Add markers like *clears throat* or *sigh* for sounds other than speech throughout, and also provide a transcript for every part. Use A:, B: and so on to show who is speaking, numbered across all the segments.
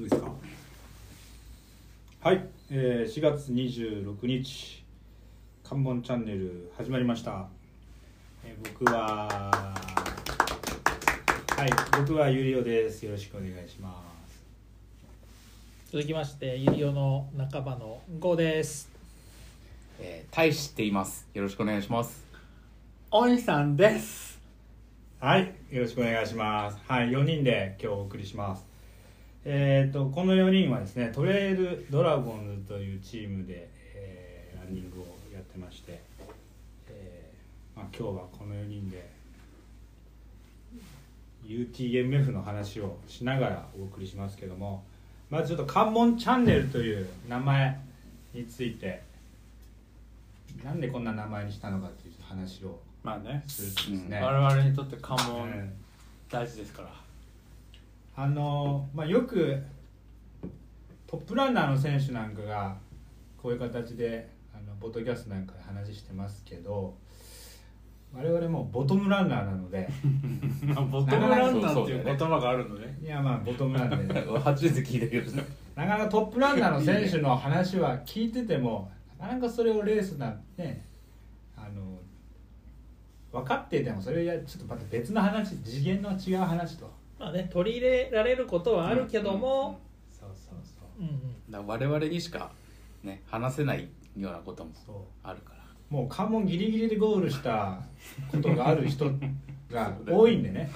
A: うですかはい、えー、4月26日関門チャンネル始まりました、えー僕ははい僕はゆりおですよろしくお願いします
B: 続きましてゆりおの仲間のゴーです
C: えー、大しています。よろしくお願いします。
D: おんさんです
A: はい、よろしくお願いします。はい、4人で今日お送りします。えっ、とこの4人はですね、トレイルドラゴンズというチームで、えーランニングをやってまして、えーまあ今日はこの4人で UTMF の話をしながらお送りしますけども、まずちょっと関門チャンネルという名前について、なんでこんな名前にしたのかという話を
D: まあね
A: するとですね。
D: 我々にとって関
A: えー
D: 門大事ですから、
A: あのまあ、よくトップランナーの選手なんかがこういう形であのボトキャストなんかで話してますけど我々もうボトムランナーなので
D: まあ、ボトムランナーっていう言葉があるのね
A: いやまあボトムなんで、ね、
C: 初めて聞いたけ *laughs* ど、
A: なかなかトップランナーの選手の話は聞いててもなかなかそれをレースなんてねあの分かっていてもそれをやちょっとまた別の話次元の違う話と
B: まあね取り入れられることはあるけども、
A: そうそうそう
B: うんうん
C: だ我々にしかね話せないようなことも
A: そう
C: あるから。
A: もう関門ギリギリでゴールしたことがある人が多いんでね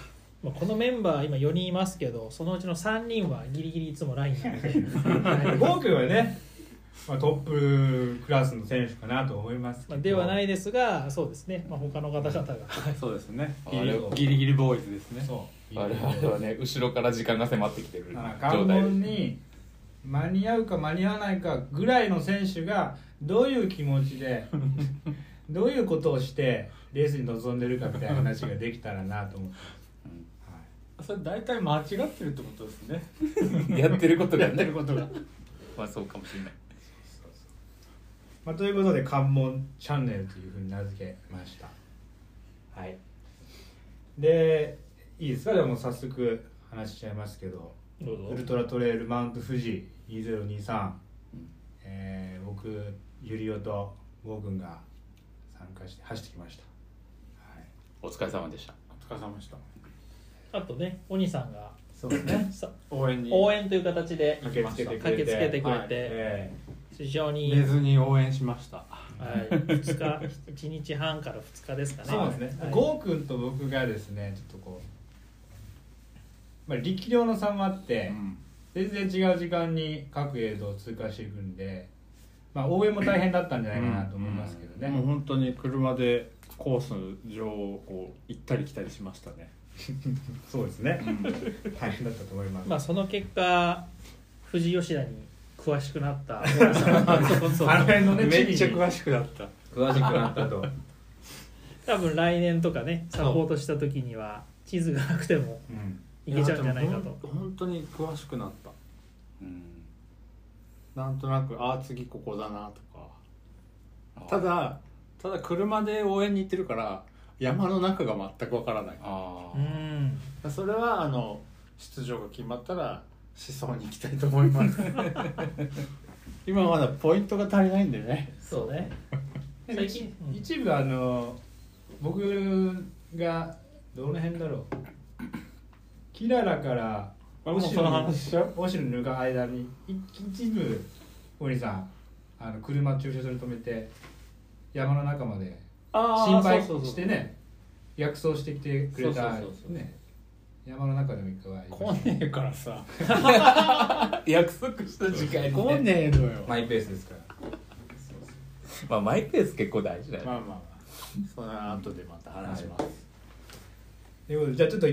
B: まあ、このメンバー今4人いますけどそのうちの3人はギリギリいつもラインなんではい
A: ゴー君はね、まあ、トップクラスの選手かなと思いますけ
B: まあ
A: ど
B: ではないいですがそうですね、まあ、他の方々が
D: *laughs* そうですね
C: あ
D: ギ
C: れ
D: リギリギリボーイズですね
A: そう
C: 我々はね後ろから時間が迫ってきてる
A: あ
C: 状
A: 関
C: 態
A: 門に間に合うか間に合わないかぐらいの選手がどういう気持ちでどういうことをしてレースに臨んでるかみたいな話ができたらなと思って
D: それ大体間違ってるってことですね
C: うんやってることが
D: やって
C: ね
D: ることが
C: まあそうかもしれない。
A: まあ、ということで関門チャンネルというふうに名付けましたはいでいいですかじゃあもう早速話しちゃいますけど
B: どう
A: ウルトラトレイルマウント富士2023、えー僕ゆりおとゴーくんが参加して走ってきました、はい、
C: お疲れ様でした。
D: お疲れ様でした
B: あとねお兄さんが
A: そうですね
B: さ
D: 応援に
B: 応援という形で
A: 駆けつけてくれて
B: 駆けつけてくれ
D: は
B: て
D: い
A: え
B: 非常に、
D: 寝ずに応援しました
B: はい、2日1日半から2日ですか
A: ー
B: ね
A: そうですね、
B: はい
A: ゴーくんと僕がですねちょっとこう、まあ、力量の差もあって、
C: うん
A: 全然違う時間に各映像を通過していくんで、まあ、応援も大変だったんじゃないかなと思いますけどね、
D: もう本当に車でコース上をこう行ったり来たりしましたね
A: そうですね、 *laughs* 大変だったと思います、
B: まあ、その結果富士吉田に詳しくなった *laughs* 大家さんそうそう
A: あの辺のね
D: めっちゃ
A: 地理に
D: 詳しくなった
A: 詳しくなったと、
B: 多分来年とかねサポートした時には地図がなくても
A: うん
B: いけちゃうんじゃないか
D: やで
B: と
D: もほん本当に詳しくなった
C: うん
D: なんとなくああ次ここだなとか
C: あー
D: ただただ車で応援に行ってるから山の中が全くわからない
C: あ
B: う
C: ー
B: ん
D: それはあの出場が決まったら思想に行きたいと思います *laughs* 今まだポイントが足りないんでね
B: そうね最近うん
A: 一部あの僕がどの辺だろうキララから
D: あもうその話しちゃう
A: オシル抜く間にい一部森さんあの車駐車場に止めて山の中まで心配してね薬草してきてくれた
D: そうそうそうそう
A: ね山の中でも一回は
D: 来ねえから *laughs* さ
C: 約束した時間にね、
D: 来ねえのよま
A: マイペースですから
C: まあマイペース結構大事だよ
D: あ
C: ね。
D: まあまあその後でまた話します、
A: ということでじゃあちょっと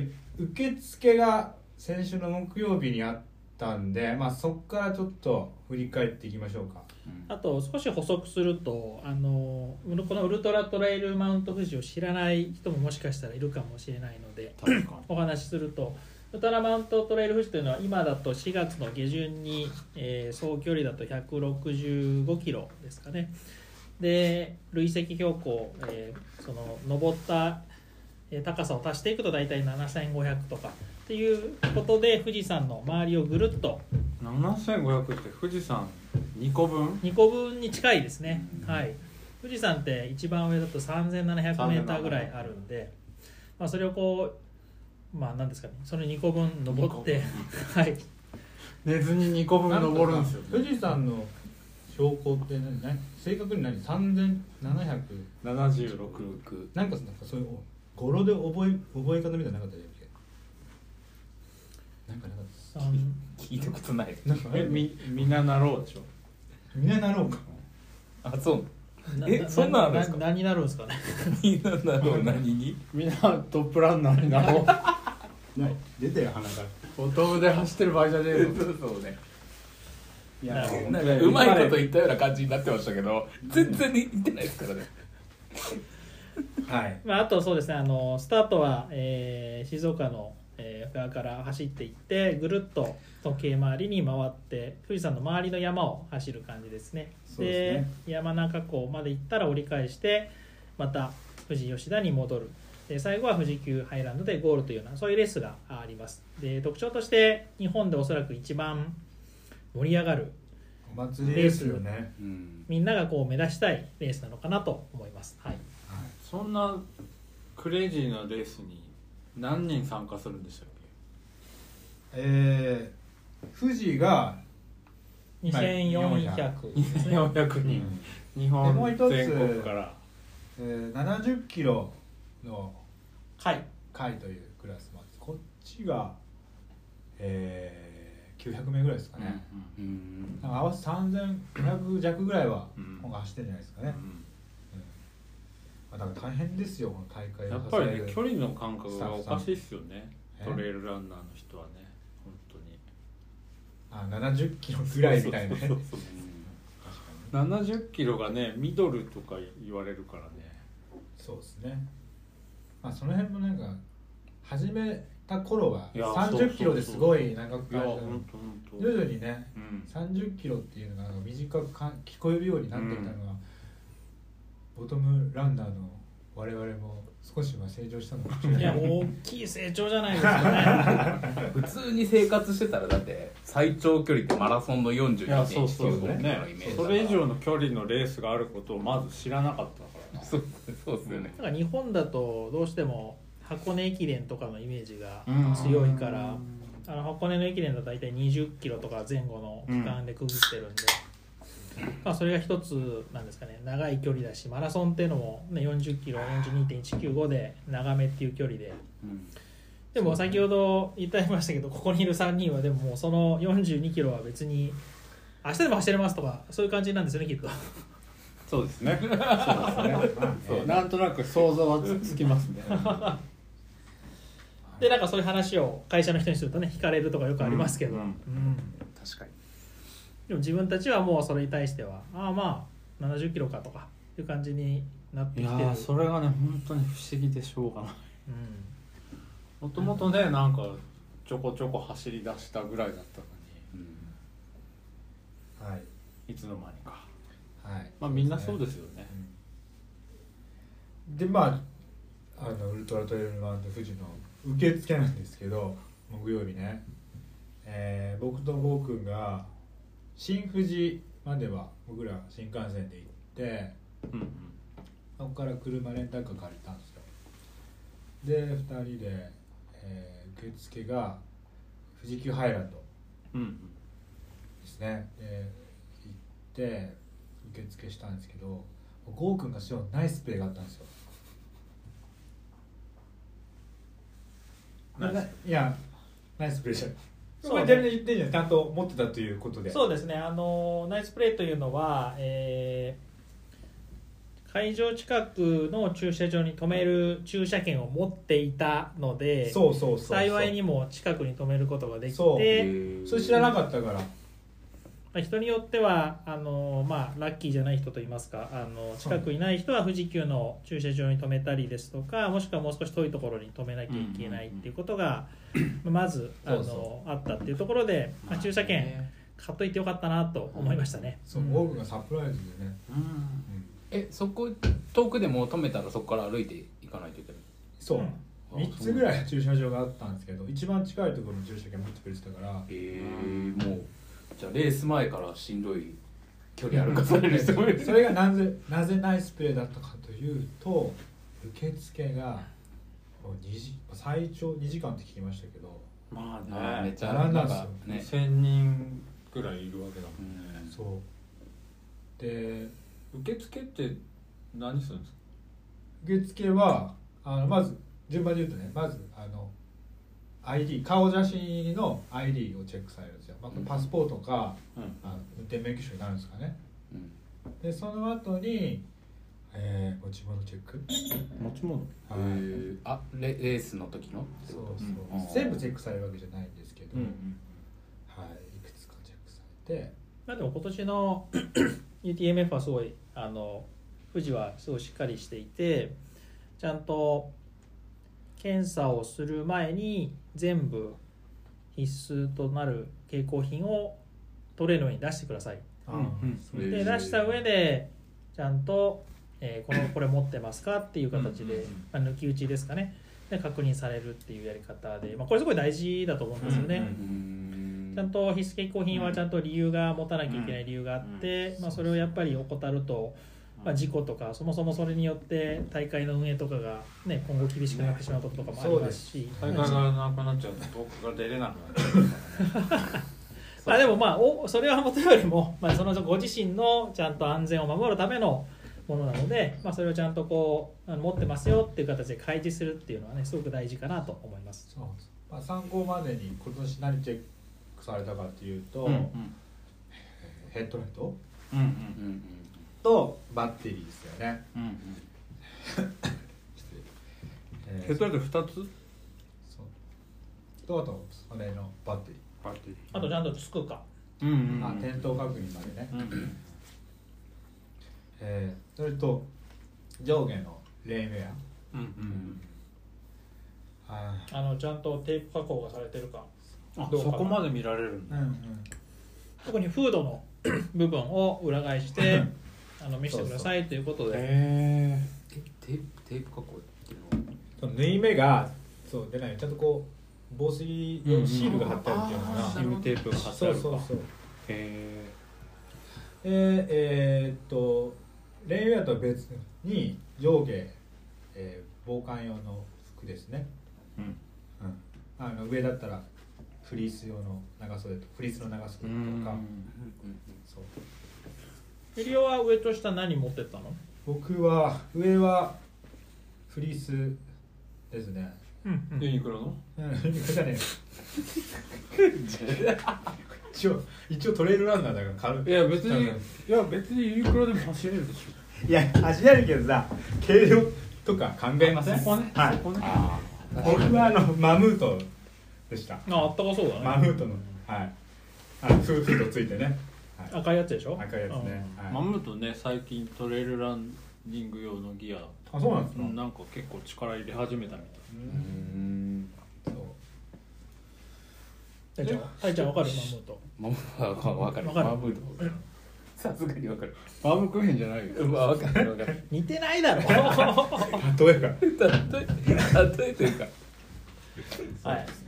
A: 受付が先週の木曜日にあったんで、まあ、そこからちょっと振り返っていきましょうか
C: うん
B: あと少し補足するとあのこのウルトラトレイルマウント富士を知らない人ももしかしたらいるかもしれないので
D: 確か
B: お話しするとウルトラマウントトレイル富士というのは今だと4月の下旬に、えー総距離だと165キロですかねで累積標高、えーその登ったえー高さを足していくと大体7500とかっていうことで富士山の周りをぐるっと
D: に7500って富士山2個分
B: 2個分に近いですね、はい、富士山って一番上だと 3700m ぐらいあるんで、まあ、それをこうまあ何ですかねその2個分登って *laughs*
D: 二
B: はい
D: 寝ずに2個分登るんですよ
A: 富士山の標高って何何正確に何3700
D: 76
A: なんかなんかそういう語呂で覚え覚え方みたいなのなかったじゃんなんかなかった
B: あの
C: 聞いたことない *laughs*
A: なんか
D: えみみんななろうでしょ
A: みんななろうか
C: あそう
B: な
C: えそんなんあるんですか
B: 何になるんですかね
C: みんなだろう何に
D: みんなトップランナーになろう
A: ない出てよ鼻から
D: ボトムで走ってる場合じゃねえ
C: そう
D: ぞ
C: そうね
A: い
B: なるほど
C: なんかうまいこと言ったような感じになってましたけど全然言ってないですからね
A: はい
B: まああとそうですねあのスタートは、えー静岡の、えー、フェアから走っていってぐるっと時計回りに回って富士山の周りの山を走る感じですね
A: そうですね
B: 山中湖まで行ったら折り返してまた富士吉田に戻るで最後は富士急ハイランドでゴールというようなそういうレースがありますで特徴として日本でおそらく一番盛り上がる
A: お祭りですよね
C: うん
B: みんながこう目指したいレースなのかなと思います、はい、
D: そんなクレイジーなレースに何人参加するんでしたっ
A: えー、富士が
B: 2400です
D: け
B: ね、
D: 400人、日本
A: でもう一つ
D: 全国から
A: えー、70キロの
B: はい
A: 回というクラスもあってこっちが、えー、900名ぐらいですかね、
C: うん
A: 合わせ3500弱ぐらいは
D: うん
A: 本が走ってるんじゃないですか
D: う
A: ね、
D: ん
A: まあ、だから大変ですよこの大会
D: や
A: を
D: っ
A: 支
D: ぱ
A: え
D: り
A: る
D: ね距離の感覚がおかしいっすよね
A: スタッフさ
D: ト
A: ん
D: レイルランナーの人はね本当に
A: あ70キロぐらいみたいなね
D: そうそうそう70キロがねミドルとか言われるからね
A: そうですねまあその辺もなんか始めた頃はい
D: や
A: 30キロですごい長く
D: いや
A: 感じたの
D: 本当本
A: 徐々にね
D: 当うん
A: 30キロっていうのがなんか短くか聞こえるようになってきたのが、ボトムランナーの我々も少しは成長したのかもしれない
B: いや大きい成長じゃないですかね
C: 普通に生活してたらだって最長距離ってマラソンの
D: いやそうそう
C: 42.195
D: そ
C: キロ
D: う
C: のイメージだ
D: ね
C: から
D: それ以上の距離のレースがあることをまず知らなかったからな
C: そうそうですよね
B: なんか日本だとどうしても箱根駅伝とかのイメージが
D: うん
B: 強いから、あの箱根の駅伝だと大体20キロとか前後の期間で区切ってるんで、まあ、それが一つなんですかね長い距離だしマラソンっていうのも、ね、40キロ42.195で長めっていう距離で
C: うん
B: でも先ほど言ってありましたけどここにいる3人はでももうその42キロは別に明日でも走れますとかそういう感じなんですよねきっと。
D: そうですね *laughs*
A: そうね
D: なんとなく想像はつきますね
B: でなんかそういう話を会社の人にするとね惹かれるとかよくありますけど、
D: うんうん
C: 確かに
B: でも自分たちはもうそれに対してはああまあ70キロかとかいう感じになって
D: い
B: き
D: や
B: てる
D: ーそれがね本当に不思議でしょうがない
B: うん、
D: もともとねなんかちょこちょこ走り出したぐらいだったの
C: うん
A: はい
D: にいつの間にか
A: はい
D: まあみんなそうですよね
A: でまああのウルトラトレイルランド富士の受付なんですけど木曜日ね、えー僕と郷君が新富士までは僕ら新幹線で行って
D: うんうん
A: そこから車レンタカー借りたんですよで2人で、えー受付が富士急ハイランド
D: うんうん
A: ですねで行って受付したんですけど郷君がしようナイスプレーがあったんですよ
D: ナイス
A: いやナイスプレーじゃないこれ全然言ってんじゃないちゃんと持ってたということで
B: そうですねあのナイスプレーというのは、えー会場近くの駐車場に止める駐車券を持っていたので
A: そうそうそうそう
B: 幸いにも近くに止めることができ
A: そう
B: て。
A: それ知らなかったから
B: まあ、人によってはあの、まあ、ラッキーじゃない人といいますかあの近くにない人は富士急の駐車場に止めたりですとかもしくはもう少し遠いところに止めなきゃいけないっていうことが、まあまずあの
A: そうそ
B: あったっていうところで、まあ、駐車券買っといてよかったなと思いましたね。
A: そう
B: うん
A: 郷君がサプライズでね、
D: うん
A: うん
C: えそこ遠くでも止めたらそこから歩いていかないといけない
A: そう、
B: うん
A: 3つぐらい駐車場があったんですけど一番近いところの駐車券持ってくれてたから
C: えー、もうじゃあレース前からしんどい距離歩かされる人もい
A: *laughs*
C: る
A: それがなぜなぜナイスプレーだったかというと受付がこう二時最長2時間って聞きましたけど
E: ま
C: あー
E: あ
C: め
E: ね
C: っちゃなんかね
A: 2000人ぐらいいるわけだもん、
C: うん
A: そうで
D: 受付って何するんですか
A: 受付はあのまず順番で言うとねまずあの ID 顔写真の ID をチェックされるんですよ、まあ、これパスポートか、
E: うん
A: あの運転免許証になるんですかね
C: うん
A: でその後に、えー、持ち物チェック
E: 持ち物
C: へ
A: はい
C: ーあレレースの時のって
A: そう
C: こ
A: そう、
C: うん
A: 全部チェックされるわけじゃないんですけど、
E: うん
A: はいいくつかチェックされて
B: まあでも今年の *coughs* UTMF はすごいあの富士はすごいしっかりしていてちゃんと検査をする前に全部必須となる携行品をトレーのように出してください
E: うんうん
C: と
B: で出した上でちゃんと、えーこのこれ持ってますかっていう形で、まあ、抜き打ちですかねで確認されるっていうやり方で、まあ、これすごい大事だと思うんですよね、
E: うんうん
C: うーん
B: ちゃんと必須欠航品はちゃんと理由が持たなきゃいけない理由があって、まあ、それをやっぱり怠ると、まあ、事故とかそもそもそれによって大会の運営とかが、ね、今後厳しくなってしまうこととかもありますし、
D: 大会がなくなっちゃうと僕が出れなくなっちゃう
B: まあ、でもまあおそれはもとよりも、 *laughs* まあ、そのご自身のちゃんと安全を守るためのものなので、まあ、それをちゃんとこうあの持ってますよっていう形で開示するっていうのはねすごく大事かなと思います。
A: そう、まあ、参考までに今年何チェックされたかっていうと、
E: うん
A: ヘッドライト
E: うん
C: うんうん
A: とバッテリーですよね
E: うん
A: 失礼えー
E: ヘッドライト二つ
A: そうとあとそれのバッテリ
E: バッテリ
B: あとちゃんとつくか
E: ーうん
A: ー、あ点灯確認までね、
E: うん
A: えーそれと上下のレインウェ
E: うんう
C: うんん
A: アはい
B: あのちゃんとテープ加工がされてるか
E: あ
B: どうか
E: そ
B: な
E: こまで見られるん
A: う
E: だ
A: んうん
B: 特にフードの *clears throat* 部分を裏返
A: *laughs*
B: してあの見せてくださいということで
E: へ
C: えテープテープ加工っていうの
A: その縫い目がそう出ないようにちゃんとこう防水のシールが貼ってあるっていうのかな、
E: えームテープが貼って
A: そ
E: あ
A: う
E: る
A: そうそう
E: へ
A: でえーっとレインウェアとは別に上下、えー防寒用の服ですね、
E: えうん
A: うん、あの上だったらフリース用の長袖とフリースの長袖とかそう
B: エリオは上と下何持ってったの
A: 僕は上はフリースですね
B: うん
D: ユニクロの
A: うん *laughs* じゃねえ一応一応トレイルランナーだから軽
E: いや別にいや別にユニクロでも走れるでし
A: いや走れるけどさ軽量とか考えません
E: ょここね
A: はい
E: ここね
C: あ
A: 僕はあのマムートでした
B: ああったかそうだね、
A: マムートのはいあのフーフードついてね、はい、
B: 赤いやつでしょ
A: 赤いやつね、
D: マ
A: はい、
D: ムートね最近トレイルランニング用のギア
A: あそうなんですか、
D: うんなんか結構力入れ始めたみたい
C: ーうーん
A: そう
B: タイちゃんはタイちゃんわかるマムート
C: マムわかる
B: わかる
C: マムード *laughs* さすがにわかる
E: バームクーヘンじゃないよ
C: うわわかるわか *laughs* る
B: 似てない
A: *laughs*
B: だろは
A: 例えば
C: 例え例えというか
B: い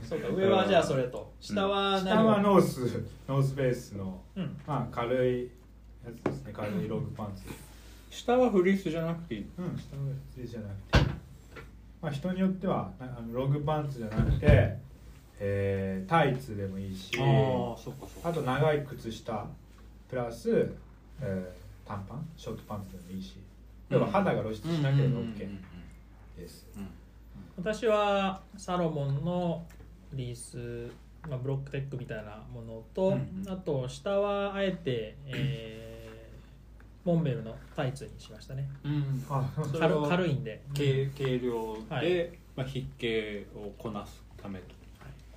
B: そうか上はじゃあそれと下は
A: 下
B: 何を
A: はノースノースベースの、
B: うん
A: まあ、軽いやつですね軽いロングパンツ
E: 下はフリースじゃなくていい
A: うん下の普通じゃなくてまあ人によってはなあのロングパンツじゃなくて、えータイツでもいいし
E: ああそっかそっか
A: あと長い靴下プラス、えー短パンショートパンツでもいいし要は肌が露出しなければ OK です、
B: 私はサロモンのリース、まあ、ブロックテックみたいなものと、
E: うん
B: あと下はあえて、えーモンベルのタイツにしましたね
D: うん
A: あそう
D: それ
B: 軽
D: は
B: 軽いんで
D: 軽軽量で、
B: はい
D: まあ、筆形をこなすため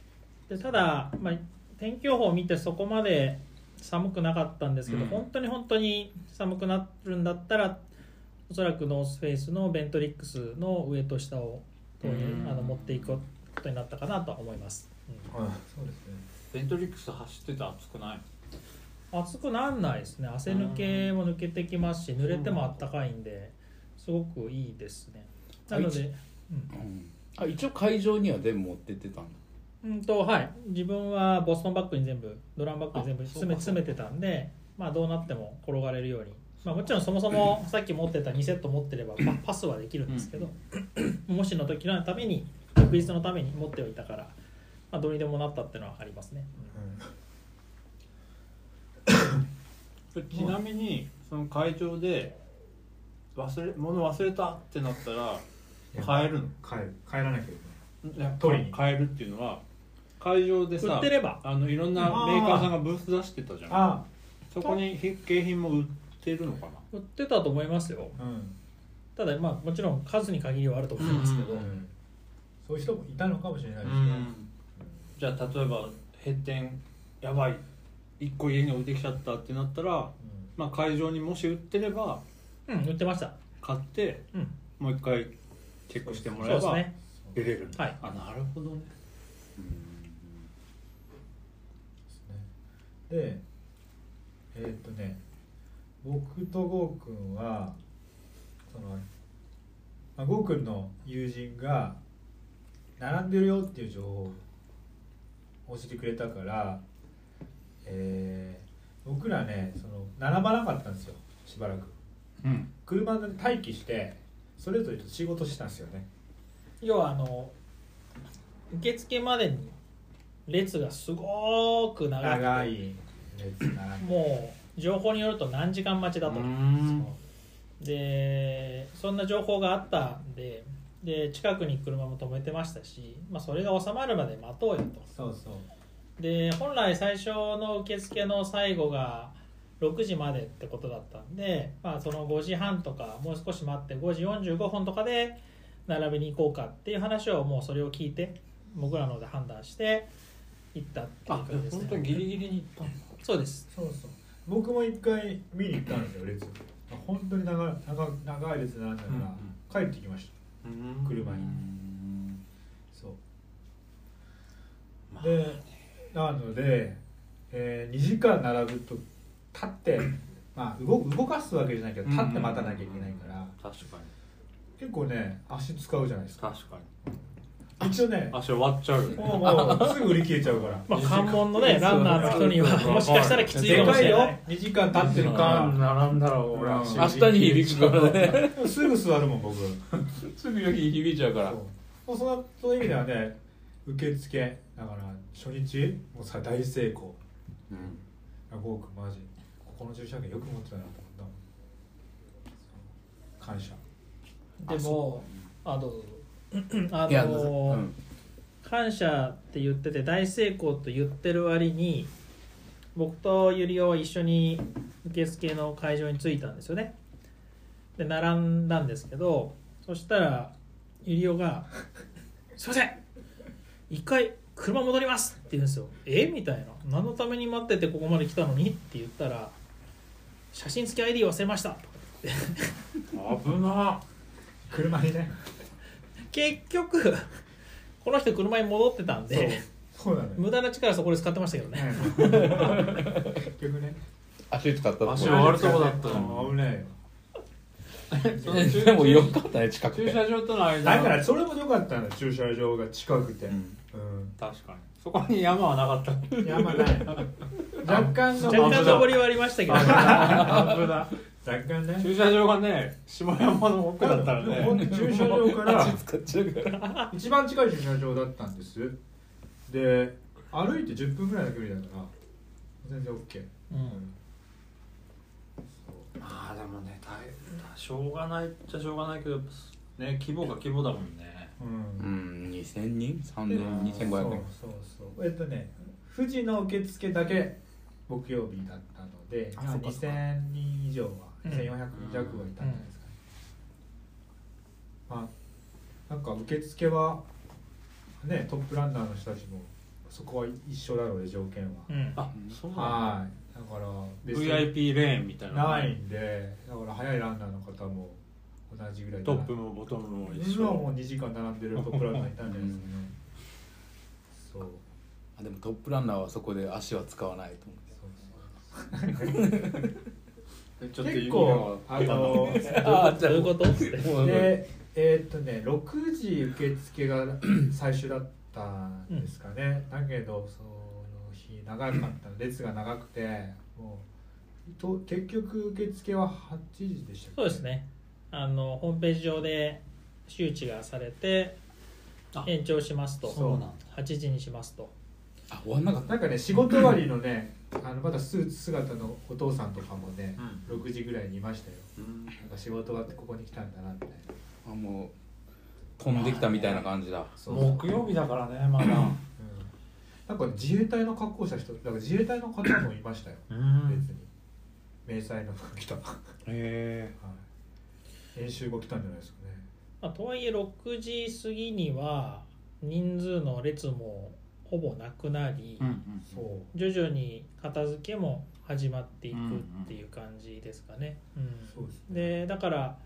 D: と
B: でただ、まあ、天気予報を見てそこまで寒くなかったんですけど、
D: うん
B: 本当に本当に寒くなるんだったらおそらくノースフェイスのベントリックスの上と下を投入
D: うん
B: あの持っていくことになったかなとは思います、うん
A: うんそうですね
D: ベントリックス走ってたら熱くない
B: 暑くなんないですね汗抜けも抜けてきますし濡れてもあったかいんですごくいいですねなので、うん
C: あ一応会場には全部持ってってたんだ
B: うんとはい、自分はボストンバッグに全部ドラムバッグに全部詰め詰めてたんで、まあ、どうなっても転がれるように、まあ、もちろんそもそもさっき持ってた2セット持ってればパパスはできるんですけど、もしの時のために確率のために持っておいたから、まあ、どうにでもなったっていうのはありますね。
D: ちなみにその会場で忘れ物忘れたってなったら買えるの
A: 帰る帰らなきゃいけない
D: やっぱ
A: 取りに
D: 買えるっていうのは会場でさ
B: 売ってれば
D: あのいろんなメーカーさんがブース出してたじゃん
A: あ
D: そこに必景品も売ってるのかな
B: 売ってたと思いますよ
A: あうん、
B: ただまあもちろん数に限りはあると思いますけど、
D: うん
A: そういう人もいたのかもしれないですね、
D: んじゃあ例えば閉店やばい1個家に置いてきちゃったってなったら、まあ、会場にもし売ってれば
B: うん、売ってました、
D: 買って
B: うん、
D: もう一回チェックして
B: そ
D: も
B: う
D: らえ
B: です
D: ば
B: ね
D: 出れるんだ、
B: はい
D: あなるほどね
A: ですねでえーっとね僕と郷くんはその、まあ、郷くんの友人が並んでるよっていう情報を教えてくれたから、えー僕らねその並ばなかったんですよしばらく
D: うん
A: 車で待機してそれぞれちょっと仕事してたんですよね
B: 要はあの受付までに列がすごく長くて
A: 長い列並んで
B: もう情報によると何時間待ちだと
D: うん
B: そうでそんな情報があったんでで近くに車も止めてましたし、まあ、それが収まるまで待とうよと
A: そうそう
B: で本来最初の受付の最後が6時までってことだったんで、まあ、その5時半とかもう少し待って5時45分とかで並びに行こうかっていう話をもうそれを聞いて僕らの方で判断して行ったっていう
D: あ
B: 感じです
D: 本
B: ね
D: 当にギリギリに行っ
B: そうです
A: そうそう僕も一回見に行ったんですよ列本当に長い長長い列なんだから、帰ってきました
D: たの
A: 車に
D: うん
A: そう、でなので、え2時間並ぶと立ってまあ動動かすわけじゃないけど立って待たなきゃいけないから、
D: 確かに
A: 結構ね足使うじゃないですか
D: 確かに
A: 一応ね
D: 足終わっちゃうよ
A: *laughs*
D: ね
A: もうもうすぐ売り切れちゃうから
B: まあ、関門のね、ランナーの人には、もしかしたらきついか
A: で
B: も
A: か
B: し
A: い
B: れな
A: よ
B: い。
A: 2時間立ってるか
E: 並んだろう俺
A: うん
C: 明日に響くからね
A: すぐ座るもん僕
C: すぐに響いちゃうから
A: そうそうそそういう意味ではね受付だから初日もうさ大成功
D: うん
A: あゴーくマジここの駐車券よく持ってたなと思ったもんそう感謝
B: でも、あ、どうぞどうぞ。あ
C: いやう
B: の
C: ん、
B: 感謝って言ってて、大成功と言ってる割に、僕とゆりおは一緒に受付の会場に着いたんですよね。で、並んだんですけど、そしたら、ゆりおが、 *laughs* すいません一回車戻りますって言うんですよえみたいな何のために待っててここまで来たのにって言ったら写真付き ID 忘れましたとか言って
D: 危な
A: 車にね
B: 結局この人車に戻ってたんで
A: そうなのよ
B: 無駄な力そこで使ってましたけどね
A: 結局ね
C: 足使ったとこ
D: 足
C: ろ
D: 終わるとこだったの
A: の危ないよ
D: その駐
C: でもよかったね近く
D: 駐
C: て
D: 車場との間
A: だからそれも良かったのよ駐車場が近くて
D: うん
A: うん、
D: 確かにそこに山はなかった
A: いやあんまない若干の
B: 若干上りはありましたけど
A: 危な若干ね
D: 駐車場がね下山の奥だったら
A: でも本
D: ね
A: 当駐車場から
C: 足使っちゃうから
A: *laughs* 一番近い駐車場だったんですで歩いて10分ぐらいの距離だから全然 OK、
B: うん
D: まあでもね大しょうがないっちゃしょうがないけどね規模が規模だもんね
A: うん
C: うん2000人
A: で
C: 3000 2500人
A: そうそうそうえっとね富士の受付だけ木曜日だったので
B: あ
A: まあ
B: そうかそうか
A: 2000人以上は、
B: うん
A: 1400人弱はいたんじゃないですかね、まあなんか受付はねトップランナーの人たちもそこは一緒だろうで条件は、
B: うん
D: あそうだ
A: はいだから別に
D: VIP レーンみたいなの
A: ないんでだから速いランナーの方も同じぐらい
D: トップもボトムも一
A: 今はも
D: 緒
A: う2時間並んでるトップランナーいたんじゃないですかね *laughs* そう
C: あでもトップランナーはそこで足は使わないと思
A: そう
D: ちょっと
A: 結構あの
C: うあ
B: どういうこと
C: もう
A: でえーっとね6時受付が最終だっったんですかね、だけどその日長かった列が長くてもうと結局受付は8時でしたっけ
B: そうですねあのホームページ上で周知がされて
D: あ
B: 延長しますと
A: そうなんだ
B: 8時にしますと
C: あ終わんなかった
A: なんかね仕事終わりのねあのまだスーツ姿のお父さんとかもね、6時ぐらいにいましたよなんか仕事終わってここに来たんだなみたいな
C: あもう飛んできたみたいな感じだ
A: そうそう
D: 木曜日だからねまだ
A: なんか自衛隊の格好した人なんか自衛隊の方もいましたよ別に迷彩の服着た、は
C: へえ
A: い、演習後来たんじゃないですかね
B: まあ、とはいえ6時過ぎには人数の列もほぼなくなり、
D: うん
A: そう
B: 徐々に片付けも始まっていくっていう感じですかね。うん
A: そうですね
B: でだから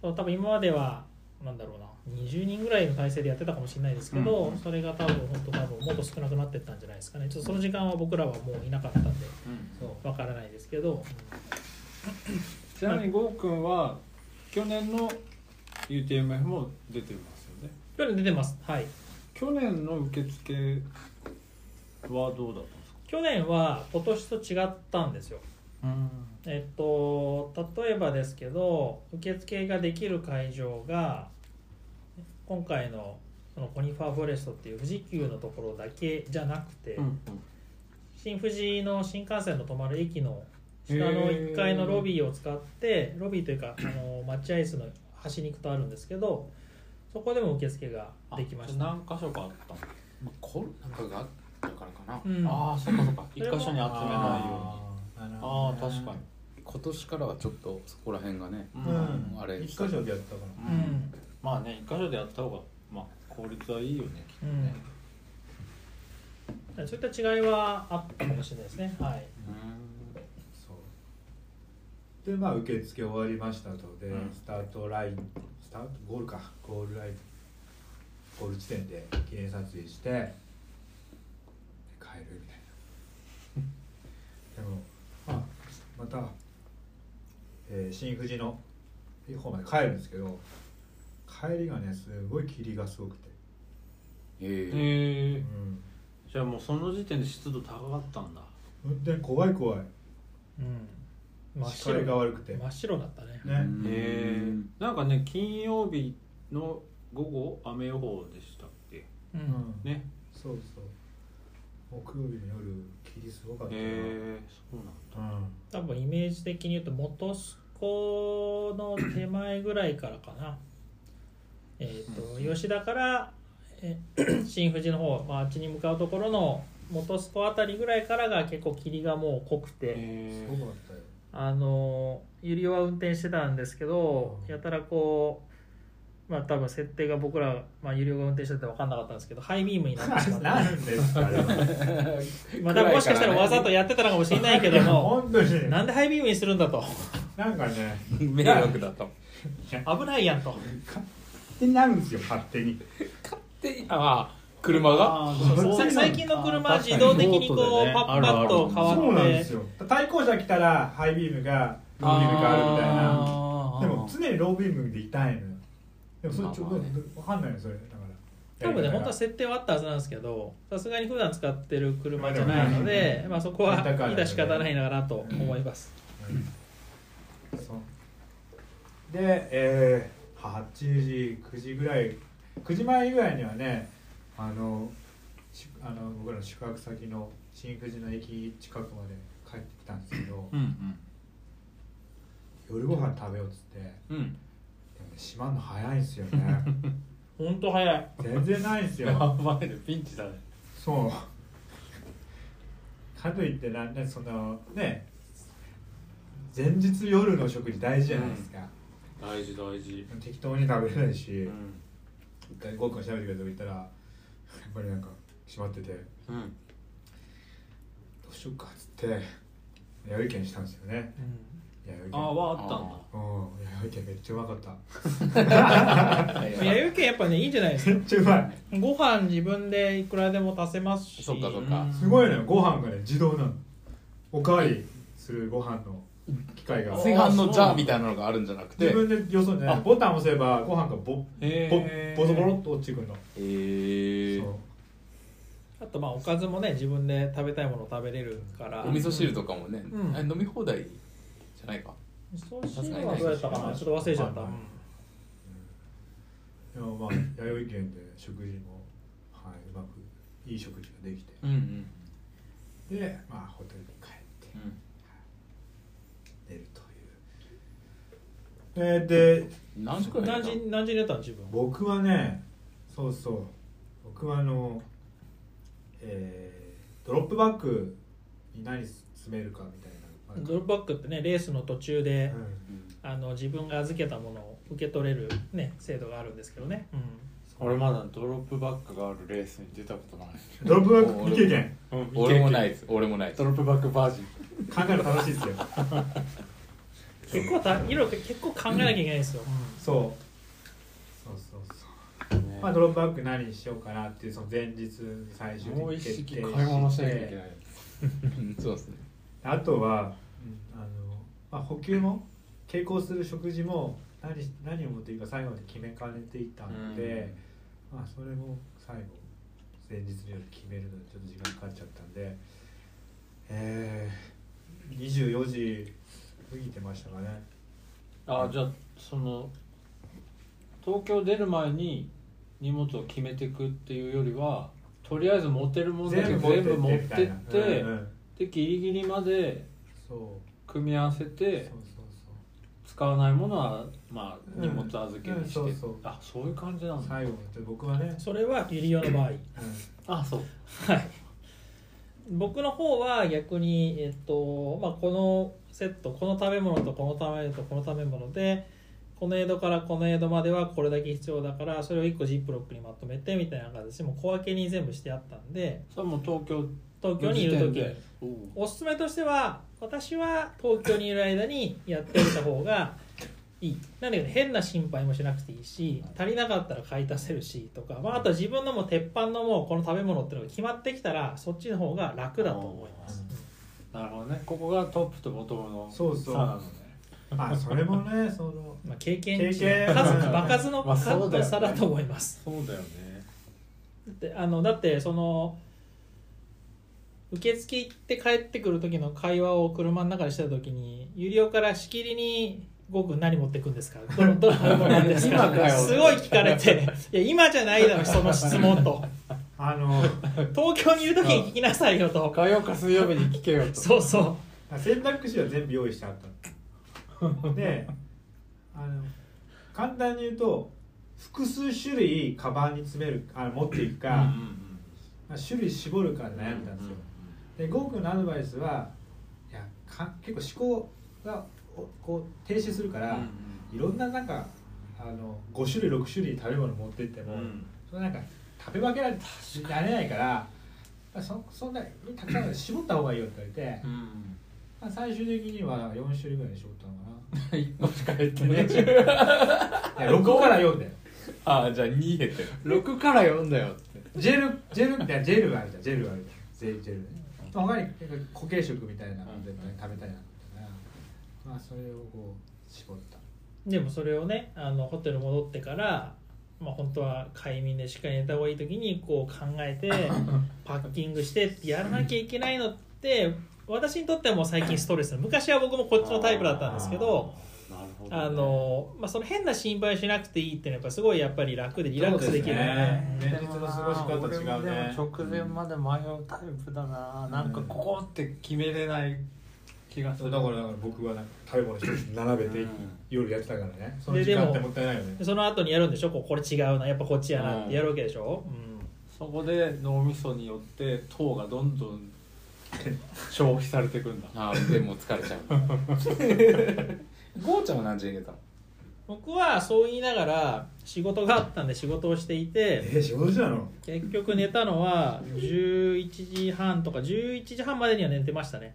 B: そう多分今まではなんだろうな20人ぐらいの体制でやってたかもしれないですけど、それが多分本当多分もっと少なくなってったんじゃないですかねちょっとその時間は僕らはもういなかったんでわからないですけど、
D: ちなみにゴーくんは去年の UTMF も出てますよね
B: 去年出てますはい
D: 去年の受付はどうだったんですか
B: 去年は今年と違ったんですよえっと、例えばですけど受付ができる会場が今回のそのコニファーフォレストっていう富士急のところだけじゃなくて、新富士の新幹線の止まる駅の下の
D: へー
B: 1階のロビーを使ってロビーというかあの待合室の端に行くとあるんですけどそこでも受付ができました。
D: 何箇所かあったの
C: まあ、コロナ禍があったからかな、
B: うん
D: ああそっかそっか一
B: それも
D: 箇所に集めないように
A: あーなる
D: あ
A: ほ
D: あ
A: どね
D: 確かに
C: 今年からはちょっとそこら辺がね
A: う
C: うん
A: ん
C: あれ
A: 一箇所でやったか
B: う、ん
D: まあね一箇所でやった方がまあ効率はいいよねきっと
B: う
D: ね
B: ん、そういった違いはあったかもしれないですね。はい、
A: らそうでまあ受付終わりましたとで、
D: うん
A: スタートラインスタートゴールかゴールラインゴール地点で記念撮影してで帰るみたいな *laughs* でも、まあ、また、えー新富士の方まで帰るんですけど帰りがねすごい霧がすごくて、
C: へえ
D: へ
A: う
D: え
A: ん、
D: じゃあもうその時点で湿度高かったんだ
A: 運転怖い怖い
B: うん、
A: 視界が悪くて
B: 真っ白だったね
A: ね
C: うん
D: へえなんかね金曜日の午後雨予報でしたっけ
B: うん、
A: うん
D: ね
A: そうそう木曜日の夜霧すごかったな、
D: へえそうなんだ
A: うん
B: 多分イメージ的に言うと元栖湖の手前ぐらいからかなえっと吉田からえ *clears throat* 新富士の方、まあ、あっちに向かうところの元栖湖あたりぐらいからが結構霧がもう濃くて、
A: す
D: へ
A: ごかったよ
B: あのゆりおは運転してたんですけど
A: うん
B: やたらこうまあ多分設定が僕ら、まあ、ゆりおが運転してて分かんなかったんですけどハイビームになってしまっ
A: *laughs*
B: て
A: なんですか *laughs* ね
B: まあ多分もしかしたらわざとやってたのかもしれないけども
A: 本当に
B: なんでハイビームにするんだと
A: なんかね
C: *laughs* 迷惑だったもん
B: 危ないやんと
A: ってなるんですよ勝手に
C: でああ車が
D: あ
B: そうさ最近の車は自動的にこうパッパッと変わって
A: そうなんですよ対向車来たらハイビームがロービームがあるみたいな
C: あー
A: でも常にロービームでいたいのよでもそれちょっ
C: ま
A: と
C: あまあね
A: 分かんないのそれだから
B: 多分ね本当は
A: そ
B: 設定はあったはずなんですけけどさすがに普段使ってる車じゃないので、まあ、そこは
A: レンタカーだからね
B: いた仕方ないななと思います、
A: うでえー、8時9時ぐらい9時前ぐらいにはねあのしあの僕らの宿泊先の新富士の駅近くまで帰ってきたんですけど
D: うん
A: 夜ご飯食べようっつってでも、ね、
D: うんうん
A: 閉まんの早いんですよね
D: *laughs*
B: ほんと早い
A: 全然ないんです
D: や
A: よ
D: ばいねピンチだね
A: そうかといってなんねそのね前日夜の食事大事じゃないですか、
D: 大事大事
A: 適当に食べれないし、
D: うん
A: 一回ゴーくんが調べてくれと言ったらやっぱりなんか閉まっててど
D: うん
A: うしようかっつって弥生県したんですよね弥生県
D: ああはあったんだ
A: うん弥生県めっちゃうまかった
B: 弥生県やっぱねいいんじゃないです
A: め
B: か
A: っちゃうまい
B: ご飯自分でいくらでも足せますし
C: そっかそっか
A: すごいのよご飯がね自動なのおかわりするご飯の機械が
C: 炊飯のジャーみたいなのがあるんじゃなくて
A: 自分でよそね
C: あ
A: ボタン押せばご飯がボ
C: へー
A: ボボソボロっと落ちてくるの、
C: えー
A: そう
B: あとまあおかずもね自分で食べたいもの食べれるから
C: お味噌汁とかもね、
B: うん
C: あれ飲み放題じゃないか
B: 味噌汁はどうやったかなちょっと忘れちゃった、
A: はいはいでもまあ
B: *coughs*
A: 弥生県で食事も、はい、うまくいい食事ができて
C: うんうん
A: でまあホテルに帰って寝るという、えーで
C: 何食ら
B: 何
C: い寝た
B: 時何時に寝たの自分
A: 僕はねそうそう僕はあのえードロップバッグに何詰めるかみたいななんか
B: ドロップバッグってねレースの途中で、
A: うん
B: あの自分が預けたものを受け取れる、ね、制度があるんですけどね、
D: 俺まだドロップバックがあるレースに出たことない
A: ドロップバッグ未経験
C: 俺もないです俺もないです *laughs*
D: ドロップバックバージン
A: 考えるの楽しいですよ
B: 結構た色々結構考えなきゃいけないんですよ、
A: そうそうそうそう、まあ、ドロップバッグ何にしようかなっていうその前日に最終的
D: もう
A: に
D: 一
A: 決定
D: 式
A: して
D: 買い物しなきゃいけない
C: うんそうですね
A: あとは、うんあのまあ、補給も傾向する食事も何し何を持っていいか最後まで決めかねていたので、まあ、それも最後前日の夜決めるのにちょっと時間かかっちゃったんでえー、24時過ぎてましたかね
D: あじゃあその東京出る前に荷物を決めていくっていうよりはとりあえず持てるものだけ全部持ってって
A: みたいなうんうん
D: でギリギリまで
A: そう
D: 組み合わせ
A: そう
D: て
A: そうそう
D: 使わないものはま
A: う
D: あ
A: ん
D: 荷物預けにして、
A: うんそうそう
D: あそういう感じなんだ
A: 最後で僕はね、
B: それはユリオの場合
D: あそう
B: はい僕の方は逆に、えっとまあ、このセットこの食べ物とこの食べ物とこの食べ物でこの江戸からこの江戸まではこれだけ必要だからそれを1個ジップロックにまとめてみたいな形でもう小分けに全部してあったんで
D: それはもう東京
B: 東京にいる時に
D: でおう
B: おすすめとしては私は東京にいる間にやっておいた方がいいなんだけど変な心配もしなくていいし足りなかったら買い足せるしとか、まあ、あと自分のもう鉄板のもうこの食べ物っていうのが決まってきたらそっちの方が楽だと思います
D: なるほどねここがトップとボトムの
A: そうそう
D: 差なのね
A: うん、まあそれもねその
B: まあ、経験
A: 経
B: 値
A: 験
B: の数場数の
D: まあそうだよね
B: 数差だと思います
D: そうだよね
B: だってあのだってその受付行って帰ってくる時の会話を車の中でしてた時に有料からしきりに「ゴー君何持ってくんですか?」どのどの箱なんですか
D: 今かよ
B: すごい聞かれて「いや今じゃないだろその質問」
D: *laughs*
B: と
A: あの
B: 「東京にいる時に聞きなさいよ」と
D: 火曜か水曜日に聞
A: *laughs*
D: けよと
B: そうそう
A: 選択肢は全部用意してあった *laughs* のであの簡単に言うと複数種類カバンに詰めるあの持っていくか、まあ種類絞るか悩んだんですよ、でゴー君のアドバイスはいやか結構思考がおこう停止するから、いろんななんかあの5種類6種類食べ物持ってっても、それなんか食べ分けられられないからそそんなにたくさん絞った方がいいよって言われて、まあ、最終的には4種類ぐらいに絞ったの
C: 1個しか減ってね
A: かないや6から4だよ
C: *laughs* ああじゃあ2減ってる
D: 6から4だよって
A: ジェルジェルいやジェルはあるじゃんジェルはあるじゃんゼジェルね他になんか固形食みたいなので、ね食べたいなみたいなまあそれをこう絞った
B: でもそれをねあのホテル戻ってから、まあ本当は快眠でしっかり寝た方がいい時にこう考え *laughs* てパッキングしてってやらなきゃいけないのって私にとってはもう最近ストレス昔は僕もこっちのタイプだったんですけど
D: なるほどね、
B: あの、まあ、その変な心配をしなくていいっていうのはやっぱすごいやっぱり楽でリラックスできるよね
A: そうですね連日の過ごし方違うね
D: 俺もでも直前まで迷うタイプだな、なんかここって決めれない気がす
A: そ
D: る
A: うだからだから僕はなんか食べ物一つ並べて、
D: うん
A: 夜やってたからねその
B: で
A: 時間っ
B: で
A: て
B: も
A: もったいないよね
B: その後にやるんでしょこうこれ違うなやっぱこっちやなってやるわけでしょ、
D: そこで脳みそによって糖がどんどん消費されていくんだ
C: ああでも疲れちゃうゴーちゃんは何時に寝たの
B: 僕はそう言いながら仕事があったんで仕事をしていて、
A: えー、仕事じゃの
B: 結局寝たのは11時半とか11時半までには寝てましたね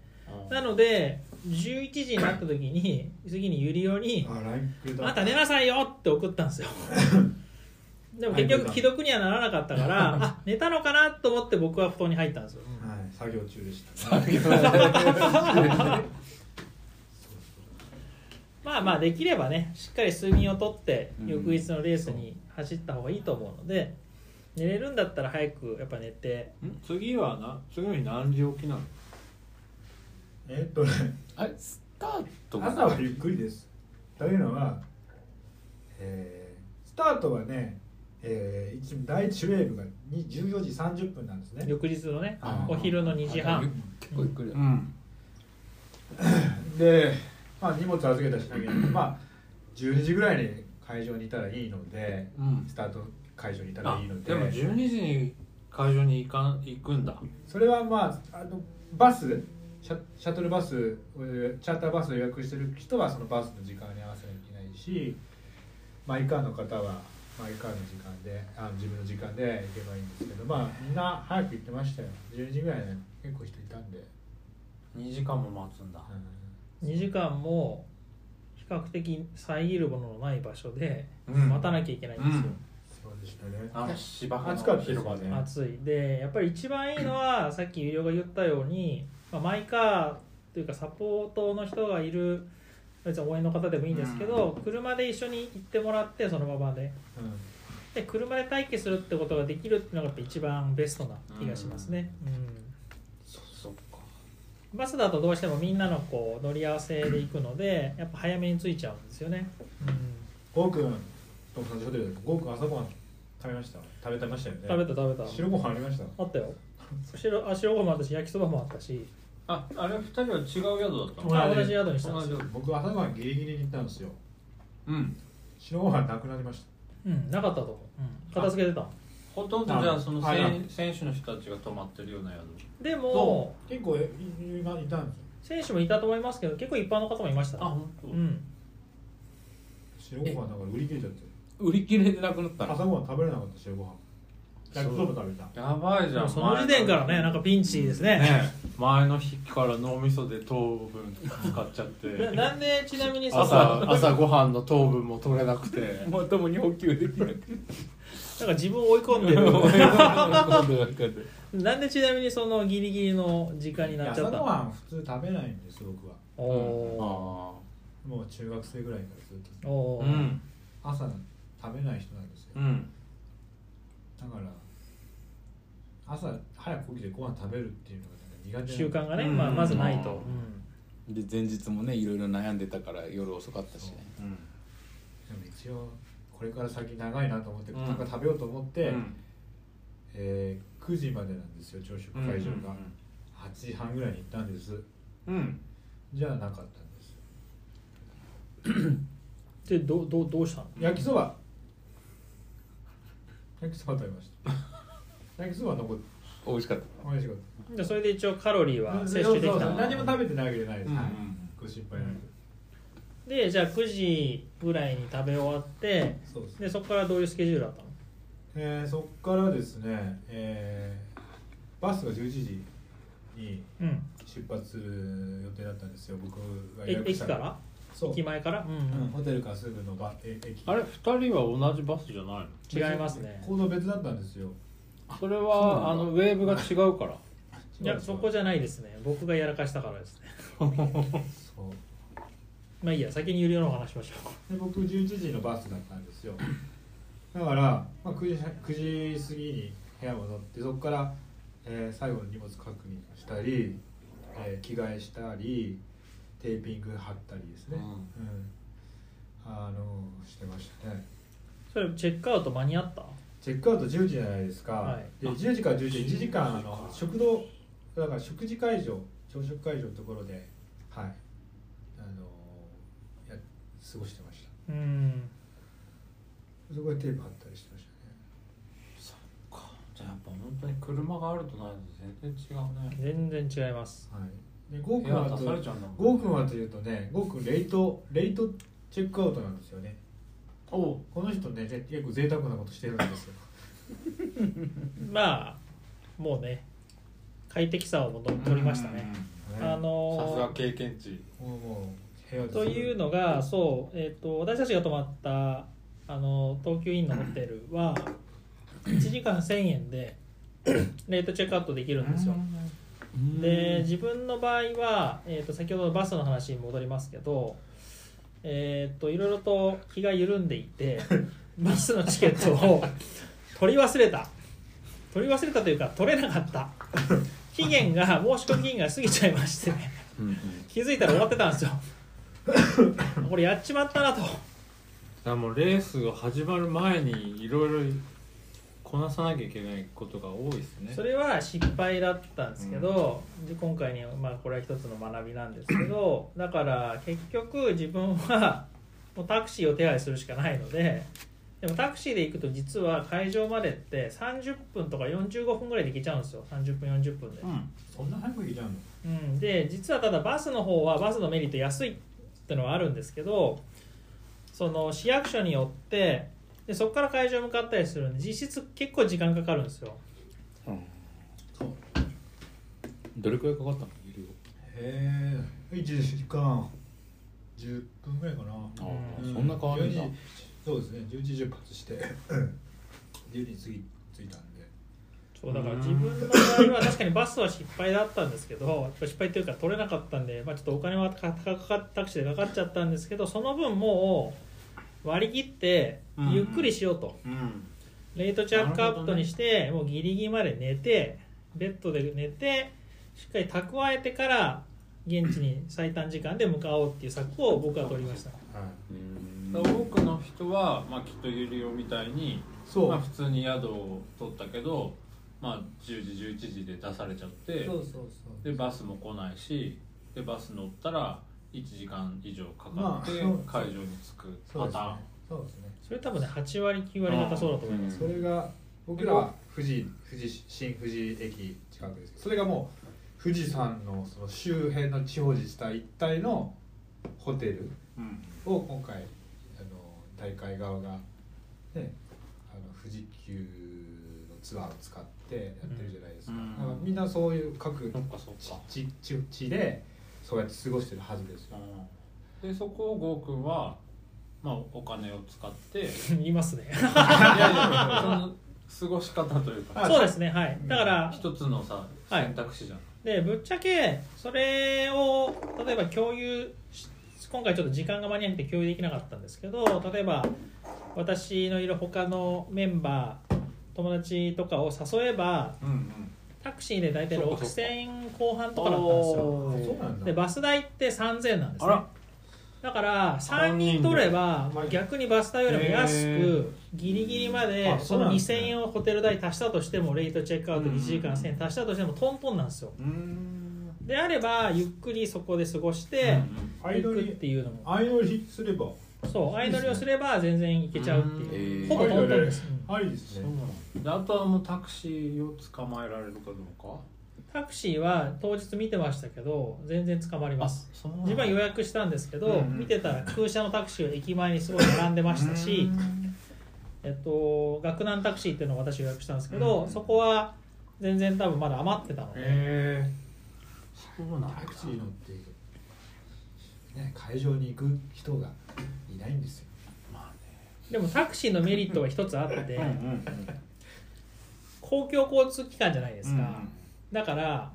B: なので11時になった時に次にゆりおに
A: あ LINE くれ
B: 「
A: た
B: また寝なさいよ!」って送ったん
A: *laughs*
B: ですよでも結局既読にはならなかっ
A: *laughs*
B: たからあ寝たのかなと思って僕は布団に入ったんですよ
A: はい、作業中でした、ね。そう
B: まあまあできればねしっかり睡眠をとって
C: うん
B: 翌日のレースに走った方がいいと思うので寝れるんだったら早くやっぱ寝て
D: ん次はな次の日何時起きなの
A: えっとね
C: あれスタートが
A: 朝はゆっくりですというのは、えースタートはね、えー一第一ウェーブがに14時30分なんですね
B: 翌日のね
A: あ
B: お昼の2時半
C: 結構ゆっくりだ
E: うん
A: で、まあ、荷物預けたりしなきゃいけないまあ12時ぐらいに会場にいたらいいので
D: うん
A: スタート会場にいたら
D: あ
A: いいので
D: でも12時に会場に行かん行くんだ
A: それはまああのバスシャシャトルバスえーチャーターバスを予約してる人はそのバスの時間に合わせなきゃいけないしマイカーの方はマイカーの時間であの自分の時間で行けばいいんですけどまあみんな早く行ってましたよ10時ぐらいね結構人いたんで、
D: 2時間も待つんだ
A: う
B: 2時間も比較的遮るもののない場所で
D: うん
B: 待たなきゃいけないんですよ、
A: ん、そうでしたね
D: あの芝生の
A: 暑かったですよね
B: 暑いでやっぱり一番いいのはさっき有料が言ったように、まあ、マイカーというかサポートの人がいる別に応援の方でもいいんですけど、車で一緒に行ってもらってそのままで
A: うん
B: で車で待機するってことができるっていうのがやっぱ一番ベストな気がしますね、うん
D: そそっか
B: バスだとどうしてもみんなのこう乗り合わせで行くのでやっぱ早めに着いちゃうんですよね、うん
A: ゴーくんと同じホテルでゴーくん朝ごはん食べました食べてましたよね
B: 食べた食べた
A: 白ご飯ありました
B: あったよ白あ白ご飯もあったし焼きそばもあったし
D: ああれ2人は違う宿だったの
B: あ同じ宿にしたん
D: 同
B: です
D: じ
B: よ
D: 宿
A: 僕朝ごはんギリギリに行ったんですよ
D: うん
A: 白ご飯なくなりました
B: うん、なかったと思う、うん、片付けてた
D: ほとんどじゃあそのせ
A: あ
D: ん選手の人たちが泊まってるような宿
B: でも
A: 結構えいいまいたんですよ
B: 選手もいたと思いますけど結構一般の方もいましたね
D: 本当
B: うん
A: 白ご飯なんか売り切れちゃって
C: 売り切れでなくなったの
A: 朝ごはん食べれなかった白ご飯焼きそば食べた
D: やばいじ
B: で
D: ゃ
B: も
D: ん
B: その時点からねなんかピンチですね
D: ね前の日から脳みそで糖分使っちゃって
B: な
D: *laughs*
B: なんでちなみにそ
E: 朝
B: の
E: 朝ご飯の糖分も取れな
D: *laughs*
E: くて
C: まともに補給できなくて
B: なんか自分を追い込んでる
C: 今度なんかで
B: なんでちなみにそのギリギリの時間になっち
A: 朝
B: ゃった
A: ご
B: の
A: はん普通食べないんです僕は
B: おお
C: あ
A: もう中学生ぐらいからずっ
B: ー
A: と
B: お
D: う
B: ー、
D: ん
A: 朝食べない人なんですよ
D: うん
A: だから朝早く起きてご飯食べるっていうのがなんか苦手
B: 習慣がね、
D: うん
B: まあ、まずないと、
C: う
B: うん
C: ーで前日もねいろいろ悩んでたから夜遅かったしね
D: うん
A: でも一応これから先長いなと思って、
D: うん
A: なんか食べようと思って、
D: うん
A: えー9時までなんですよ朝食会場が、8時半ぐらいに行ったんです
D: うん
A: じゃあなかったんです
B: でどうどうどうしたの
A: 焼きそば焼きそば食べました焼きそば残って
C: 美味しかった
A: 美味しかっ
B: じゃあそれで一応カロリー
A: た
B: は摂取でき
A: そう
B: た
A: そう
B: の
A: 何も食べてないわけじゃないです、
D: うん
A: はいご心配なく、
B: でじゃあ9時ぐらいに食べ終わって
A: そうですね、
B: でそこからどういうスケジュールだったの
A: えーそっからですね、えーバスが11時に
B: うん
A: 出発する予定だったんですよ僕が
B: え駅
A: した
B: から
A: そう
B: 駅前から、うんうん
A: うんホテルからすぐのバえ駅
D: あれ2人は同じバスじゃないの
B: 違いますね
A: 行動別だったんですよ
D: それはあのウェーブが違うから
B: いやそこじゃないですね僕がやらかしたからですね
A: そう
B: まあいいや先に有料のお話しましょ
A: で僕11時のバスだったんですよだから、まあ、9, 時9時過ぎに部屋戻ってそこから、えー最後の荷物確認したり、えー着替えしたりテーピング貼ったりですね、
D: うん
A: うんあのしてましたね
B: う *laughs* それチェックアウト間に合った
A: チェックアウト10時じゃないですか、
B: はい
A: で10時から10時1時間あの食堂だから食事会場朝食会場のところではいあのや過ごしてました
B: うん
A: そこでテープ貼ったりしてましたね
D: じゃあやっぱ本当に車があるとないの全然違うね
B: 全然違います
A: はい、でゴー
D: 部
A: 君
D: 屋
A: は
D: 出され
A: と
D: ちゃうんだもん
A: ゴー君はというとねゴー君レイトレイトチェックアウトなんですよね
D: お
A: この人ねぜ結構贅沢なことしてるんですよ
B: まあもうね快適さをもと取りましたね
A: ね
B: あ
D: さすが
B: のー
D: 経験値
A: もうもう部屋です
B: というのがそう、えっと私たちが泊まったあの東急インのホテルは1時間1000円でレートチェックアウトできるんですよで自分の場合は、えー、と先ほどのバスの話に戻りますけど、えーっといろいろと気が緩んでいてバスのチケットを取り忘れた取り忘れたというか取れなかった期限が申し込み期限が過ぎちゃいまして気づいたら終わってたんですよ *laughs* これやっちまったなと
D: らもうレースが始まる前にいろいろこなさなきゃいけないことが多いですね
B: それは失敗だったんですけど、で今回に、まあ、これは一つの学びなんですけどだから結局自分はもうタクシーを手配するしかないのででもタクシーで行くと実は会場までって30分とか45分ぐらいで行けちゃうんですよ30分40分で、
A: そんな早く行けちゃうの
B: うん、で実はただバスの方はバスのメリット安いってのはあるんですけどその市役所によってでそこから会場向かったりするんで実質結構時間かかるんですよ
C: どれくらいかかったの有料
A: へえ1時間10分ぐらいかな
C: あ
B: う
C: ーそんな変わるんだ
A: 11そうですね11時出発して *laughs* 12時過ぎ着いたんで
B: そうだから自分の場合は確かにバスは失敗だったんですけどやっぱ失敗というか取れなかったんで、まあ、ちょっとお金はかかかタクシーでかかっちゃったんですけどその分もう割り切って
E: うん
B: ゆっくりしようと、
E: うん
B: レイトチャックアップにして、もうギリギリまで寝てベッドで寝てしっかり蓄えてから現地に最短時間で向かおうっていう策を僕は取りました
A: はい
C: うん
D: 多くの人は、まあ、きっとゆりおみたいに、
A: そう、
D: まあ、普通に宿を取ったけど、まあ、10時11時で出されちゃって
A: そうそうそう
D: でバスも来ないしでバス乗ったら1時間以上か
A: ま
D: か
A: あ
D: って
A: そう
D: 会場に着く
A: そう
D: パ
A: です
D: タ
A: ね
D: ーン
A: そうですね
B: それ多分ね8割9割方そうだと *laughs* 思います、
A: それが僕らは富士富士新富士駅近くですけどそれがもう富士山のその周辺の地方自治体一体のホテル
E: うん
A: を今回あの大会側が、ね、あの富士急のツアーを使ってやってるじゃないですか,、
E: うん
A: だからみんなそういう各
D: そっかそっ
A: 地
D: か
A: 地地地でそうやって過ごしてるはずですよ、
D: でそこを郷君は、まあ、お金を使って
A: *laughs*
D: いやい
B: 言いますね
D: やその過ごし方というか
B: そうですねはいだから
D: 一つのさ
B: はい
D: 選択肢じゃん、
B: でぶっちゃけそれを例えば共有し今回ちょっと時間が間に合って共有できなかったんですけど例えば私のいる他のメンバー友達とかを誘えば
D: うんうん
B: タクシーで大体
D: そうかそう
B: 6000
D: か
B: 円後半とかだったんですよ
A: あそうなんだ
B: でバス代って3000円なんです
D: あ
B: ね
D: ら
B: だから3人取れば
E: 三人で
B: 逆にバス代よりも安
D: へ
B: くギリギリまで
A: あ
B: そ
A: そうな
B: の
A: んですね
B: 2000円をホテル代足したとしてもレイトチェックアウト1時間1000円足したとしてもトントンなんですよ
E: うん
B: であればゆっくりそこで過ごして
A: ア
B: 行
A: イド
B: くっ
A: ル
B: ていうのも
A: アイドルすれば
B: そうアイドルをすれば全然行けちゃうっていううんほぼトントンですうん
A: ありですね
D: であとはもうタクシーを捕まえられるかどうか
B: タクシーは当日見てましたけど全然捕まります
D: そう
B: 自分は予約したんですけ
E: うん
B: ど
E: うん
B: 見てたら空車のタクシーは駅前にすごい並んでましたしえっと学南タクシーっていうのを私予約したんですけどそこは全然多分まだ余ってたので
D: へえそうなんだ
A: タクシー乗っていく、ね、会場に行く人がいないんですよ
B: でもタクシーのメリットは一つあって
E: うんうん
B: 公共交通機関じゃないです
E: う
B: か、
E: ん
B: だから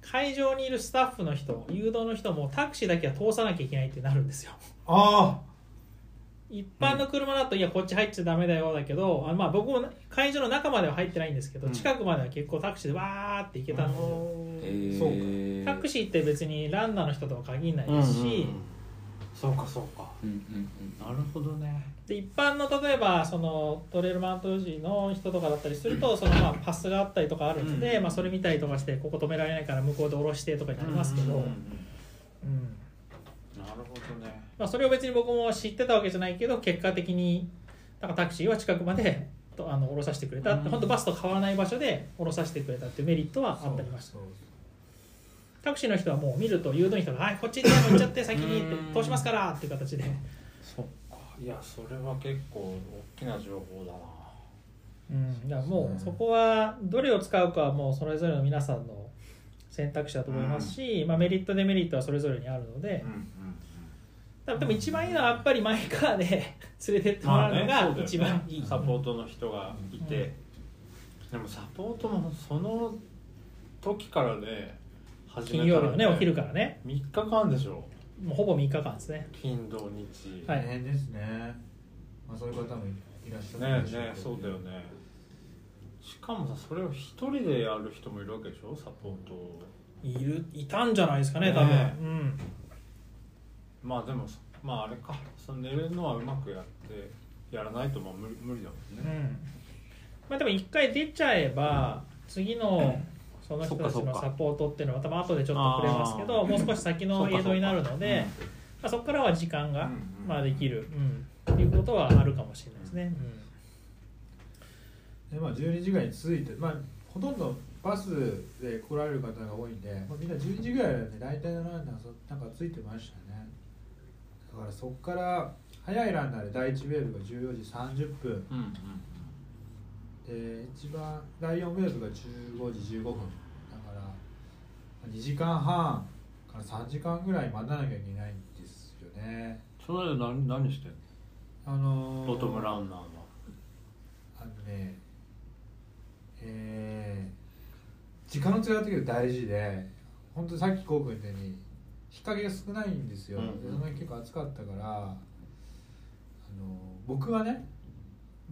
B: 会場にいるスタッフの人誘導の人もタクシーだけは通さなきゃいけないってなるんですよ
A: あ
B: 一般の車だと、いやこっち入っちゃダメだよだけどあまあ僕も会場の中までは入ってないんですけど、
E: うん
B: 近くまでは結構タクシーでわーって行けたんですよ、
C: え
A: そう
C: ー
B: タクシーって別にランナーの人とは限らないですし、
D: そうかそうか
C: うんうん
D: なるほどね
B: で一般の例えばそのトレイルマウント富士の人とかだったりするとそのまあパスがあったりとかあるので、
D: うん
B: まあ、それ見たりとかしてここ止められないから向こうで降ろしてとかになりますけど、
D: うんうんうん
B: うん
D: なるほどね
B: まあ、それを別に僕も知ってたわけじゃないけど結果的になんかタクシーは近くまでとあの降ろさせてくれた、
D: うん
B: 本当バスと変わらない場所で降ろさせてくれたっていうメリットは
A: あ
B: あったりました
A: そう
B: タクシーの人はもう見ると誘導員人が「はいこっちに行っちゃって先に」って「通しますから」っていう形で、
D: そっかいやそれは結構大きな情報だな
B: うん、だからもうそこはどれを使うかはもうそれぞれの皆さんの選択肢だと思いますし、まあ、メリットデメリットはそれぞれにあるので
D: う、ん
B: 多分でも一番いいのはやっぱりマイカーで *laughs* 連れてってもらうの
D: まあねそうだよ
B: が
D: ね
B: 一番いい、
D: サポートの人がいて、でもサポートもその時からね始
B: 金曜日のねお昼からね
D: 3日間でしょ
B: もうほぼ3日間ですね
D: 金土日
B: はい
A: 大変ですね、まあ、そういう方もいらっしゃ
D: ね
A: るで
D: え
A: しょう
D: ね
A: け
D: え
A: ど
D: そうだよねしかもさそれを一人でやる人もいるわけでしょサポートを
B: いるいたんじゃないですかね多分、
D: ね
B: うん
D: まあでもそまああれかその寝るのはうまくやってやらないとまあ無理無理だもん
B: う
D: ね、
B: んまあでも1回出ちゃえば次のその人たち
D: そっか
B: の
D: そっか
B: サポートっていうのは多分後でちょっと触れますけどもう少し先のエイドになるのでまあそこからは時間が、
D: うんうん
B: まあ、できる、うん、っていうことはあるかもしれないですね、
A: でまあ、12時ぐらいに着いて、まあ、ほとんどバスで来られる方が多いんで、まあ、みんな12時ぐらいで大体のランナーそなんかついてましたねだからそこから早いランナーで第1ウェーブが14時30分
D: うんうん
A: で一番第4ウェーブが15時15分だからまあ2時間半から3時間ぐらい待たなきゃいけないんですよね
D: その間何何してんの
A: あのー
D: ボトムランナーは
A: あのねえー時間の使い方が大事で本当にさっきこう君言ったように日陰が少ないんですよ、
D: うん
A: でその辺結構暑かったからあの僕はね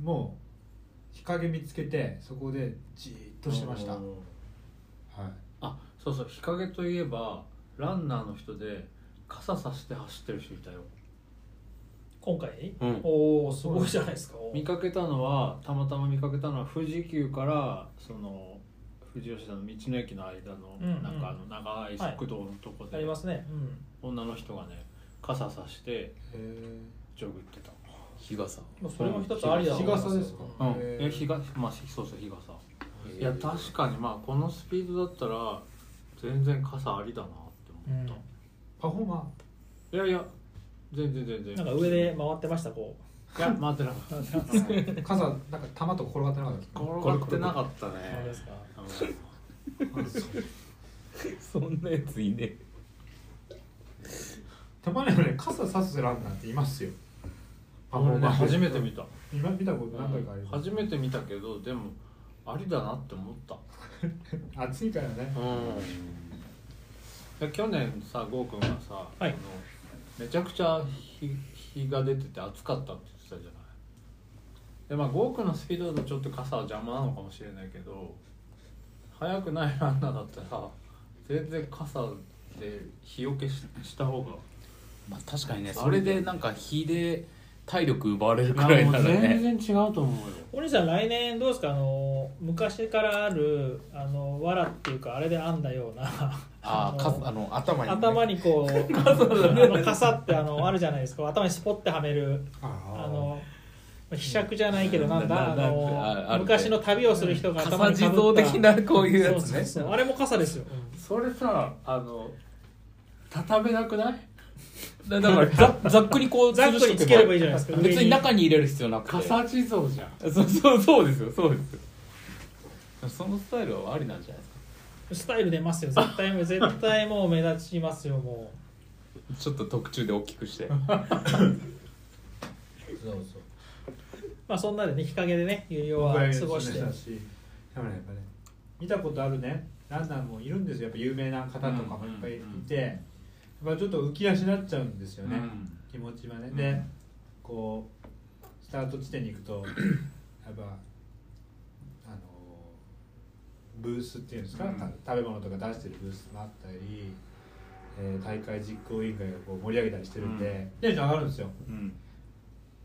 A: もう日陰見つけてそこでじーっとしてました、
D: あ
A: はい、
D: のあそうそう日陰といえばランナーの人で傘さして走ってる人いたよ
B: 今回、
D: うん
B: おおすごいじゃないですか
D: 見かけたのはたまたま見かけたのは富士急からその富士吉田の道の駅の間の、
B: うんうん
D: なんかあの長い食堂のとこで、
B: ありますね、うん
D: 女の人がね傘さして
A: へえ
D: ジョグってた
C: 日傘
B: まあそれも一つありだと思いますよ
A: 日傘ですか
B: うん
D: うん、
A: へー
D: え日がまあそうそう日傘いや確かにまあこのスピードだったら全然傘ありだなって思った、
A: パフォーマ
D: いやいや全然全然
B: なんか上で回ってましたこ
D: いや待ってなかったうん
A: ー傘なんか玉とか転がってなかったですか
D: 転がってなかったね
B: うそうですか
D: うん
C: そんなやついね
A: たまにはね傘差すランナーっていますよパフォ
D: 俺
A: ー
D: ね
A: マー
D: 初めて見た
A: 今見たこと何回かあります
D: 初めて見たけどでもありだなって思った
A: 暑いからね
D: うん去年さ郷くんがさ、あ
B: い
D: のめちゃくちゃ日日が出てて暑かったって言ってたじゃないでまあ郷くんのスピードだとちょっと傘は邪魔なのかもしれないけど速くないランナーだったら全然傘で日よけしした方が
C: まあ確かにね
D: あ
C: それでなんか日で体力奪われるく
D: い
C: ら
D: や
C: い
D: も
C: な
D: う
C: らね
D: 全然違うと思うよ
B: お兄さん来年どうですかあの昔からあるあの藁っていうかあれで編んだような
C: ああ傘あの頭にね
B: 頭にこうあの傘ってあのあるじゃないですか頭にスポッてはめるあのひしゃくじゃないけどなんだ
C: な
B: あ
C: な
B: の
C: ああるね
B: 昔の旅をする人が頭
C: 傘
B: にかぶ
C: 自動
B: った
C: 的なこういうやつ
B: そう
C: ね
B: そうそうあれも傘ですよ、
D: それさあの畳めなくない
C: だだからざざっくりこう
B: ざっくりつければいいじゃないですか
C: 別に中に入れる必要なくて
D: 傘地蔵じゃん
C: そうそうそうですよそうですよそのスタイルはありなんじゃないです
B: ス
C: か
B: タイル出ますよ絶対絶対もう目立ちますよも
C: ちょっと特注で大きくして
A: そうそう
B: うまあそんなでね日陰でね有料
A: 僕
B: は
A: は
B: 過
A: 過
B: ご
A: ごし
B: してて
A: たしでもねやっぱね見たことあるねランナーもいるんですよやっぱ有名な方とかもいっぱいいて、やっぱちょっと浮き足立っちゃうんですよね、
D: うん
A: 気持ちはね、
D: うん
A: でこうスタート地点に行く
D: *coughs*
A: とやっぱあのブースっていうんですか、
D: うん
A: た食べ物とか出してるブースもあったり、えー大会実行委員会がこう盛り上げたりしてるんで、
D: うん
A: テンション上がるんですよ
D: うん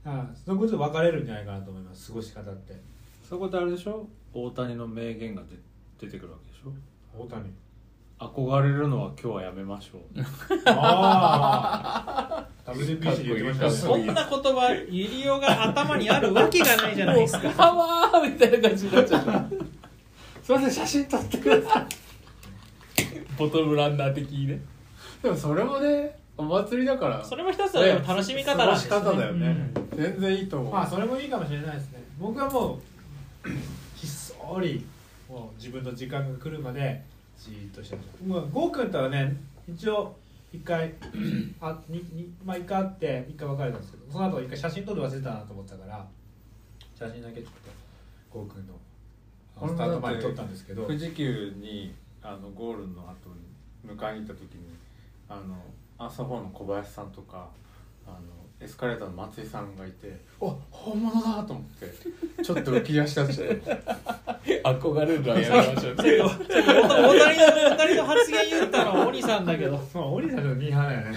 A: だからそこちょっと分かれるんじゃないかなと思います過ごし方って
D: そこであれでしょ大谷の名言が出出てくるわけでしょ
A: 大
D: *laughs*
A: 谷
D: 憧れるのは今日はやめまし
B: *laughs*
D: ょう
A: ああ WBC で言ってました
B: そ
A: ね
B: んな言葉ゆりおが頭にあるわけがないじゃないですか
C: パワーみたいな感じになっちゃった
D: すいません写真撮ってください
C: ボトムランナー的にね
D: でもそれもねお祭りだから
B: それも一つのでも楽しみ方なんです
D: 過ごし方だよね、全然いいと思う、
A: まあそれもいいかもしれないですね僕はもう *clears throat* ひっそりもう自分の時間が来るまでじーっとしてましたもうゴーくんとはね一応一回 *clears throat* あににまあ一回会って一回別れたんですけどその後一回写真撮るの忘れてたなと思ったから写真だけ撮ってゴーくんのあのスタート前に撮ったんですけど
D: 富士急にあのゴールの後に迎えに行った時にあのあそこの小林さんとかあのエスカレーターの松井さんがいてあ本物だと思ってちょっと浮き出しだ *laughs* して
C: 憧れるライアンの話なんですけど
B: 大谷の大谷の発言言ったのは鬼さんだけど
A: まあオリさんのミーハーやね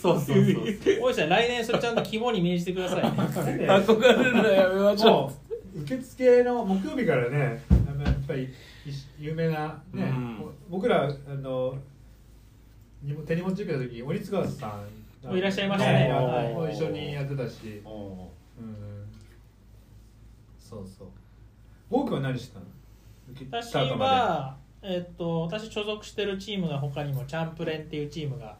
D: そうそうそうそう
B: 大石さん来年それちゃんと肝に銘じてくださいね
A: なん
B: *laughs*
A: で
C: 憧れるのやめましょ
A: もう受付の木曜日からねあのやっぱりいし有名なね、
C: うん
A: もう僕らあのにも手荷物受けた時鬼塚さん
B: もういらっしゃいましたね
A: あの
B: はい
A: もう一緒にやってたし
D: お
A: うんそうそうゴー君は何してたの受けた
B: 私は、えっと、私所属してるチームが他にもチャンプレンっていうチームが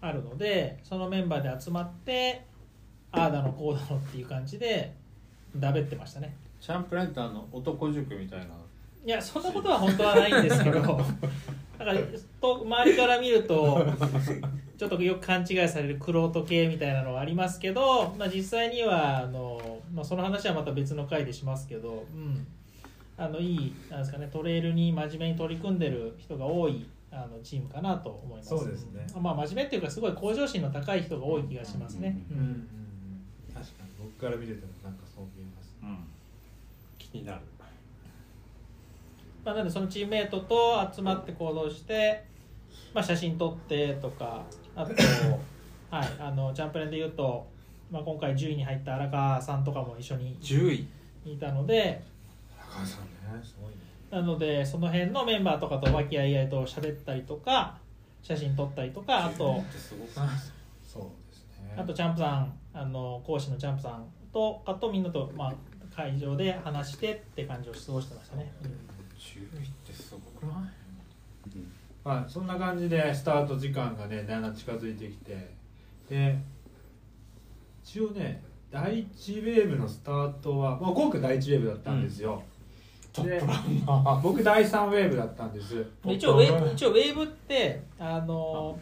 B: あるのでそのメンバーで集まってああだのこうだのっていう感じでだべってましたね
D: ーチャンプレンってあの男塾みたいない
B: やそんなことは本当はないんですけどだからと周りから見るとちょっとよく勘違いされる玄人系みたいなのはありますけど、まあ、実際にはあの、まあ、その話はまた別の回でしますけど、うん、あのいいなんですか、ね、トレイルに真面目に取り組んでる人が多いあのチームかなと思います
A: そうですね
B: まあ、真面目っていうかすごい向上心の高い人が多い気がしますね、
A: うんうんうん確かに僕から見ててもなんかそう見えます
D: うん気になる
B: まあ、なのでそのチームメートと集まって行動して、まあ、写真撮ってとかあと、はい、あのジャンプレンでいうと、まあ、今回10位に入った荒川さんとかも一緒に
D: 10位
B: いたので
A: 高橋さんねすごいね
B: なのでその辺のメンバーとかと和気あいあいと喋ったりとか写真撮ったりとかあと
D: ってすごくない
A: そうですね
B: あとチャンプさんあの講師のチャンプさんとかとみんなと、まあ、会場で話してって感じを過ごしてましたね。うん
D: 10位ってすごくない
A: まあ、そんな感じでスタート時間がねだんだん近づいてきてで一応ね第1ウェーブのスタートは、まあ、僕第1ウェーブだったんですよ、で僕第3ウェーブだったんです
B: で一応ウェーブ一応ウェーブってあの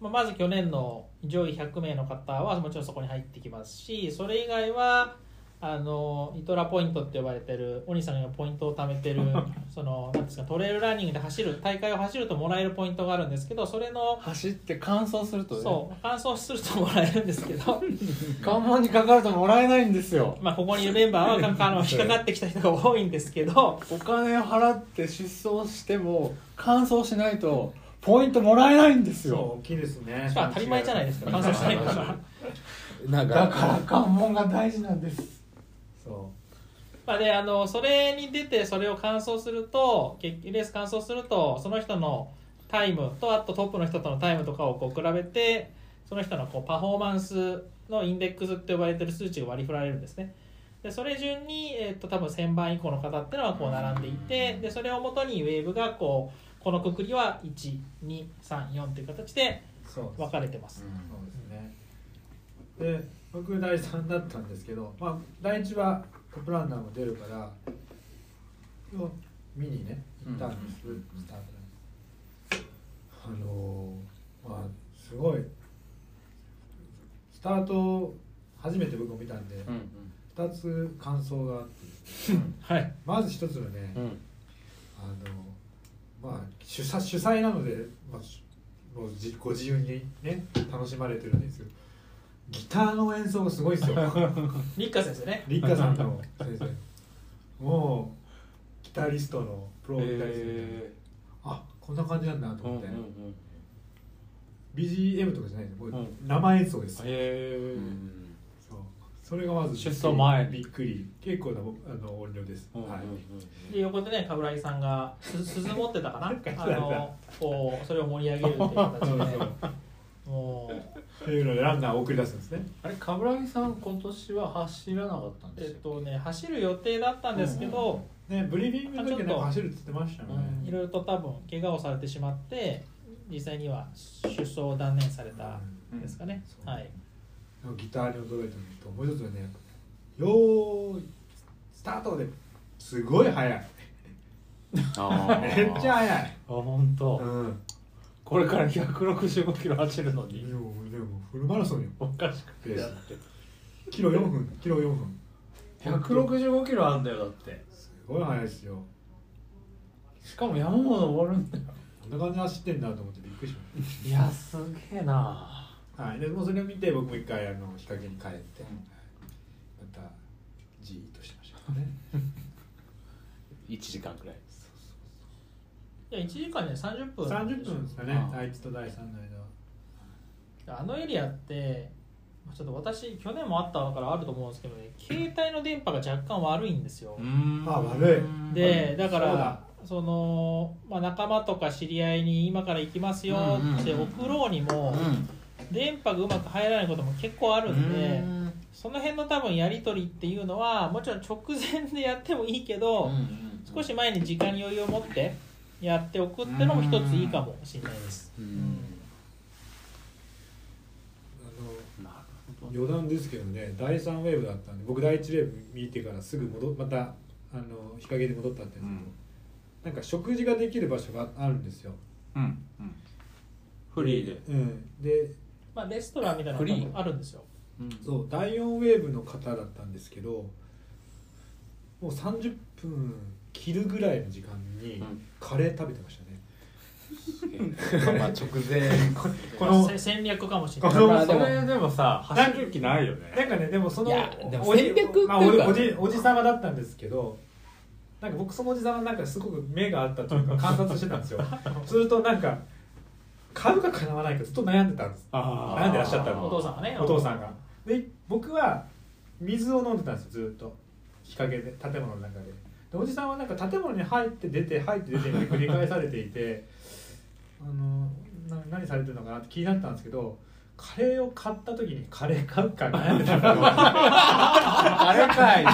B: まあまず去年の上位100名の方はもちろんそこに入ってきますしそれ以外はあのイトラポイントって呼ばれてるお兄さんがポイントを貯め *laughs* てるそのなんですかトレイルランニングで走る大会を走るともらえるポイントがあるんですけどそれの
D: 走って乾燥するとね
B: そう完走するともらえるんですけ *laughs* ど
D: 関門にかかるともらえないんですよ
B: まあここにいるメンバーはかあの引っかかってきた人が多いんですけ *laughs* ど
D: お金を払って失踪しても乾燥しないとポイントもらえないんです
A: そう
D: よ
A: 大きいですね
B: しかも当たり前じゃないですか完走しないから。
C: なんか
D: だから関門が大事なんです
A: そ
B: まあ、であのそれに出てそれを完走すると結レース完走するとその人のタイムとあとトップの人とのタイムとかをこう比べてその人のこうパフォーマンスのインデックスって呼ばれてる数値が割り振られるんですねでそれ順に、えっと多分1000番以降の方っていうのはこう並んでいてでそれをもとにウェーブがこうこのくくりは1234という形で
A: うそう
B: 分かれてます、
A: そうですねで僕第3だったんですけど、まあ、第1はトップランナーも出るからを見にね行ったんです、
D: うんうんうんうん
A: スタートにあのーまあすごいスタートを初めて僕も見たんで、
D: うん
A: 2つ感想があって
B: はい
A: まず1つのね、
D: うん
A: あのまあ主催主催なので、まあ、しもうじご自由にね楽しまれてるんですけどギターの演奏がすごい *laughs* ですよ
B: 立花先生ね
A: 立花さんの先生もうギタリストのプロギタリストみたいな、あこんな感じなんだと思って、BGM とかじゃないですよ、これ
D: う
A: 生演奏です、
D: え
A: そうそれがまず
D: 出走前
A: びっくり結構な僕あの音量です、はい
B: で横でね冠城さんがす鈴持って
A: *laughs*
B: たかな
A: さ
B: あのこうそれを盛り上げるっていう形
A: *laughs*
B: で、もう
A: というのでランナーを送り出すんですね
D: あれ冠城さん今年は走らなかったん
B: え
D: です
B: っ
D: よ
B: とね走る予定だったんですけど、
A: ねブリーフィングの時なんか走るって言ってましたよね、
B: いろいろと多分怪我をされてしまって実際には出走を断念されたんですかね、
A: うん
B: はい
A: ギターに驚いたのともう一つはね「よーいスタート!」ですごい速いめっちゃ速い、
D: あ本当
A: うん、
D: これから165キロ走るの
A: で
D: に
A: もでもフルマラソンよ
D: おかしく
A: ペースキロ4分キロ4分
D: 165キロあんだよだって
A: すごい速いですよ
D: しかも山も登るんだよ
A: んな感じで走ってんだと思ってびっくりしまし
D: いやすげえな
A: たはいでもうそれを見て僕も一回あの日陰に帰って、またじーっとしましたね
C: 1時間くらいです
B: いや1時間ね30分
A: 30分ですかね
C: ああ
A: 第一と第三の間は
B: あのエリアってちょっと私去年もあったからあると思うんですけどね携帯の電波が若干悪いんですよ、
C: ん
A: あ悪い
B: でだ
A: そ
B: か
A: う
B: ら
A: だ
B: その、まあ、仲間とか知り合いに今から行きますよって送ろうにも電波がうまく入らないことも結構あるんでその辺の多分やり取りっていうのはもちろん直前でやってもいいけど少し前に時間に余裕を持ってやっておくってのも一ついいかもしれないです。
A: あの余談ですけどね第3ウェーブだったんで僕第1ウェーブ見てからすぐ戻っまたあの日陰で戻ったんですけど、なんか食事ができる場所があるんですよ、
C: うんうんフリーで
A: うん、で
B: まあ、レストランみたいなのが多分あるんですよ。
A: そう第4ウェーブの方だったんですけどもう30分切るぐらいの時間に
C: うん
A: カレー食べてましたね、
C: まあまあ直前
A: こ
B: まあ
A: の
B: せ戦略かもし
A: こ
B: れな
A: の
B: い。
D: それでもさ走る気ないよね
A: なんかねでもその
C: いやでも
A: おじ
C: 戦略っていうか
A: まあ、おじおじおじ様だったんですけどなんか僕そのおじ様なんかすごく目があったというか観察してたんです
C: *laughs*
A: よするとなんか買うか買わないかずっと悩んでたんです
C: あ
A: 悩んでらっしゃった
B: お
A: の
B: 父さんがね。
A: お父さんがで僕は水を飲んでたんですよずっと日陰で建物の中ででおじさんはなんか建物に入って出て入って出てって繰り返されていて *laughs* あのな何されてるのかなって気になったんですけどカレーを買った時にカレー買うか悩んでたの
C: *laughs*
D: あれかい
B: わ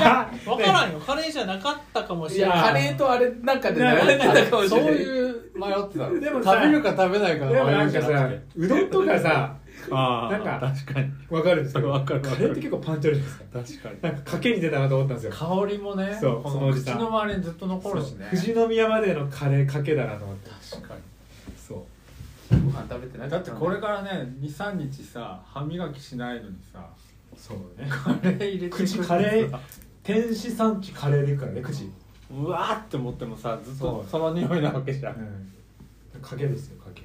B: からんよ。カレーじゃなかったかもし
C: い
B: れ
C: や
B: ない。
C: カレーとあれなんかで悩んでたかもし
D: そう
C: れない
D: いう迷ってたの
A: でもさ
D: 食べるか食べないかの
A: でもな
D: 迷い
A: ん
D: じゃ
A: か
D: な
A: さ
D: くて
A: うどんとかさ
C: あ
A: なんか
C: 確かに
A: わかるんですけど
C: *laughs* わ
A: カレ
C: かるわかる
A: ーって結構パンチあるじゃないですか
C: 確かに
A: なんか賭けに出たなと思ったんですよ
D: 香りもね
A: そう
D: こ
A: そのお
D: の
A: じさ
D: 口
A: ん
D: の周りにずっと残るしね
A: 富士宮までのカレー賭けだなと思って
D: 確かに
A: そう
C: ご飯食べてな
D: だ
C: か
D: ってこれからね23日さ歯磨きしないのにさ
A: そう
C: *laughs*
A: ね
D: カレー入れて
A: 口カレー天使産地カレーで行くからね口
D: うわーって思ってもさずっ
A: そ
D: と
A: う
D: その匂いなわけじゃん
A: うん賭けですよ賭 *laughs* け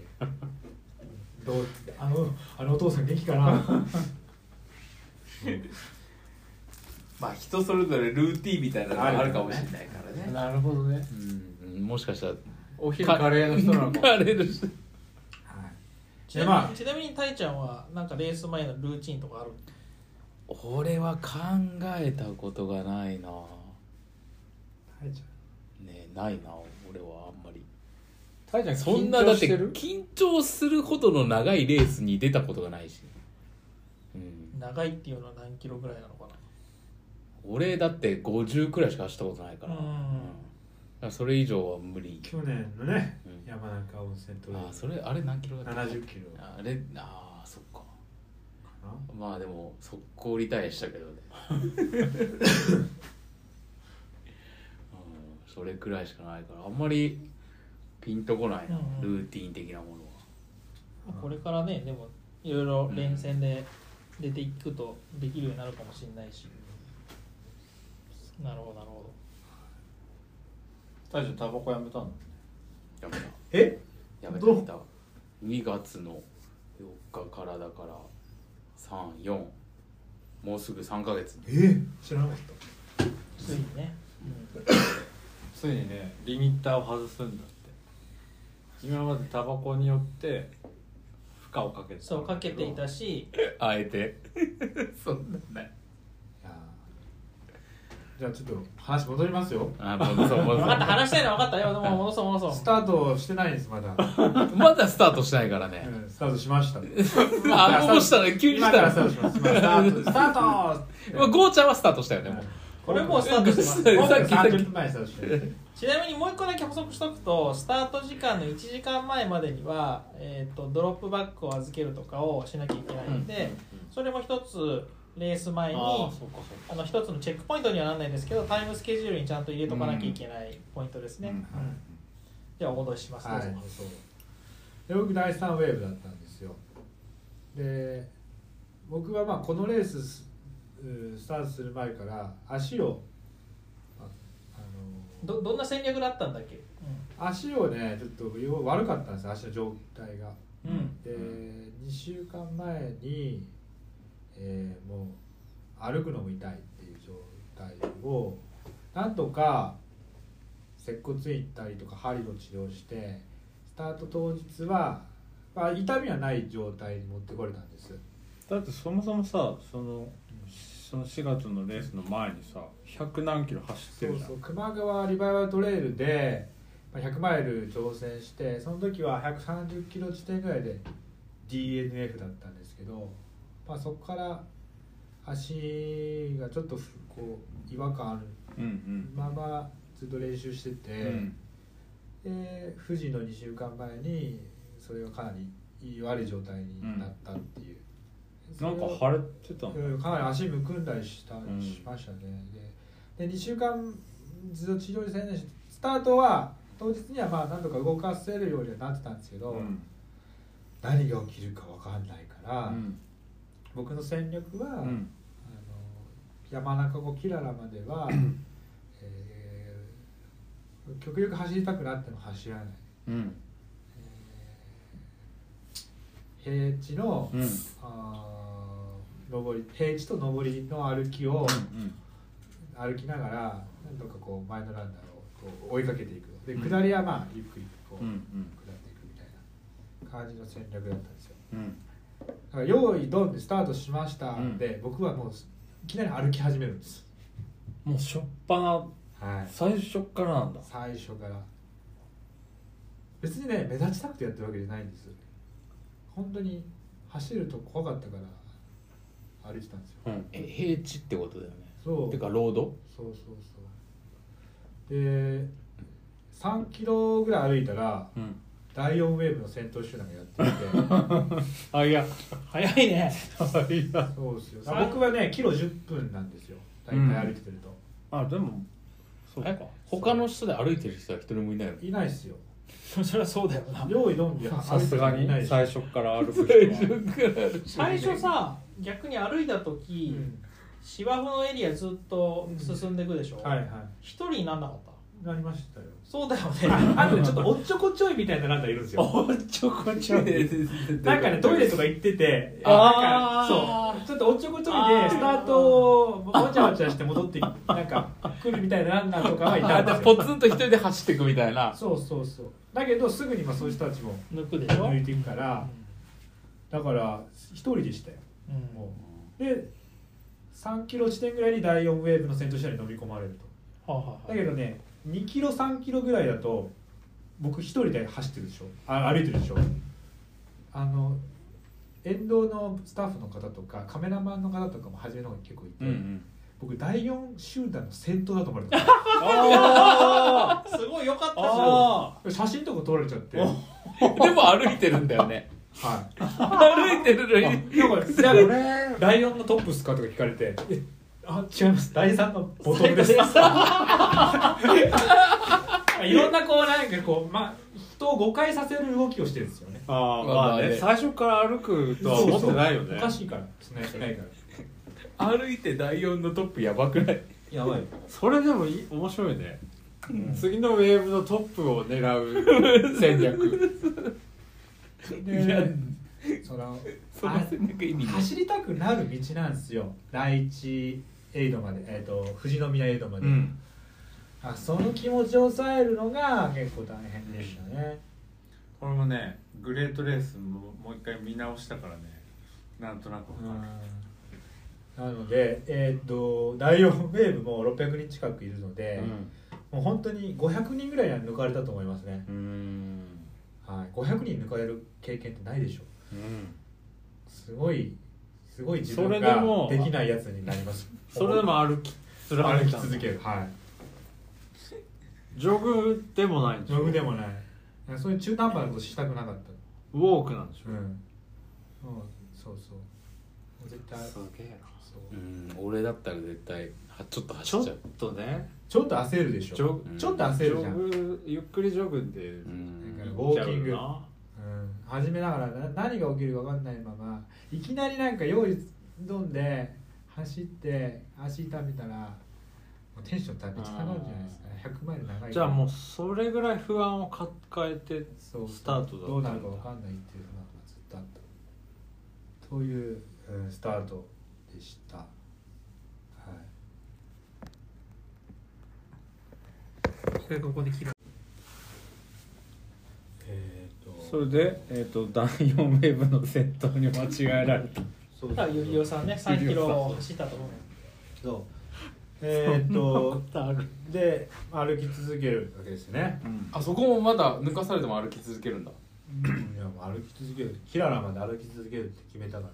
A: どうあのあのお父さん元気 *laughs* かな
C: まあ人それぞれルーティンみたいなのがあるかもしれないからね
D: なるほどね
C: うんもしかしたら
D: お昼カレーの人なのかも
C: レーの人
A: で
B: ちなみに、
A: まあ
B: ちなみにタイちゃんはなんかレース前のルーチンとかある
C: 俺は考えたことがないなねないな俺はあんまり
D: タイちゃん
C: そんなだって
D: 緊張してる
C: 緊張するほどの長いレースに出たことがないし、うん、
B: 長いっていうのは何キロぐらいなのかな
C: 俺だって50くらいしか走ったことないから,、
B: うん
C: だからそれ以上は無理、
A: 去年のね
C: うん
A: 山中温泉と
C: あーそれあれ何キロだった
A: 70キロ
C: あれあーそっか
A: かな
C: まあでも速攻リタイアしたけどねうんそれくらいしかないからあんまりピンとこないな、
B: うん
C: ルーティン的なものは
B: これからね、でもいろいろ連戦で出ていくとできるようになるかもしれないし。なるほど、なるほ
D: タイちゃんタバコやめたの
C: やめた
A: え
C: やめた
A: ど
C: や
A: う
C: めた2月の4日からだから34もうすぐ3ヶ月
A: え知らなかった
B: ど。ついにね。
D: ついにねリミッターを外すんだって今までタバコによって負荷をかけてた
B: そう、かけていたし、
C: あえてそんなない
A: いやーじゃあちょっと話戻りますよ
C: あもうそうもう
B: 分かった、
C: そ
B: 話したいのは分かったよ。でも戻そう、戻
A: ス
B: そう。
A: タートしてないんですま *laughs* だ、
C: うまだスタートしないからね
A: うん、スタートしました
C: あもうしたら急に
A: 今
C: し
A: から
C: たら
A: スタートします今スタートスタート *laughs*
C: まあゴーちゃんはスタートしたよねもう
B: これもうスタートしてます。
C: さっきさっき
A: 30分前にスタートしてる
B: ちなみにもう一個だけ補足しとくとスタート時間の1時間前までには、えー、とドロップバックを預けるとかをしなきゃいけないんで、それも一つレース前に
D: ああそうかそう
B: あの一つのチェックポイントにはならないんですけどタイムスケジュールにちゃんと入れとかなきゃいけないポイントですね、
C: うん
B: うんではお戻しします、
A: はい
B: どうぞ
A: そうで僕第3ウェーブだったんですよで僕はまあこのレースすうスタートする前から足をああの
B: どどんな戦略だったんだっけ、うん
A: 足をねちょっとよ悪かったんですよ足の状態が
B: うん
A: で2週間前に、えーもう歩くのも痛いっていう状態をなんとか接骨院行ったりとか針の治療してスタート当日は、まあ、痛みはない状態に持ってこれたんです
E: だってそもそもさそのその4月のレースの前にさ100何キロ走って
A: そ
E: る
A: う
E: じゃん
A: そう熊川リバイバルトレイルでまあ100マイル挑戦してその時は130キロ地点ぐらいで DNF だったんですけど、まあ、そこから足がちょっとふこう違和感ある
E: うん
A: ままずっと練習して
E: う
A: て、
E: ん、うん
A: で富士の2週間前にそれがかなり悪い状態になったっていう、
E: なんか
A: それを
E: 腫れてたの
A: うんかなり足むくんだりした、
E: うん
A: しましたねでで2週間ずっと治療に専念してスタートは当日にはまあ何とか動かせるようにはなってたんですけど、
E: うん
A: 何が起きるか分かんないから、
E: うん
A: 僕の戦略は、
E: うん
A: あの山中湖キララまで
E: *clears throat*
A: は、えー極力走りたくなっても走らない、
E: うん
A: えー平地の、
E: うん
A: あー上り平地と上りの歩きを歩きながらなんとかこう前のランナーをこう追いかけていくで
E: うん
A: 下りはまあゆっくりこう
E: うんう
A: 下っ
E: ん
A: ていくみたいな感じの戦略だったんですよ
E: うん
A: だから「用意ドン」でスタートしました
E: うん
A: で、僕はもういきなり歩き始めるんです
E: もうしょっぱな
A: はい
E: 最初っからなんだ
A: 最初から別にね目立ちたくてやってるわけじゃないんです本当に走ると怖かったから歩いてたんですよ
E: うん
C: え平地ってことだよね
A: そう
C: てかロード
A: そうそうそうで3キロぐらい歩いたら
E: うん
A: 第4ウェーブの先頭集団がやって
E: あいや
B: 早い
E: *laughs*
B: ね
E: あいや
A: てそうですよ僕はねキロ10分なんですよ大体歩いてると、
E: あでもそうか
C: え他の人で歩いてる人は一人もいないの
A: いないっすよ
B: そりゃそうだよな
A: 用意どんで
E: さすがに
A: ないし
E: 最初から歩く人
C: 最
E: は
C: 初から
B: 最初さ逆に歩いた
A: う
B: 時、
A: ん
B: 芝生のエリアずっと進んでいくでしょ、
A: はいはい
B: 一人になんなかった
A: なりましたよ
B: そうだ
A: *laughs*
B: よね
A: あとねちょっとおっちょこちょいみたいなランナーいるんですよ
C: おっちょこちょい
A: なんかねトイレとか行ってて
C: あ
A: なんかそうちょっとおっちょこちょいでスタートをわちゃわちゃして戻ってなんか来るみたいなランナーとかはいた
C: あ
A: んで
C: ですポ
A: よ
C: ツンと一人で走っていくみたいな
A: そうそうそうだけどすぐにまあそういう人たちも
B: 抜くでしょ、
A: 抜いていくからだから一人でしたよ
B: うん
A: もうで3キロ地点ぐらいに第4ウェーブの先頭車に乗り込まれると
B: はあはあ
A: だけどね2キロ3キロぐらいだと僕一人で走ってるでしょあ歩いてるでしょあの沿道のスタッフの方とかカメラマンの方とかも初めの方に結構いて、
E: うんうん
A: 僕第4集団の先頭だと思われた
E: あ
B: すごい良かったじゃん
E: あ *laughs*
A: 写真とか撮られちゃってはい
C: でも歩いてるんだよね歩いてるのに
A: だからじゃあ俺ライオンのトップっすかとか聞かれてえあ違います第3のボト
E: *laughs*
A: ムです *laughs* いろんなこうなんかこうまあ人を誤解させる動きをしてるんですよね
E: ああまあね最初から歩くとは思ってないよね
A: おかしいからしないしないから
C: 歩いて第4のトップやばくない
A: やばい
E: それでもいい面白いね、次のウェーブのトップを狙う戦略
C: いや
A: その
C: その戦略意味ない
A: 走りたくなる道なんですよ第一エイドまでえっ、と富士宮エイドまで、
E: うん
A: あその気持ちを抑えるのが結構大変でしたね、
D: これもねグレートレースももう一回見直したからねなんとなくわかる
A: なので、えー、と第4ウェーブも600人近くいるので、もう本当に500人ぐらいは抜かれたと思いますね
C: う、ーん
A: はい、500人抜かれる経験ってないでしょすごいすごい自分
E: それで
A: が
E: も
A: できないやつになります
E: *laughs* それでも歩き貫
A: 歩
E: い
A: き
E: たんだ
A: 続けるはい
E: ジョグでもないんでし
A: ジ
E: ょ
A: ョグでもないそういう中途半端なことしたくなかった
E: ウォークなんでしょ、
A: うん、そうそう絶対
C: す
A: そう
C: げえなうん俺だったら絶対はちょっと
E: ち
C: 走
E: ょ
C: っ
E: っ
C: ちゃう
E: とね
A: ちょっと焦るでしょ
E: ジョグ
C: うん
A: ちょっと焦るじゃん、うん、
E: グゆっくりジョグで
C: う
A: なんんかウォーキング
E: 行っちゃうな
A: 始めながらな何が起きるか分かんないままいきなりなんか用意どんで走って足痛めたらもうテンションめっちゃ高いじゃないですか、ね、100マイル長いから
F: じゃあもうそれぐらい不安を抱えて
A: そう
F: スタートだったんだ
A: どうなるかわかんないっていうのがずっとあったという、うんスタートでしたはい
B: 一回ここで切る
A: えー、と
D: それで、えっと第4ウェーブの先頭に間違えられた
A: そう
B: あゆりおさんね3キロ走ったと思う
A: そうえー、っとで歩き続けるわけですね
C: あそこもまだ抜かされても歩き続けるんだ
A: いやもう歩き続けるキララまで歩き続けるって決めたか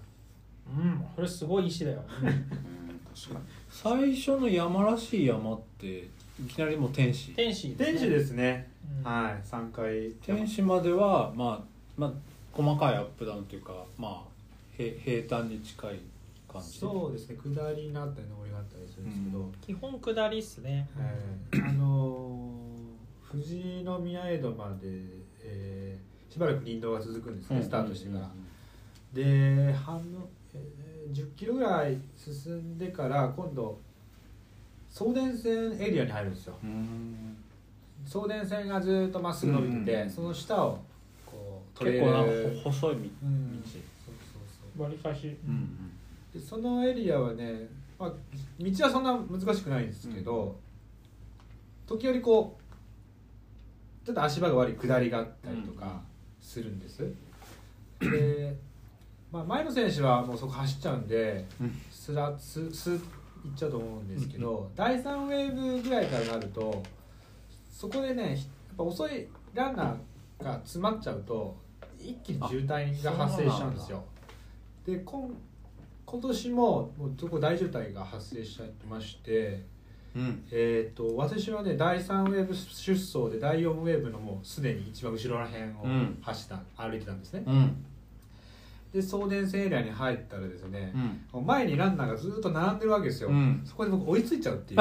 A: ら
B: うんこれすごい石だよ
C: うん確かに
D: 最初の山らしい山っていきなりもう天使
B: 天使
A: 天使ですね、
B: うん
A: はい3回
D: 天使までは、まあ、まあ細かいアップダウンというかまあへ平坦に近い感じ
A: そうですね下りになったり上りがあったりするんですけど、
D: うん
B: 基本下りっすね
A: はいあのー富士宮江戸まで、えーしばらく林道が続くんですね、
D: うん
A: スタートしてから、で半の、えー10キロぐらい進んでから今度送電線エリアに入るんですよ
D: うん
A: 送電線がずっとまっすぐ伸びてて、
D: うん
A: その下をこうトレ
D: 結
A: イル
D: 構なんかほ細い道、
A: うん
D: 道
A: そうそうそう
B: 割りかし
D: うん
A: でそのエリアはね、まあ、道はそんな難しくないんですけど、時折こうちょっと足場が悪い下りがあったりとかするんです、で、まあ、前の選手はもうそこ走っちゃうんで、
D: うん
A: スラススッいっちゃうと思うんですけど、第3ウェーブぐらいからなるとそこでねやっぱ遅いランナーが詰まっちゃうと一気に渋滞が発生しちゃうんですよで今今年ももうそこ大渋滞が発生しちゃいまして
D: うん
A: えー、と私はね第3ウェーブ出走で第4ウェーブのもうすでに一番後ろら辺を
D: うん
A: 走った、歩いてたんですね
D: うんうん
A: で送電線エリアに入ったらですね
D: う、ん
A: 前にランナーがずっと並んでるわけですよ、
D: うん
A: そこで僕追いついちゃうっていう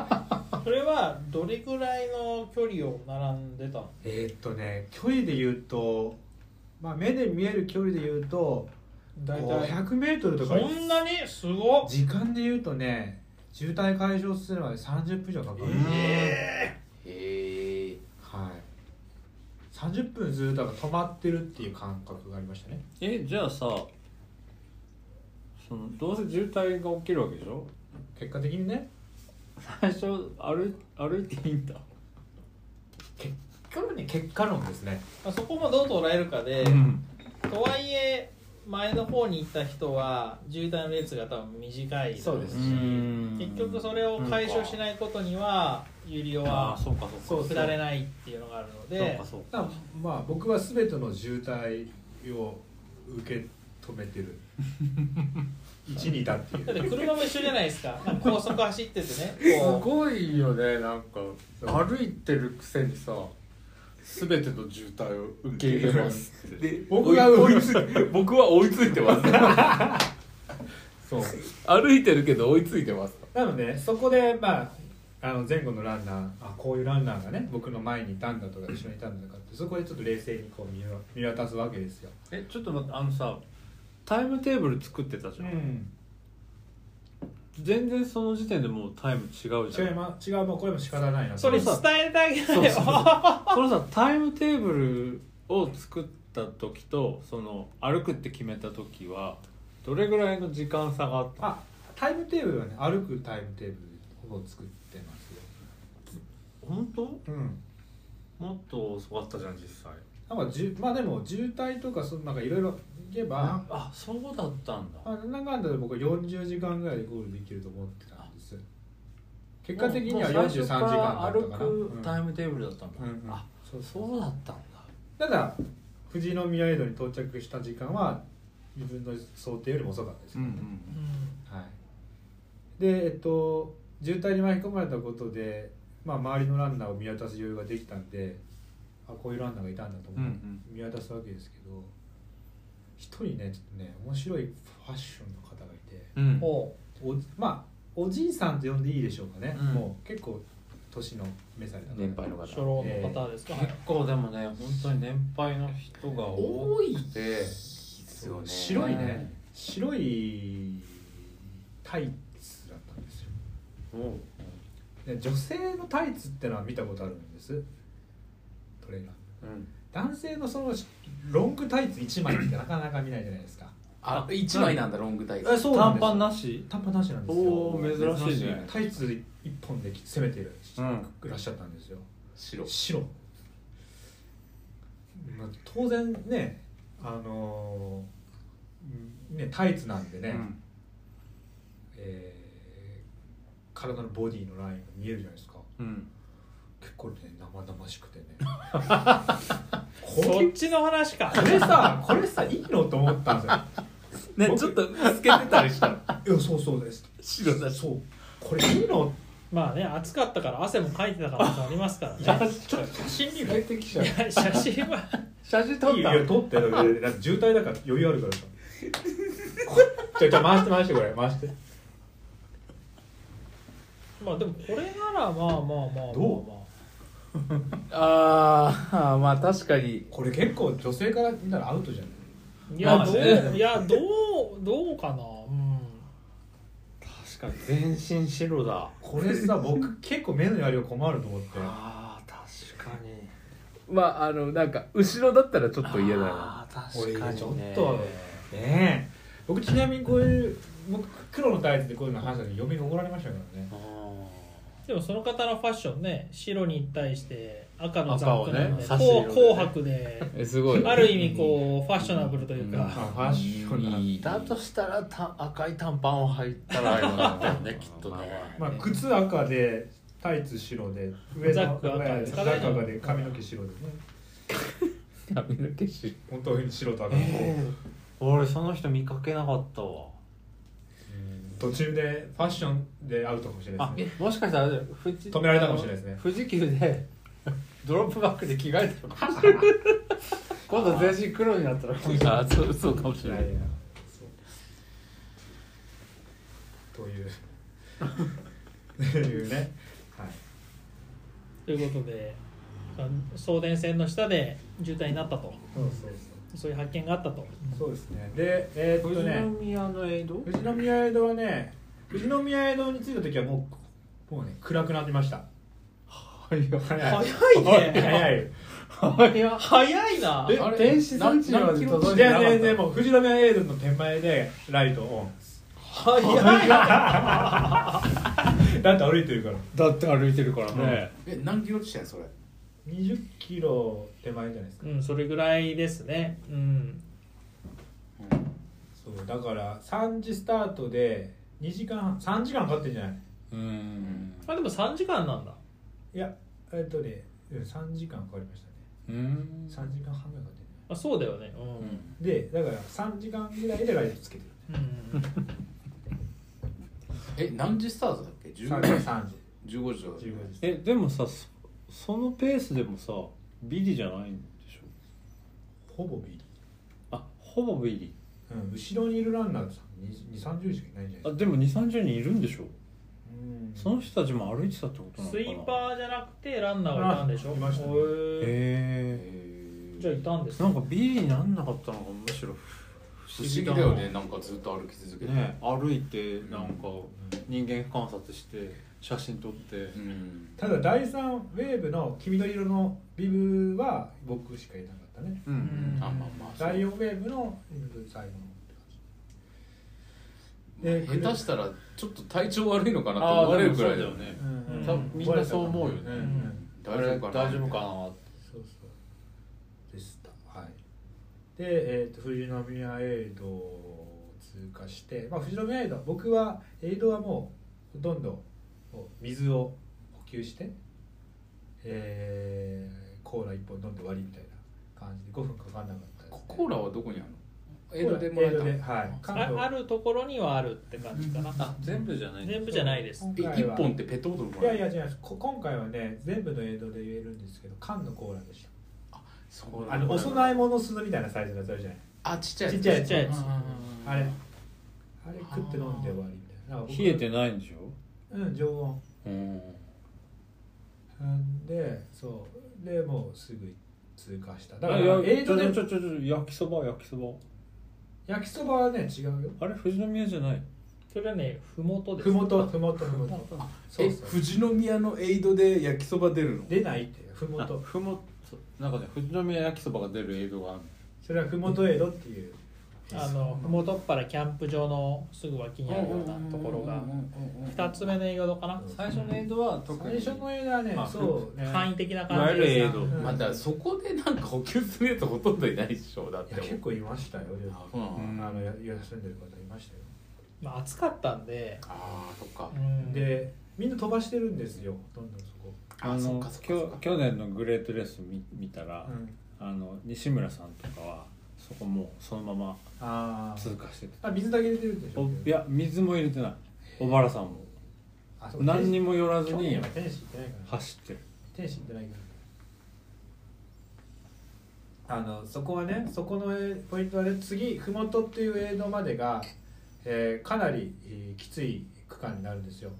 A: *laughs*
B: それはどれぐらいの距離を並んでたの
A: えーっとね距離で言うと、まあ、目で見える距離で言うと
B: 大体
A: 500m とか
B: そんなにすごっ
A: 時間で言うとね渋滞解消するまで30分以上かかる、
B: え
C: へえ
A: はい30分ずっとだから止まってるっていう感覚がありましたね
D: えじゃあさそのどうせ渋滞が起きるわけでしょ
A: 結果的にね
D: 最初歩い歩いていいんだ
A: 結果論に結果論ですね
B: ーまあそこもどう捉えるかで、
D: ん
B: とはいえ前の方に行った人は渋滞の列が多分短いだろ
A: そうです
B: し
D: うん
B: 結局それを解消しないことにはゆりお
D: あ
B: は
D: あそうかそうか
B: 下れないっていうのがあるの
D: そう
B: で
D: かそうか
A: だからまあ僕は全ての渋滞を受け止めて
B: *laughs*
A: る一にいたっていう
B: だって車も一緒じゃないですかなんか高速走っててね
F: す
B: こ
F: ごいよねなんか歩いてるくせにさ全ての渋滞を受け入れますって
C: で
A: 僕が追いつ
C: い *laughs* 僕は追いついてます
A: そう
C: 歩いてるけど追いついてます
A: なのでそこでまああの前後のランナーあこういうランナーがね僕の前にいたんだとか後ろにいたんだとかってそこでちょっと冷静にこう見わ見渡すわけですよ、
D: えちょっと待ってあのさタイムテーブル作ってたじゃん、全然その時点でもうタイム違うじ
A: 違
D: ゃん
A: いま違うもうこれも仕方ないな
B: うそれ伝えてあげないよ
D: そのさタイムテーブルを作った時とその歩くって決めた時はどれぐらいの時間差があった
A: あタイムテーブルはね歩くタイムテーブルを作ってますよ
D: 本当
A: うん
D: もっと遅かったじゃん
F: 実際
A: なんかじゅまあでも渋滞とかそのなんかいろいろ言えば、
D: あそうだったんだ
A: まあ、なんだかんだで僕は40時間ぐらいでゴールできると思ってたんです結果的には
D: も
A: 43
D: う
A: 時
D: 最初
A: 間
D: か
A: だ
D: ら
A: ったかな
D: 歩
A: う
D: く
A: ん
D: タイムテーブルだったんだ、
A: うんうん
D: あ
A: そうそう
D: そうだったんだ
A: ただ富士宮江戸に到着した時間は自分の想定よりも遅かったですからね、はい、でえっと渋滞に巻き込まれたことで、まあ、周りのランナーを見渡す余裕ができたんであこういうランナーがいたんだと思
D: うんう
A: うん見渡すわけですけど一人ねちょっとね面白いファッションの方がいて
D: うん
B: お
A: おまあおじいさんと呼んでいいでしょうかね、
D: うん
A: もう結構年の召された
C: 年配の
B: 初
C: 方
B: 老の方ですか、
D: 結構でもね本当に年配の人が多
C: い
D: くて
C: ですよね
A: 白いね白いタイツだったんですよ
D: おう
A: で女性のタイツってのは見たことあるんですトレーラー
D: うん
A: 男性のそのロングタイツ1枚ってなかなか見ないじゃないですか
C: あ一枚なんだロングタイツ
A: えそうな
E: 短
A: んです
E: パンなし
A: 短パンなしなんですよ
E: おー珍しいね
A: タイツ1本で攻めてる
E: うん
A: いらっしゃったんですよ
C: 白
A: 白、まあ、当然ねあのーねタイツなんでね、
E: うん
A: えー体のボディのラインが見えるじゃないですか
E: うん
A: 結構ね生々しくてね
C: *laughs*
A: こ
B: そ
A: れ
B: っちの話か
A: これさこれさいいのと思ったんですよ
C: ねちょっと透けてたりしたの
A: いやそうそうです
C: 白だし
A: そうこれいいの
B: まあね暑かったから汗もかいてた可能性ありますからねちょっと写真見る
D: 帰ってきちゃう
B: いや写真は
D: 写真撮
A: い
D: っ
A: いよ
D: た
A: 取ってだってだって渋滞だから余裕あるからさこちょちょ回して回してこれ回して
B: まあでもこれならまあまあまあまあ
A: どう
B: まあ
C: あーあーまあ確かに
A: これ結構女性から見たらアウトじゃない
B: いや
C: まあ
B: ど
C: ね
B: ういやどうどうかなうん
E: 確かに全身白だ
A: これさ僕結構目のやりを困ると思って
E: あー確かに
C: まああのなんか後ろだったらちょっと嫌だな
E: あ
A: 俺
E: ー確か
A: 今
E: に
A: ちょっ
E: ね
A: とねえ僕ちなみにこういう僕黒のタイツでこういうの話した時嫁に怒られましたからね
E: あー
B: でもその方のファッションね白に対して赤の
E: 赤
B: ザ
E: を
B: ッ
E: ね
B: クなんで、
E: 差し色で
B: こう
E: ね
B: 紅白で
C: えすごい
B: ある意味こうファッショナブルという
C: うん
A: あフ
B: か、
A: ァッションな
E: だとしたらた赤い短パンを履いたらよかったよねきっとね
A: まあ靴赤でタイツ白で上
B: ザ
A: の
B: ック赤ですかね
A: ザック赤で髪の毛白でね
C: 髪の毛白
A: 本当に白と赤の子、
E: ええ俺その人見かけなかったわ
A: 途中でファッションでアウトかもしれない
D: あ
A: ですね
D: もしかしたら富士
A: 止められたかもしれないですね
D: 富士急でドロップバックで着替えたの
A: *laughs*
D: かもしれない今度全身黒になったら
C: あそうそうかも
A: い
C: しれ
A: や
C: ないい
A: やそうと *laughs* いうというねはい
B: ということで送電線の下で渋滞になったと
A: そうそう
B: そういう発見があったと
A: そうそうですねでえーっとね
D: 宮の江戸
A: 富士宮江戸はね富士宮江戸に着いた時はもうもうね暗くなってました早い早い
B: 早いね
A: 早い
B: 早いな
D: えあれ
E: 電子装置まで届い
A: い
E: てなか
A: や
E: った
A: 全然もう富士宮エイドの手前でライトオ
B: 早いな
A: ンだって歩いてるから
E: だって歩いてるからね、
C: え何キロ地点それ
A: 20キロ手前じゃないですか
B: うんそれぐらいですねうん
A: そうだから3時スタートで2時間半3時間かかってんじゃない
E: うん
B: あでも3時間なんだ
A: いやえっとねうん3時間かかりましたね
E: うん
A: 3時間半ぐらいかかってんじ
B: あそうだよねうん、
A: ゃないでだから3時間ぐらいでライトつけてる
B: うん
C: え何時スタートだっけ15
A: 3時3時
C: 15時だ
A: 15時
E: えでもさそそのペースでもさビリじゃないんでしょ
A: ほぼビリ
E: あほぼビリ
A: うん後ろにいるランナーさん2 3 0人しかいないんじゃな
E: あ
A: いですか
E: でも2 3 0人いるんでしょ
A: うん
E: その人たちも歩いてたってことなのかな
B: スイーパーじゃなくてランナーがいたんでしょ
A: あいましたね
B: おえ
E: へ
B: じゃあいたんです
E: えなんかビリになんなかったのがむしろ
C: 不思議だよねなんかずっと歩き続けて、
E: ね歩いてなんか人間観察して写真撮って
C: うん
A: ただ第3ウェーブの黄緑色のビブは僕しかいなかったね
E: うん
B: ん
C: あまあまあそう
A: 第4ウェーブのビブ最後のって感じで
C: 下手したらちょっと体調悪いのかなと
E: あ
C: 思
E: あ
C: わ
E: で
C: れる
E: も
C: く
E: そうだ
C: らいだよ
E: よね
B: うん
A: 多分
D: みんなそう思うよね
A: ん
C: 大丈夫かな
D: 大丈夫かな
A: そうそうでしたはいで、えー、と富士宮エイドを通過して、まあ、富士宮エイド僕はエイドはもうほとんどもう水を補給して、えーコーラ1本飲んで終わりみたいな感じで5分かかんなかったですね、
C: コーラはどこにあるの江戸でも
A: コー
C: ら
A: ラ
C: えた
A: エイドではい関
B: あ
A: 東
B: あるところにはあるって感じかな
D: あ全部じゃない
B: 全部じゃないです
A: 今
C: え
A: 回
C: 一
A: は
C: 本ってペットボトルも
A: いや
C: らえ
A: いや
C: る
A: 違いますこ今回はね全部のエイドで言えるんですけど缶のコーラでした
C: そう
A: あのお供え物するみたいなサイズのやつあるじゃない
C: あちっちゃいや
A: ちっ
C: つ
A: ちゃいやつ
B: ちっちゃいやつ
C: うん
A: あれあれ食って飲んで終わりみたいななんか僕
E: 冷えてないんでしょ
A: うん常温
C: うん
A: うんでそうでもうすぐ通過した
E: だ
A: だか
E: からら
A: エイ
E: ち
A: ド
E: ょち
A: で
E: ょちょちょ焼きそば焼きそば
A: 焼きそばはね違うよ
E: あれ富士宮じゃない
B: それはね麓です
A: ふもとふもとふもとそう
C: え
A: そう
C: 富士宮のエイドで焼きそば出るの
A: 出ないってふも
D: あ
A: と
D: ふもなんかね富士宮焼きそばが出る映像がある
A: それはふもと江戸っていう
B: あの麓っ腹キャンプ場のすぐ脇にあるようなところが2つ目の映画どうかな
D: 最初の映像は特
A: 最
D: に
A: 初の映画はね
D: まあ
A: そうね
B: 簡易的ない
D: わ
B: 感
D: ゆ
B: じ
D: る
B: で
D: 映
B: さ
D: 像
A: うん
C: またそこでなんか補給するやつほとんどいないでしょだっ
A: いや結
C: て
A: 構いましたよ
C: そうなの
A: あのや休んでる方いましたよ
B: まあ、暑かったんで、
C: ああそっか
B: うん
A: でみんな飛ばしてるんですよどんどんそこ、
E: あ
C: そっ
E: の
C: かそっか
E: き
C: そっ
E: ょ
C: か
E: 去年のグレートレース見見たら、
A: うん
E: あの西村さんとかはそこもうそのまま
A: あー
E: 通過してて
A: あ水だけ入れてるんでし
E: お
A: ょ
E: いや水も入れてない小原さんも
A: あそう
E: 何にも寄らず
A: 去
E: に
A: 年は天使行ってないから
E: 走ってる
A: 天使行ってないからあのそこはねそこのえーポイントはね次麓っていうエイドまでが、えーかなり、えーきつい区間になるんですよ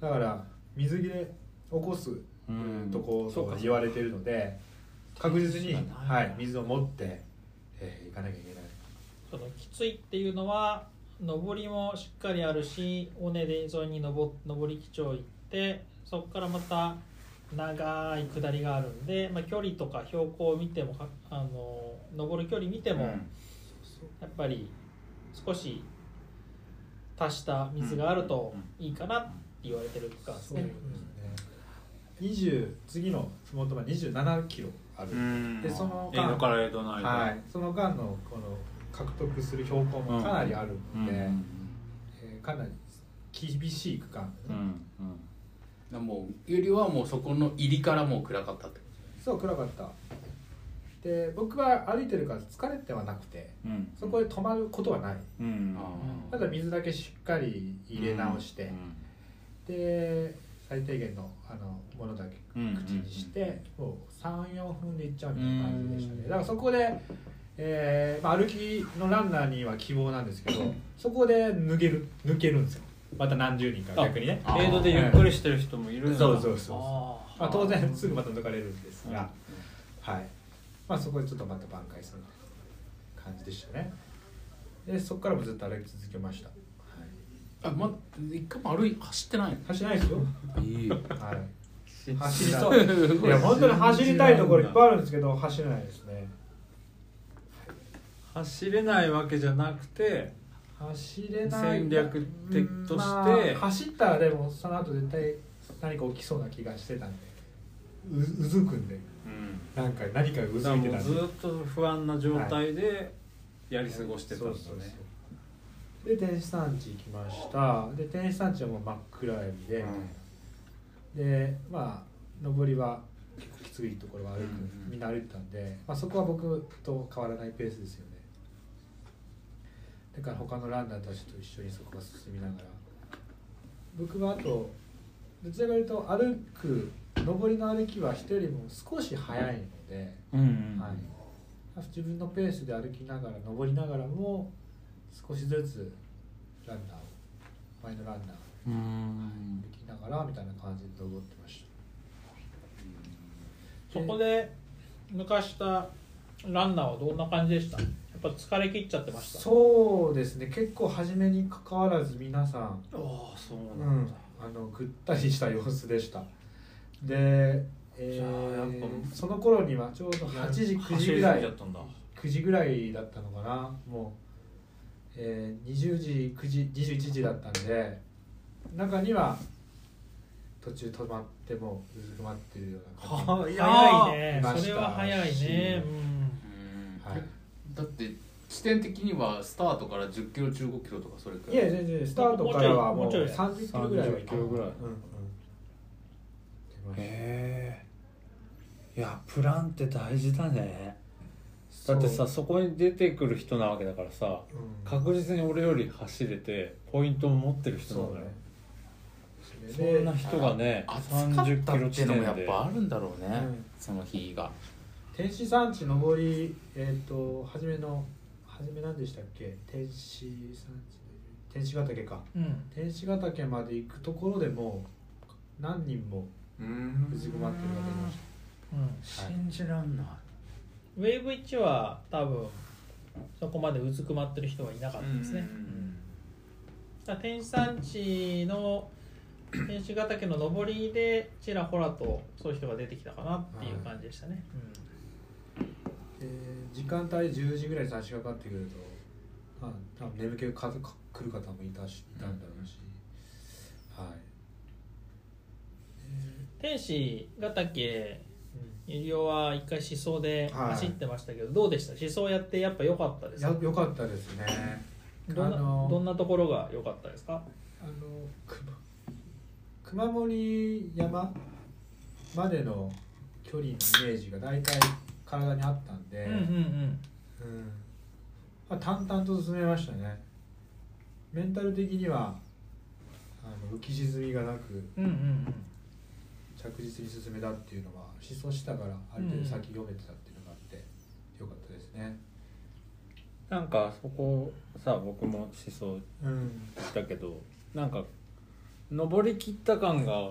A: だから水着で起こす
E: うん
A: とこ
E: そうか
A: と言われてるので確実に
D: 天使がな
A: は
D: い
A: い、水を持って、えー行かなきゃいけない
B: そのきついっていうのは上りもしっかりあるし尾根で沿いに上上り基調行ってそこからまた長い下りがあるんで、まあ、距離とか標高を見てもかあの上る距離見ても、やっぱり少し足した水があるといいかなって言われてる区間ですね。
A: 20次の麓まで27キロあるでその
D: 映像から映像の間、
A: はい、その間のこの獲得する標高もかなりあるので、えーかなり厳しい区間、
E: うんうん
C: でもゆりはもうそこの入りからもう暗かったってこ
A: そう暗かったで僕は歩いてるから疲れてはなくて
E: うん
A: そこで止まることはない
E: うん
C: と
A: ただ水だけしっかり入れ直して、で最低限のあのものだけ
E: うん
A: 口にして、もう34分で行っちゃうみたいな感じでしたねだからそこで、えーまあ、歩きのランナーには希望なんですけどそこで抜ける抜けるんですよまた何十人か逆にね
C: あ
D: 映像でゆっくりしてる人もいるんだ
A: そうそうそう
D: あー
A: まあ、当然すぐまた抜かれるんですが、はいまあ、そこでちょっとまた挽回するみたいな感じでしたねでそこからもずっと歩き続けました、はい、
C: あま一回も歩い走ってない
A: 走らないですよ、
C: のいい
A: はい、走りたいいや本当に走りたいところいっぱいあるんですけど走れないですね
D: 走れないわけじゃなくて
A: 走れない
D: 戦略的として
A: まあ走ったらでもその後絶対何か起きそうな気がしてたんでううずくんでなんか何かう
D: だ
A: ず
D: から
A: いて
D: も
A: た
D: うんずっ
A: で
D: と不安な状態でやり過ごしてたんだね
A: そうそうそうで天使山地行きましたで天使山地はもう真っ暗闇で、でまあ上りは結構きついところは歩く、
D: うんうん
A: みんな歩いてたんで、まあ、そこは僕と変わらないペースですよねだから他のランナーたちと一緒にそこは進みながら僕はあとどちらかというと歩く上りの歩きは人よりも少し早いので、
E: うんうん
A: はい、自分のペースで歩きながら登りながらも少しずつランナーを前のランナーを
E: うん
A: 歩きながらみたいな感じで登ってまし
B: そこで抜かしたランナーはどんな感じでしたやっぱ疲れ切っちゃって
A: た
B: ました
A: そうですね結構初めにかかわらず皆さん、
D: ああそう
A: う
D: なん
A: ん
D: だ、、
A: あのぐったりした様子でしたで、え
D: じゃあやっぱ
A: ー、その頃にはちょうど8時9時ぐら
D: 走り過ぎ
A: い
D: ちゃったんだ
A: 9時ぐらいだったのかなもう、えー、20時9時21時だったんで中には途中止まってもううずくまってるような感じも
D: はあいや
B: 早い
A: い
B: ね
A: ました
B: それは早いね、うん
A: はい
C: だって地点的にはスタートから1 0キロ1 5キロとかそれくら
A: いや
C: い
A: 全然スタートからはも
B: も
A: う
B: うちょいもうちょ
A: 30キロぐらいは
E: 30キロぐらい
A: うんうん出ました
E: へえいやプランって大事だねだってさ
A: そ
E: そこに出てくる人なわけだからさ
A: ううん
E: 確実に俺より走れてポイントも持ってる人な
A: そ
E: ん
A: う
E: だよ
A: ね
E: そんな人がね
C: 暑か
E: 30
C: った
E: キロ
C: ってい
E: 地
C: うのもや
E: 点
C: っ
E: で
C: ぱあるんだろうね、
A: うん
C: その日が
A: 天使山地登りえっ、と初めの初め何でしたっけ天使山地天使ヶ岳か
B: うん
A: 天使ヶ岳まで行くところでもう何人も
D: うん
A: 藤子待ってる方がいまし
B: うん
C: 信じらんない
B: ウェーブ1は多分そこまでうずくまってる人はいなかったですね、
A: た
B: じゃあ天使山地の天使ヶ岳の上りでちらほらとそういう人が出てきたかなっていう感じでしたね、
A: えー時間帯10時ぐらいに差し掛かってくると、まあ、多分眠気がかか来る方もいたしいたんだろうし、はい
B: 天使ヶ岳ゆりおは一回思想で
A: はい
B: 走ってましたけど、どうでした思想やってやっぱ良かったです
A: や
B: か
A: 良かったですね
B: どんな
A: あの
B: どんなところが良かったですか
A: あの熊熊森山までの距離のイメージが大体体にあったんで、
B: うんうんうん
A: うんまあ、淡々と進めましたねメンタル的にはあの浮き沈みがなく
B: うんうんうん
A: 着実に進めたっていうのは思想したからある程度先読めてたっていうのがあって、よかったですね
E: なんかそこさ僕も思想
A: うん
E: したけどなんか登り切った感が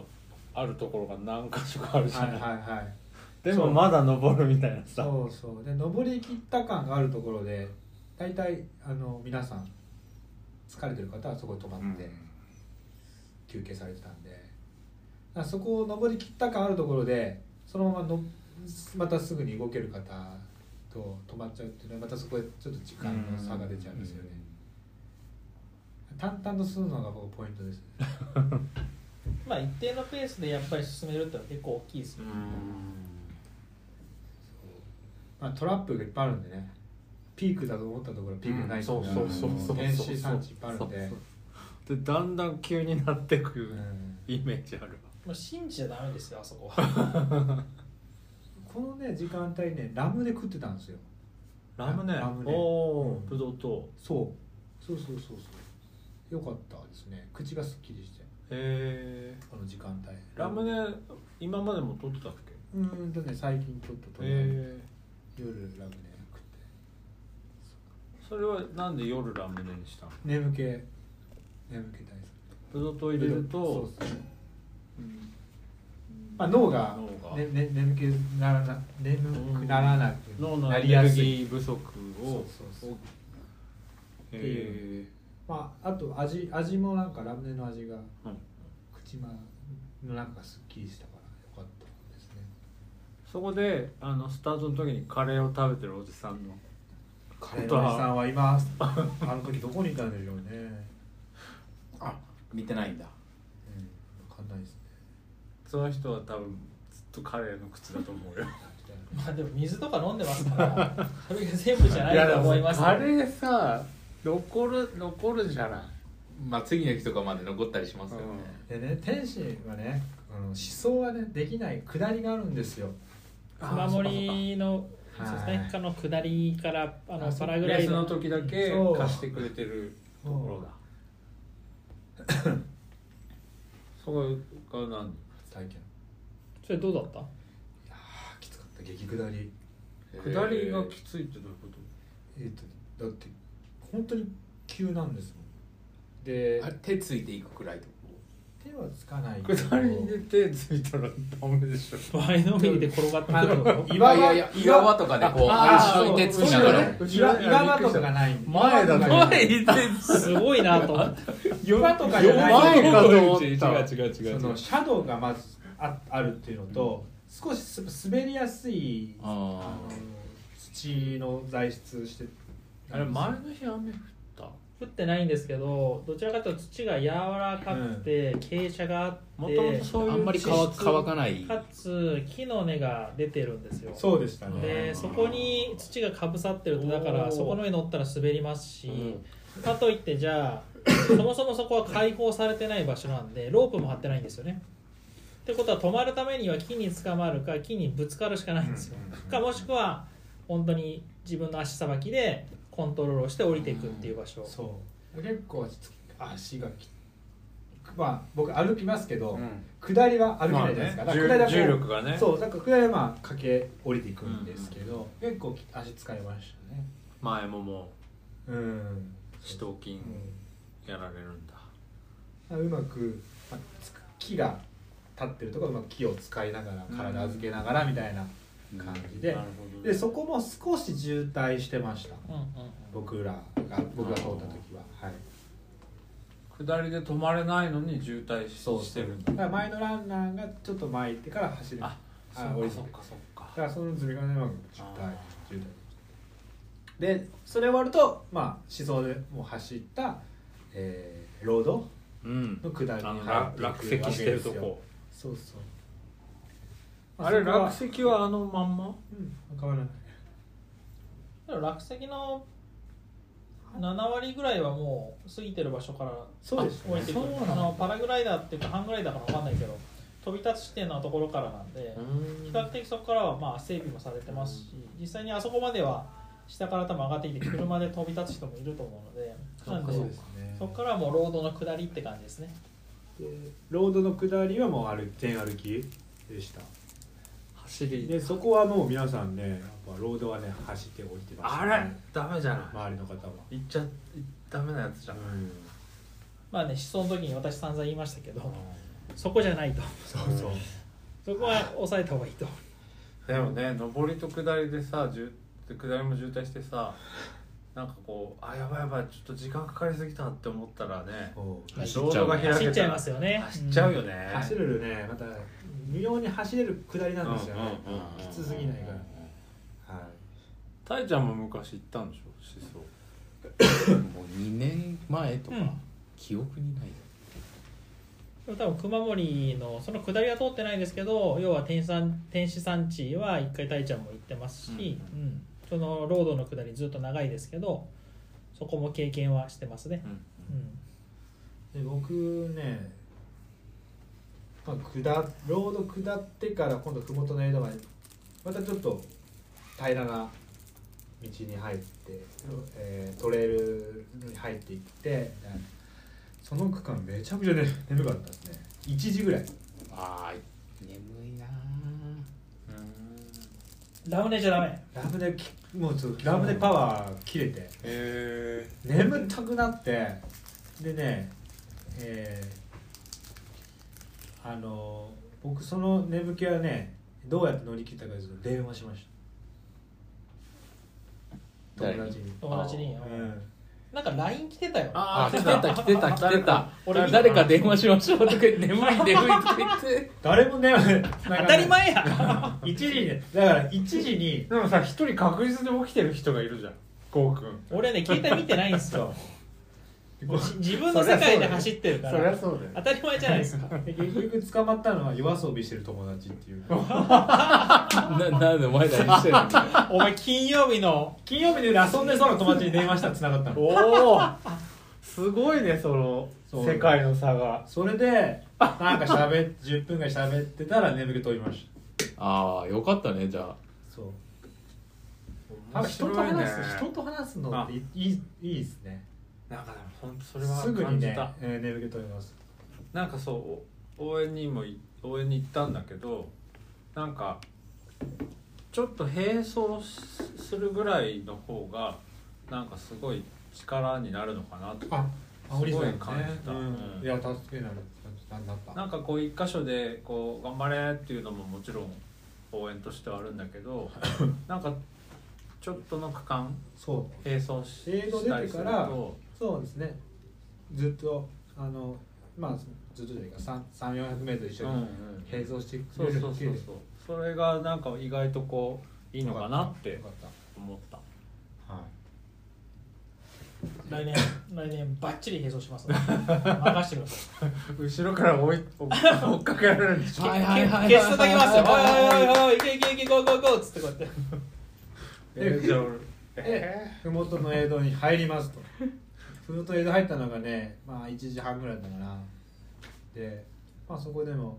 E: あるところが何箇所かあるじゃ
A: は
E: ないい、
A: はいはい
E: でもまだ登るみたいなさ
A: そうそうで登り切った感があるところで大体あの皆さん疲れてる方はそこに泊まって休憩されてたんで、だからそこを登り切った感あるところでそのままのまたすぐに動ける方と泊まっちゃうっていうのはまたそこでちょっと時間の差が出ちゃうんですよね、淡々とするのが僕ポイントですね
B: まあ一定のペースでやっぱり進めるってのは結構大きいですよね
A: まあ、トラップがいっぱいあるんでねピークだと思ったところはピークないと
D: そうそうそうそう
A: 練習産地いっぱいあるんで
D: そうそう
E: でだんだん急になってく
A: う
E: る
A: ん
E: イメージあるわ
B: もう信じちゃダメですよあそこは *laughs*
A: このね時間帯ねラムで食ってたんですよ
D: ラムネ
A: ラムネ
D: おおブドウ糖
A: そうそうそうそうそうよかったですね口がすっきりして
D: へえ
A: この時間帯
D: ラムネ今までも取ってたっけ
A: うーんとね最近ちょっと取れない
D: え
A: 夜ラムネ食って
D: それはなんで夜ラムネにしたの
A: 眠気眠気大好き
D: ブドウ糖入れる
A: そうそ
D: と
A: うまあ、脳が
D: 脳が
A: ねね、眠気にならな眠くならなく
D: 脳の
A: な
D: エ
A: り
D: ネ
A: や
D: ル
A: すい
D: ギー不足
A: そう
D: を
A: そうそう
D: を
A: て
D: へ
A: いまあ、あと味味もなんかラムネの味が、
D: うん
A: 口まの中がすっきりしたからよかったですね
D: そこであのスタートの時にカレーを食べてるおじさんの
A: カレーのおじさんはいますあの時どこにいたんでしょうね、うん、
C: あ見てないんだ
A: 分かんないですね
D: その人は多分ずっとカレーの口だと思うよ
B: まあでも水とか飲んでますからそれが全部じゃないと思 *laughs* いますけど
D: カレーさ残る残るじゃない
C: まあ次の日とかまで残ったりしますよね、
A: でね天使はねあの思想はねできない下りがあるんですよ
B: 熊森の
A: あー
B: そうです
A: は
B: ね
A: い
B: この下りからあの
A: あそ
B: パ
A: う
B: ラグ
D: グ
B: ラ
D: ラ
B: イ
D: スの
B: ド
D: 時だけ
A: そう
D: 貸してくれてるところだそこが何
A: 体験
B: それどうだった
A: あきつかった激下り
D: 下りがきついってどういうこと
A: えっ、とだって本当に急なんですもん
C: え
A: で
C: ーあ手ついていくくらいと
A: 手はつかないけど
D: 下りで手ついたらダメでしょ
B: ワイの海で転がってくるの
A: あの岩場
C: いやいや岩場とかでこう
A: あ
C: 後ろに手つきながら
A: そう岩岩場とかがない
D: 前だと
A: 岩場とかがない
B: すごいなと思って
A: 岩とかじゃない
E: 前かと思っ
C: 違う違
E: た
C: う違
A: そのシャドウがまずああるっていうのと、少しす滑りやすいあ
C: あ
A: の土の材質して
D: あれ前の日雨降った
B: 降ってないんですけどどちらかというと土が柔らかくて傾斜があって
D: もともとそういう
C: あんまり乾く乾かない
B: かつ木の根が出てるんですよ
A: そうでしたね
B: でそこに土がかぶさってるとだからそこの上に乗ったら滑りますし、かといってじ *laughs* ゃあそもそもそこは開放されてない場所なんでロープも張ってないんですよねってことは止まるためには木につかまるか木にぶつかるしかないんですよかもしくは本当に自分の足さばきでコントロールをして降りていくっていう場所
A: そう結構つ足がきまあ僕歩きますけど、
D: うん
A: 下りは歩けないじゃないですか,、
D: まあね
A: 下りは
D: 重重力がね
A: そうだから下りはまあ駆け降りていくんですけど、結構き足疲れましたね
D: 前もも
A: うん
D: う四頭筋やられるんだ
A: うまく、まあつく木が立ってるところうまく木を使いながら体預けながらみたいな感じで、
D: なるほどね
A: でそこも少し渋滞してました
B: うんうんうん
A: 僕らが僕が通った時は、はい
D: 下りで止まれないのに渋滞し
C: そう
D: してるんだ
A: だから前のランナーがちょっと前行ってから走る
D: あそっ
A: 降
D: か
A: りて
D: そ
A: く
D: っ
A: る
D: かそっ
A: だ
D: か
A: からそのずれがねうまく渋
D: あ
A: 滞渋滞でそれ終わるとまあ思想でもう走った、えー、ロード
D: うん
A: の下り
D: あ
A: に
D: の
A: 入っ
D: ら
A: ていく
D: 落石してると
A: わけですよ
D: こ
A: そうそう
D: あれ
A: そこは
D: 落石はあのまんま
A: うん変わらない
B: でも落石の7割ぐらいはもう過ぎてる場所から
A: そうですね
B: 降りてくる
D: そうなんだ
B: あのパラグライダーっていうかハングライダーか分かんないけど飛び立つ地点のところからなんで、比較的そこからはまあ整備もされてますし、実際にあそこまでは下から多分上がってきて車で飛び立つ人もいると思うのでなんで
A: そうですね
B: そこからはもうロードの下りって感じですね
A: でロードの下りはもうある全歩きでした
D: 走り
A: でそこはもう皆さんねやっぱロードはね走って降りてました、
D: あ
A: ね、
D: れダメじゃない
A: 周りの方は
D: 行っちゃダメなやつじゃん
A: うん
B: まあね思想の時に私散々言いましたけどそこじゃないと
A: そうそう
B: そこは抑えた方がいいと
D: でもね上りと下りでさ渋下りも渋滞してさなんかこうあやばいやばいちょっと時間かかりすぎたって思ったらね
A: そう
B: 走
D: ロードが開けたら
B: 走っちゃいますよね
D: 走っちゃうよね、
A: 走れるねまた無料に走れる下りなんですよね、
D: うんうんうん
A: きつすぎないから、はい
D: たいちゃんも昔行ったんでしょ思
C: もう2年前とか、
B: うん
C: 記憶にない
B: 多分熊森のその下りは通ってないですけど要は天山天使山地は一回大ちゃんも行ってますし、
D: う
B: うんそのロードの下りずっと長いですけどそこも経験はしてますね、
D: うん
B: うん
A: で僕ね、まあ、下ロード下ってから今度麓の江戸までまたちょっと平らな道に入って、えートレイルに入っていってその区間めちゃくちゃね眠かったですね1時ぐらい
C: あー眠いな
B: ラムネじゃダメ
A: ラムネきもうちょっとラムネパワー切れて
D: へえ
A: 眠たくなってでねえーあの僕その眠気はねどうやって乗り切ったかというと電話しました友達に、
B: 友達に
A: うん、
B: なんか LINE 来てたよ
D: あ
C: あ
D: あ来
C: 来
D: た
C: てた来てた来てた
B: 俺
C: 誰か電話しましょうとか言って眠い眠いって言って
A: 誰もね
B: 当たり前や
A: 1時にねだから1時に
D: でもさ一人確実に起きてる人がいるじゃんこうくん
B: *laughs* 俺ね携帯見てないんです
A: そ
B: よ
A: う
B: じ自分の世界で走ってるか
D: そり
B: ら
D: ゃそうだよ
B: 当たり前じゃないです
D: *laughs*
B: か
A: で結局捕まったのは夜遊びしてる友達っていう
C: ななんでお前らにしてるの
B: お前金曜日の
A: 金曜日の夜遊んでそうな友達に電話したら繋がったの
D: お *laughs* おすごいねその
A: そう
D: 世界の差が
A: それでなんか喋って10分ぐらい喋ってたら眠気飛びました
C: *laughs* ああよかったねじゃあ
A: そうあ人と話す人と話すのっていいいいいですね
D: なんかでも本当それは
A: すぐ
D: 感
A: に
D: じ
A: ね
D: た、、
A: えー、眠気取ります
D: なんかそうお応援にもい応援に行ったんだけどなんかちょっと並走しするぐらいの方がなんかすごい力になるのかなと
A: あ
D: 煽りそうだねうん
A: いや助けになるななった
D: なんかこう一箇所でこう頑張れっていうのももちろん応援としてはあるんだけどなんかちょっとの区間
A: そう
D: 並走し
A: 映像出て
D: したりする
A: から
D: と
A: そうですねずっとあのまあずっとじゃないか3 4 0 0メートル一緒に並走してく
D: そ
A: れ
D: う
A: るっ
D: そう
A: て
D: そ
A: いうう
D: そうそれがなんか意外とこういい
A: い
D: のかなって
A: よかったよ
D: 思った
A: かったはい
B: 来年来年バッチリ並走しますので任してください
D: 後ろから追い追っ追っかけられるんでしょ
C: はいはいはいはい
B: 消し叩きますよ。おいおいおいおい、いけいけいけ、ゴーゴーゴーっつってこうやって。
D: えじゃあ俺
A: で麓の江戸に入りますと麓江戸入ったのがねまあ1時半ぐらいだったからでまあそこでも、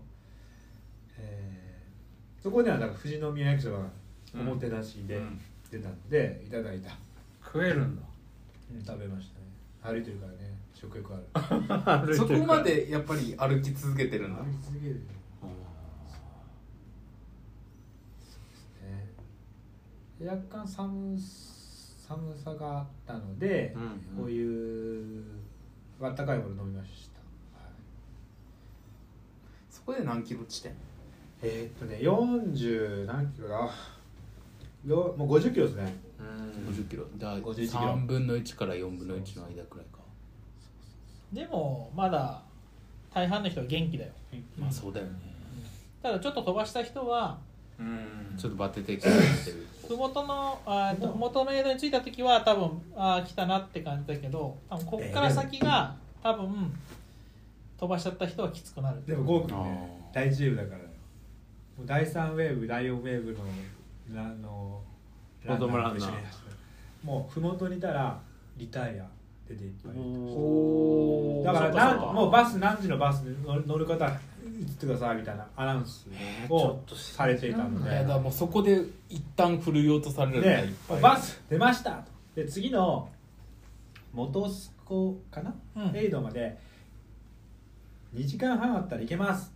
A: えーそこではなんか富士宮焼きそばがおもてなしで
D: うん
A: 出たので、いただいた、
D: 食えるんだ
A: 食べましたね歩いてるからね食欲ある
D: *laughs*
C: そこまでやっぱり歩き続けてるんだ
A: 歩き続けるねで若干寒寒さがあったので、
D: うんうん
A: こういうあったかいもの飲みました、はい
C: そこで何キロ地点
A: えーっとね40何キロだよもう50キロですね
D: うん
C: 50キロだ
A: 51キロ
C: 3分の1から4分の1の間くらいか
B: でもまだ大半の人は元気だよ
C: まあそうだよね
B: ただちょっと飛ばした人は
D: うん
C: ちょっとバテてきてる
B: 麓のあーと麓の江戸に着いた時は多分ああ来たなって感じだけど多分こっから先が多分飛ばしちゃった人はきつくなる
A: でもゴー君ね
C: あー
A: 第1ウェーブだからよもう第3ウェーブ第4ウェーブのランの
E: ボトムランナー
A: と一緒に走ってもう麓にいたらリタイア出ていっぱい
C: お
A: だから
B: そうか
A: な
B: そうんか
A: もうバス何時のバスに乗る乗る方移ってくださいみたいなアナウンス
C: えーちょ
A: を
C: っと
A: されていたの
C: い
A: で、
C: やだからもうそこで一旦振るようとされるのがいっ
A: で
C: ぱい
A: バス出ましたとで次の元栖湖かな、
B: うん
A: エイドまで2時間半あったら行けます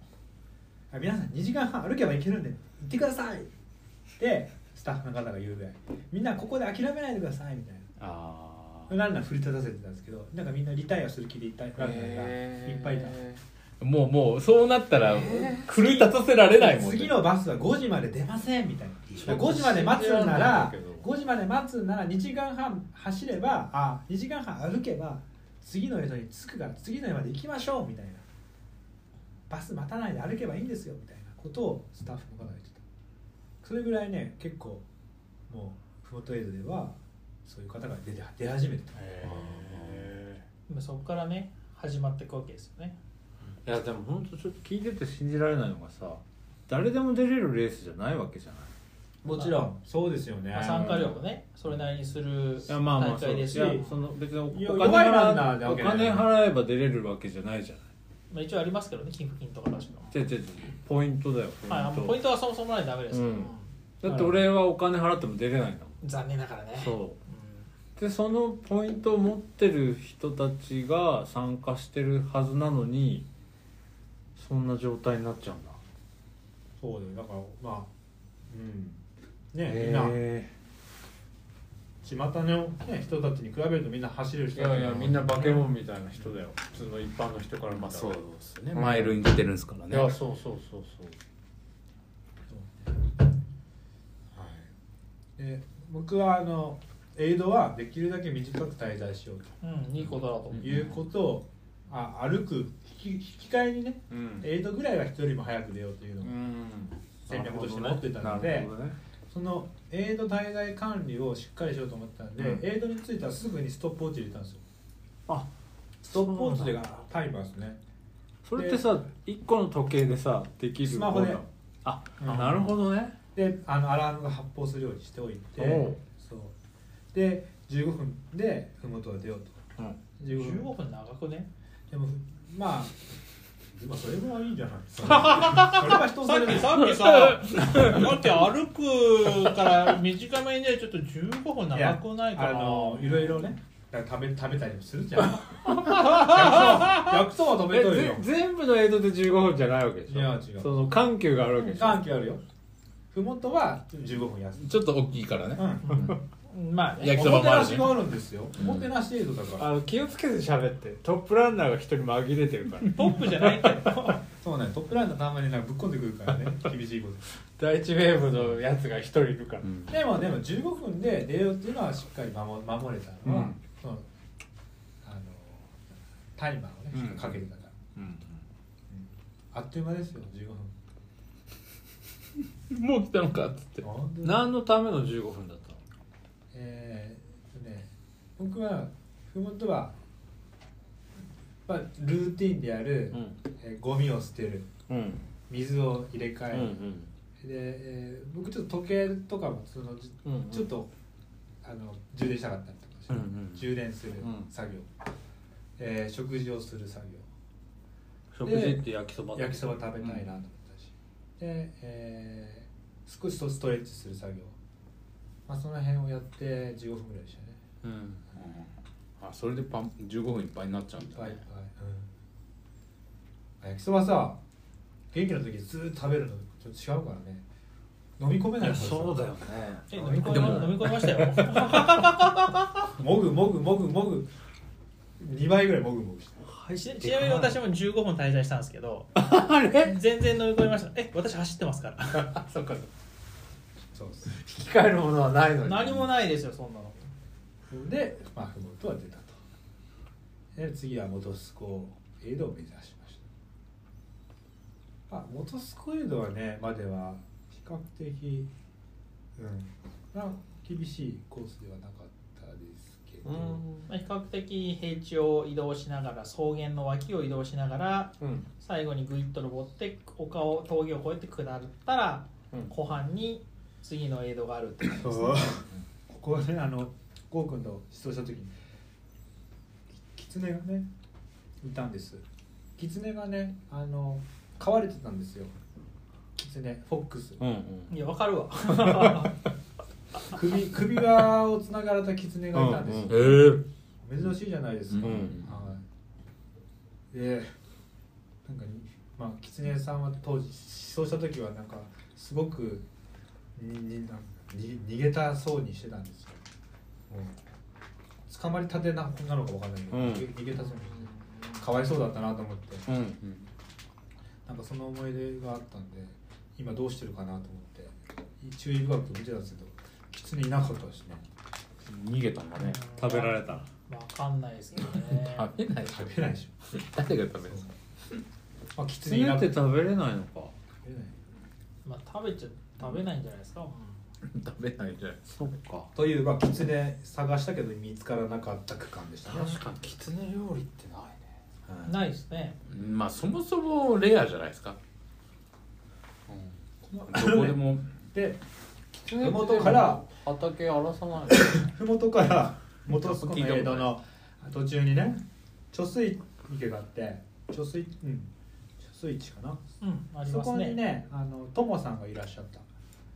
A: あ皆さん2時間半歩けば行けるんで行ってくださいでスタッフの方が言うぐらいみんなここで諦めないでくださいみたい
C: あ
A: なランナー振り立たせてたんですけどなんかみんなリタイアする気でいっぱいランナーがいっぱいいた、
C: あもうもうそうなったら狂い立たせられないもんね
A: 次のバスは5時まで出ませんみたいな
C: ちょっと
A: 5時まで待つなら
D: 信じられないけど
A: 5時まで待つなら2時間半走ればあ2時間半歩けば次の江戸に着くから次の江まで行きましょうみたいなバス待たないで歩けばいいんですよみたいなことをスタッフの方が言ってたそれぐらいね結構もうフォートエイドではそういう方が出て出始めてた
B: 今そこからね始まっていくわけですよね
D: いやでも本当ちょっと聞いてて信じられないのがさ誰でも出れるレースじゃないわけじゃない
A: もちろんそうですよね
B: まあ参加料もねそれなりにする
D: いやまあまあ
B: 大
D: そう
B: 会
D: い
B: ですし
D: やその別にお
A: いや
D: 金
A: 弱いランナー
D: 払
A: で
D: え
A: わ
D: お
A: けない
D: 金払えば出れるわけじゃないじゃない
B: まあ一応ありますけどね寄付金とか確か
D: 違う違う違うポイントだよ
B: はいあもうポイントはそもそもないとダメですよ、
D: うんだって俺はお金払っても出れないんだもん
B: 残念ながらね
D: そ
B: うん
D: うでそのポイントを持ってる人たちが参加してるはずなのにそんな状態になっちゃうんだ
A: そうだよだからまあうんねみんな
D: へ
A: 巷の、ね、人たちに比べるとみんな走れる
D: え
A: 人
D: いやいやみんな化け
A: 物
D: 物みたいな人だよ普通の一般の人から見た
C: まあ
D: ら
C: そうですよね、
D: うん
C: マイルに出てるんですから
D: い
C: ね
D: やそうそうそうそう
A: で僕はあのエイドはできるだけ短く滞在しよう
B: うん、いいことだと思う、
A: ということを、あ歩く引き引き換えにね
D: うん
A: エイドぐらいは人よりも早く出ようという
D: う
A: のを
D: ん
A: 戦略として持ってたの
D: なる
A: で
D: ほどね
A: そのエイド滞在管理をしっかりしようと思ったんで、
D: うん
A: エイドに着いたらすぐにストップウォッチ入れたんですよ
D: あ
A: ストップウォッチがタイマーですね
D: それってさ一個の時計でさできる
A: スマホで
D: あ、
A: うん
D: なるほどね
A: であのアラームが発砲するようにしておいて
D: おう
A: そうで15分で麓は出ようと15
B: 15分長くね
A: でもまあま *laughs* あそれもいいんじゃないですかそれは人そ
B: さ
A: れ
B: っ
A: ぞ
B: *laughs* き
A: れ
B: さっきさだって歩くから短めにねちょっと15分長くないか
A: あ
B: な
A: のいろいろねだから食べ食べたりもするじゃん *laughs* 薬草は食べとるよ
D: えぜ全部のエイドで15分じゃないわけでしょ
A: いや違う
D: その緩急があるわけでしょ
A: 関係あるよ麓は15分休む
C: ちょっと大きいからね
A: う、ん
B: うんまあね
C: 焼き
A: お
C: そば
A: もて
C: もあ
A: な
C: る
A: し
C: ね
A: があるんですよおもてなし程度だ *laughs* から
D: あの気をつけて喋ってトップランナーが一人紛れてる *laughs* から
B: トップじゃないけ *laughs* ど
A: そうねトップランナーたまになんかぶっこんでくるからね厳しいこ
D: 第一ウェーブのやつが一人いるから
C: うん
A: とでもでも15分で出ようっていうのはしっかり守守れたのは、
D: うん
A: そのあのタイマーをねしっかりかけてたから、
D: うん
A: あっという間ですよ15分
C: *laughs* もう来たのかっつって
D: 何のための15分だったの
A: えーっとね僕はふもとは、まあ、ルーティンである、えーゴミを捨てる
D: うんうん
A: 水を入れ替
D: う
A: え
D: んう
A: る、
D: ん
A: で、えー僕ちょっと時計とかもそのじ
D: うんうん
A: ちょっとあの充電したかったりとかして、
D: うんうん
A: 充電する
D: うん
A: 作業、えー食事をする作業
D: 食事って焼きそば
A: 焼きそば食べたいなと思ったし、で、えー少しとストレッチする作業、まあ、その辺をやって15分ぐらいでしたね
D: うん
C: あそれでパン15分いっぱいになっちゃうん
A: いっ
C: だ、
A: ぱいいっ
C: ね
A: ぱい、焼きそばさ元気な時ずっと食べるのちょっと違うからね飲み込め
D: い
A: ないか
D: や
A: らさ
D: そうだよね
B: え飲み込
C: で
B: み
C: も
B: 飲み込みましたよ
A: もぐもぐもぐもぐ2倍ぐらいもぐもぐして
B: ち *laughs* ちなみに私も15分滞在したんですけど全然飲み込みましたえ私走ってますから
D: *laughs* あそっかそっか
A: そうです
D: 引き換えるものはないのに
B: 何もないですよそんなの
A: でまあふもとは出たと、で次は本栖湖エイドを目指しましたあ本栖湖エイドはねまでは比較的うんな厳しいコースではなかったですけど、
B: まあ比較的平地を移動しながら草原の脇を移動しながら
D: うん
B: 最後にグイッと登って丘を峠を越えて下ったら、
D: うん
B: 湖畔に次のエイドがあるって
A: そうここはねあのゴーくんと出走した時にき狐がねいたんです狐がねあの飼われてたんですよ狐フォックス
C: うんうん
B: いやわかるわ
A: 首首輪をつながれた狐がいたんです、
E: うんうん
C: え
A: 珍しいじゃないですか、
C: うん
A: はい、でなんかにまあ狐さんは当時そうした時はなんかすごくにになんかに逃げたそうにしてたんですよ、捕まりたてななのかわかんないけど、
C: うん
A: 逃げ逃げたそうにしてかわいそうだったなと思って
C: うんうん
A: なんかその思い出があったんで今どうしてるかなと思って注意深く見てたんですけど狐いなかったですね
C: 逃げたんだね
E: 食べられた
B: わかんないですけどね
C: 食べないでしょ
A: 食べないでし
C: 誰が食べるの
A: ょ、まあ、狐い
E: 爪
A: な
E: っ
A: かってた
E: 食べれないのか
C: *laughs*
A: 食べない
B: まあ食べちゃ食べないんじゃないですか、
D: 食べないじゃん
C: そっか
A: というまあ狐探したけど見つからなかった区間でしたね。
C: 確かにきつね料理ってないね
A: はい
B: ないですね
C: まあそもそもレアじゃないですか、うん、どこ
E: *laughs*
C: でも
A: で
D: ふも
A: 麓から
D: 畑荒らさない
A: 麓から元栖湖の江戸の途中にね貯水池があって貯水うん貯水池かな、
B: うんあり
A: そ
B: ます
A: こ
B: ね
A: にねあのトモさんがいらっしゃった。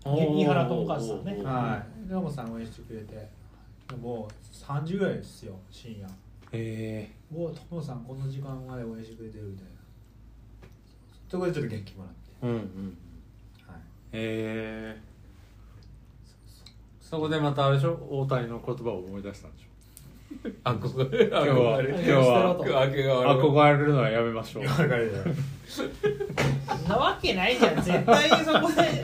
B: に井原智和さんね
C: おー
A: はい、トモさん応援してくれてでもう3時ぐらいですよ深夜。
E: へ
A: おおトモさんこの時間まで応援してくれてるみたいな。そこでちょっと元気もらって。
E: えうんうん
A: はい
E: へえそこでまたあれでしょ大谷の言葉を思い出したんでしょ
C: 憧れ
E: 今日は今
B: れ
E: 日は
C: 憧れ
E: 憧れるのはやめましょう
A: わかるよ
B: そんなわけないじゃん絶対にそこで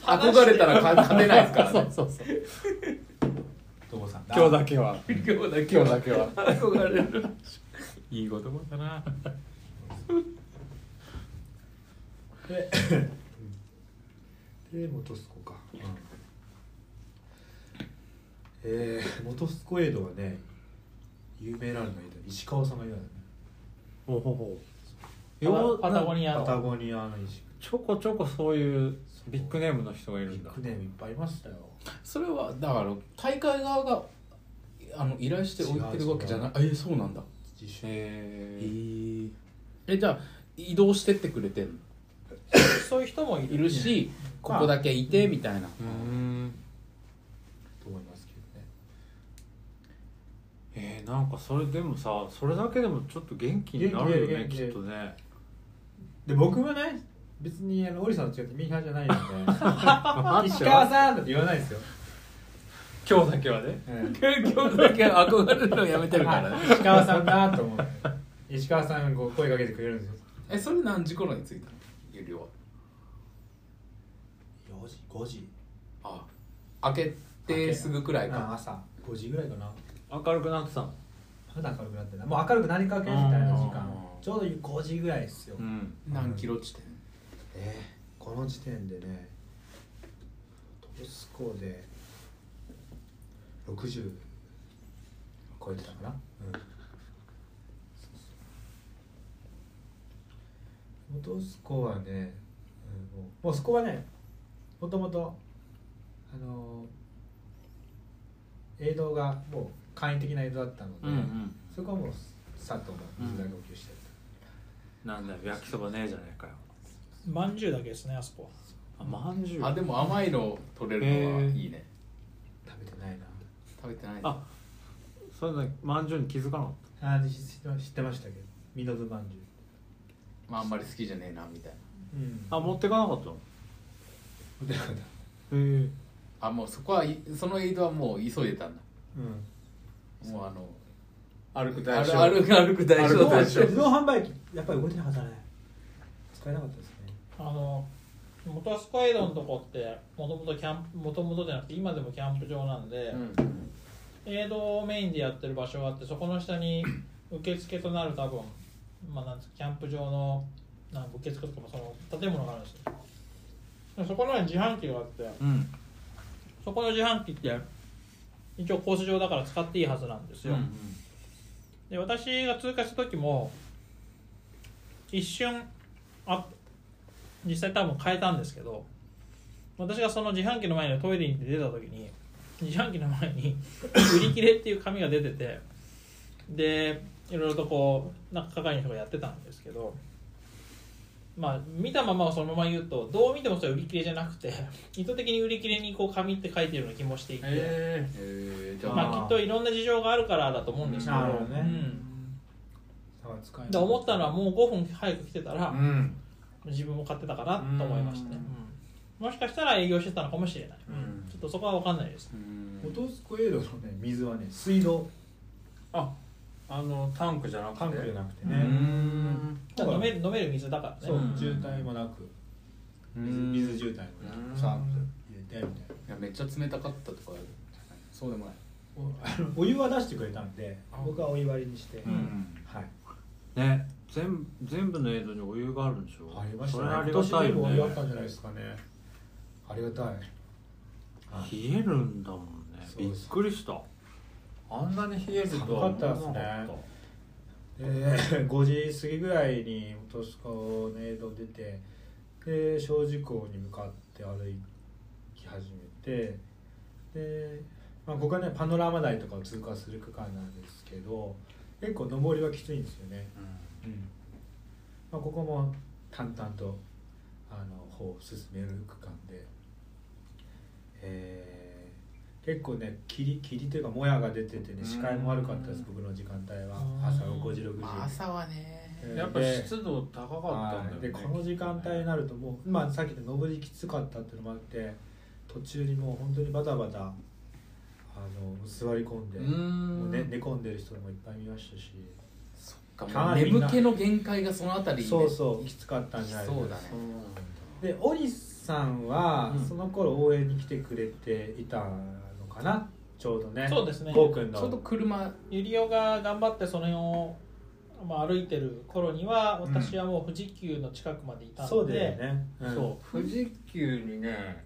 C: 憧れたら勝てないです *laughs* からね
E: そうそう
A: トモさん
E: 今日だけは
C: 今日だけ
E: 今日だけは
C: 憧れるいい言葉だな
A: でで元栖湖か、えー、元栖湖エイドはね有名なのがいた石川さんがいたのね
E: ほうほうほう
B: パタパタゴ
E: よ
B: ニア
A: パタ
B: の
A: ゴニアの石
E: うちょこちょこそういうビッグネームの人がい
A: ビ
E: るんだ
A: ッグネームいっぱいいましたよ
C: それはだから大会側があの依頼して置いてるわけじゃないえそうなんだ
A: 自主
C: へ
E: へえ
C: ええじゃあ移動してってくれてんの
B: そういう人もい
C: い
B: る
C: るしここだけいてみたいな
E: うーん
A: と思いますけどね
E: えー、なんかそれでもさそれだけでもちょっと元気になるよね
A: 元気
E: き
A: 元気
E: っとね
A: で僕もね別にあのオリさんと違ってミーハーじゃないので
E: 待っ
A: 石
E: て
A: 川さんって言わないですよ、
E: 今日だけはね *laughs*
A: うん
C: 今日だけ憧れるのやめてるからね
A: 石川さんだと思う石川さんがこう声かけてくれるんですよ
C: えそれ何時頃に着いたの有料は
A: 4時5時
C: あ開けてすぐくらい
A: うん
C: か
A: 朝5時ぐらいかな
E: 明るくなってたの
A: まだ明るくなってないもう明るくなりかけみたいな時間
C: うん
A: ちょうど5時ぐらいですよ、
E: うん
C: 何キロ地点
A: えーこの時点でねトルスコで60超えてたかな、うんそうそう元スコはね、うんもうもうそこはねもともとあのー、映像がもう簡易的な映像だったので、
E: うんうん
A: そこはもうさっともう水だけ補給してる、
E: なんだよ焼きそばねえじゃねえかよ
B: まんじゅうだけですねあそこ
E: あ
B: は
E: まんじゅう
C: あでも甘いの取れるのはいいね
A: 食べてないな
C: 食べてない
E: あそれだまんじゅうに気づかなかっ
A: あー知ってま知ってましたけどミノズまんじゅう
C: まああんまり好きじゃねえなみたい
A: うん
E: たあ持ってかなかったのへ
A: でなんだ
E: え
C: なあもうそこはいそのエイドはもう急いでたん
A: うん
C: だもうあの
D: 歩く
C: あ
D: 大
C: る
D: 将
C: 歩く歩く大
A: 自
C: 将
A: 動
C: 大将
A: 自動販売機やっぱり動いてなかったね使えなかったですね
B: あの元スコエイドのとこってもともとキャンプもともとじゃなくて今でもキャンプ場なんで、
C: うん
B: エイドをメインでやってる場所があってそこの下に受付となる多分、まあ、なんですかキャンプ場のなんか受付とかもその建物があるんですよでそこの上に自販機があって
D: うん
B: そこの自販機って一応コース上だから使っていいはずなんですよ、で私が通過した時も一瞬あ実際多分変えたんですけど私がその自販機の前にトイレに行って出た時に自販機の前に *laughs* 売り切れっていう紙が出ててでいろいろとこうなんか係の人がやってたんですけどまあ見たままをそのまま言うとどう見てもそれ売り切れじゃなくて *laughs* 意図的に売り切れにこう紙って書いてるような気もしていて、
D: え
C: えー、じゃあ、
B: まあ、きっといろんな事情があるからだと思うんですけど。
A: なるほどね
B: うん
A: だから使えない
B: で思ったのはもう5分早く来てた
D: え
B: ら
D: うん
B: 自分も買ってたかなと思いましたね、うんもしかしたら営業してたのかもしれない、
D: うん
B: ちょっとそこは分かんないです
C: うん
A: オトスコエードのね水はね水道
D: ああのタンクじゃなくて
A: タンクじゃなくてね、
D: うーん
B: じゃあ飲める飲める水だからね
A: そう、
D: うん
A: 渋滞もなく水
C: うん
A: 水渋滞もな
D: うん
A: くさーっと入れてみたいない
C: やめっちゃ冷たかったとかそうでもない
A: おあのお湯は出してくれたんで僕はお湯割りにして、
E: うん
A: はい
E: ね全全部のエイドにお湯があるんでしょ
A: ありました
E: そ
A: ね
E: れありがたいよ
A: 今年全部お湯あっ
E: ね
A: たんじゃないですかねありがたいはい
E: 冷えるんだもんね
A: そう
E: びっ
A: です
E: くりした
D: あんなに冷えると
A: 寒かったですねえー、5時過 *laughs* ぎぐらいに落とし子の映像出てで小寺港に向かって歩き始めてで、まあ、ここはねパノラマ台とかを通過する区間なんですけど結構上りはきついんですよね、うんまあ、ここも淡々とあの方を進める区間で、えー結構ね霧霧というかもやが出ててね視界も悪かったです僕の時間帯は朝5時6時。
C: 朝はね
A: えー
D: やっぱ
A: で
D: 湿度高かったんだ
A: は
D: よ
A: いで
D: ね
A: この時間帯になるともう、まあ、さっきの上りきつかったっていうのもあって途中にもう本当にバタバタあの座り込んで
C: うーん
A: もう、ね、寝込んでる人もいっぱい見ましたし
C: もう眠気の限界がそのあたりにね
A: そうそうきつかったんじゃないですか
C: そうだね
A: でオリさんは、
D: うん
A: その頃応援に来てくれていたのかなちょうどね
B: そうですね
A: ゴーくん
C: ちょう
A: の
C: ど車
B: ゆりおが頑張ってその辺を、まあ、歩いてる頃には
A: うん
B: 私はもう富士急の近くまでいたので、
A: そうだよね、うん
B: そ
D: 富士急にね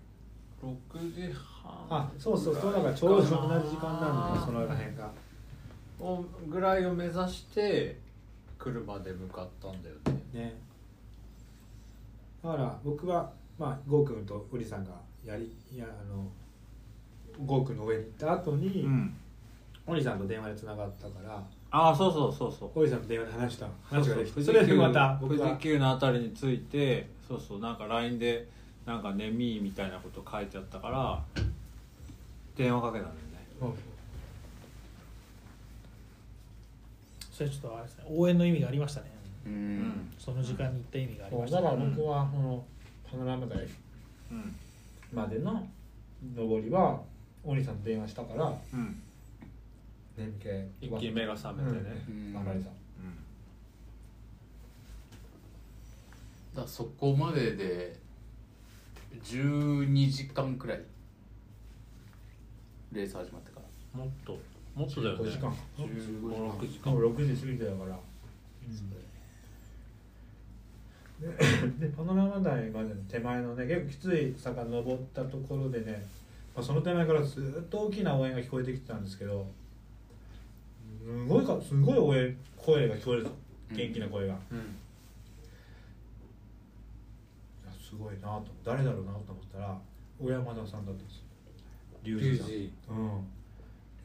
D: 6時半
A: あそうそうそうだからちょうど同じ時間なんだねその辺が
D: をぐらいを目指して車で向かったんだよね
A: ねだから僕はまあゴーくんとウリさんがやりいやあのゴーくんの上に行った後に、
E: うん
A: オリさんと電話でつながったから
E: ああそうそうそうそう
A: オリさんと電話で話した話ができて
E: そ
A: そ
E: れ
A: れ
E: で
A: で
E: ま
A: ま
E: た
A: た
E: 富
A: 僕
E: 士
A: は
E: 急のあたりについてそうそうなんか LINE で「なんかねみー」みたいなこと書いてあったから電話かけたんだよね
A: うん
B: それちょっとあれですね応援の意味がありましたね
C: うん、
B: その時間に行った意味があり
A: そ
B: ま
A: う
B: した
A: だ
B: ね、
A: から僕はこのパノラマ台
E: うん
A: までの上りはオリさんと電話したから
E: うん
A: 眠気
D: 一気に目が覚めてね、
C: うん
A: 頑張りさん
C: だからそこまでで12時間くらいレース始まってから
D: もっともっとだよね
A: 5時間
D: 15 6時
A: しか
D: 間
A: も6時過ぎてだから、で *coughs* でパノラマ台までの手前のね結構きつい坂登ったところでね、まあ、その手前からずっと大きな応援が聞こえてきてたんですけどすごいかすごい応援声が聞こえるぞ
C: うん
A: 元気な声が、い
D: うん
A: やすごいなと思って誰だろうなと思ったら小山田さんだったんですよ龍
D: リュウ
A: 二さん
D: ジ
A: うん小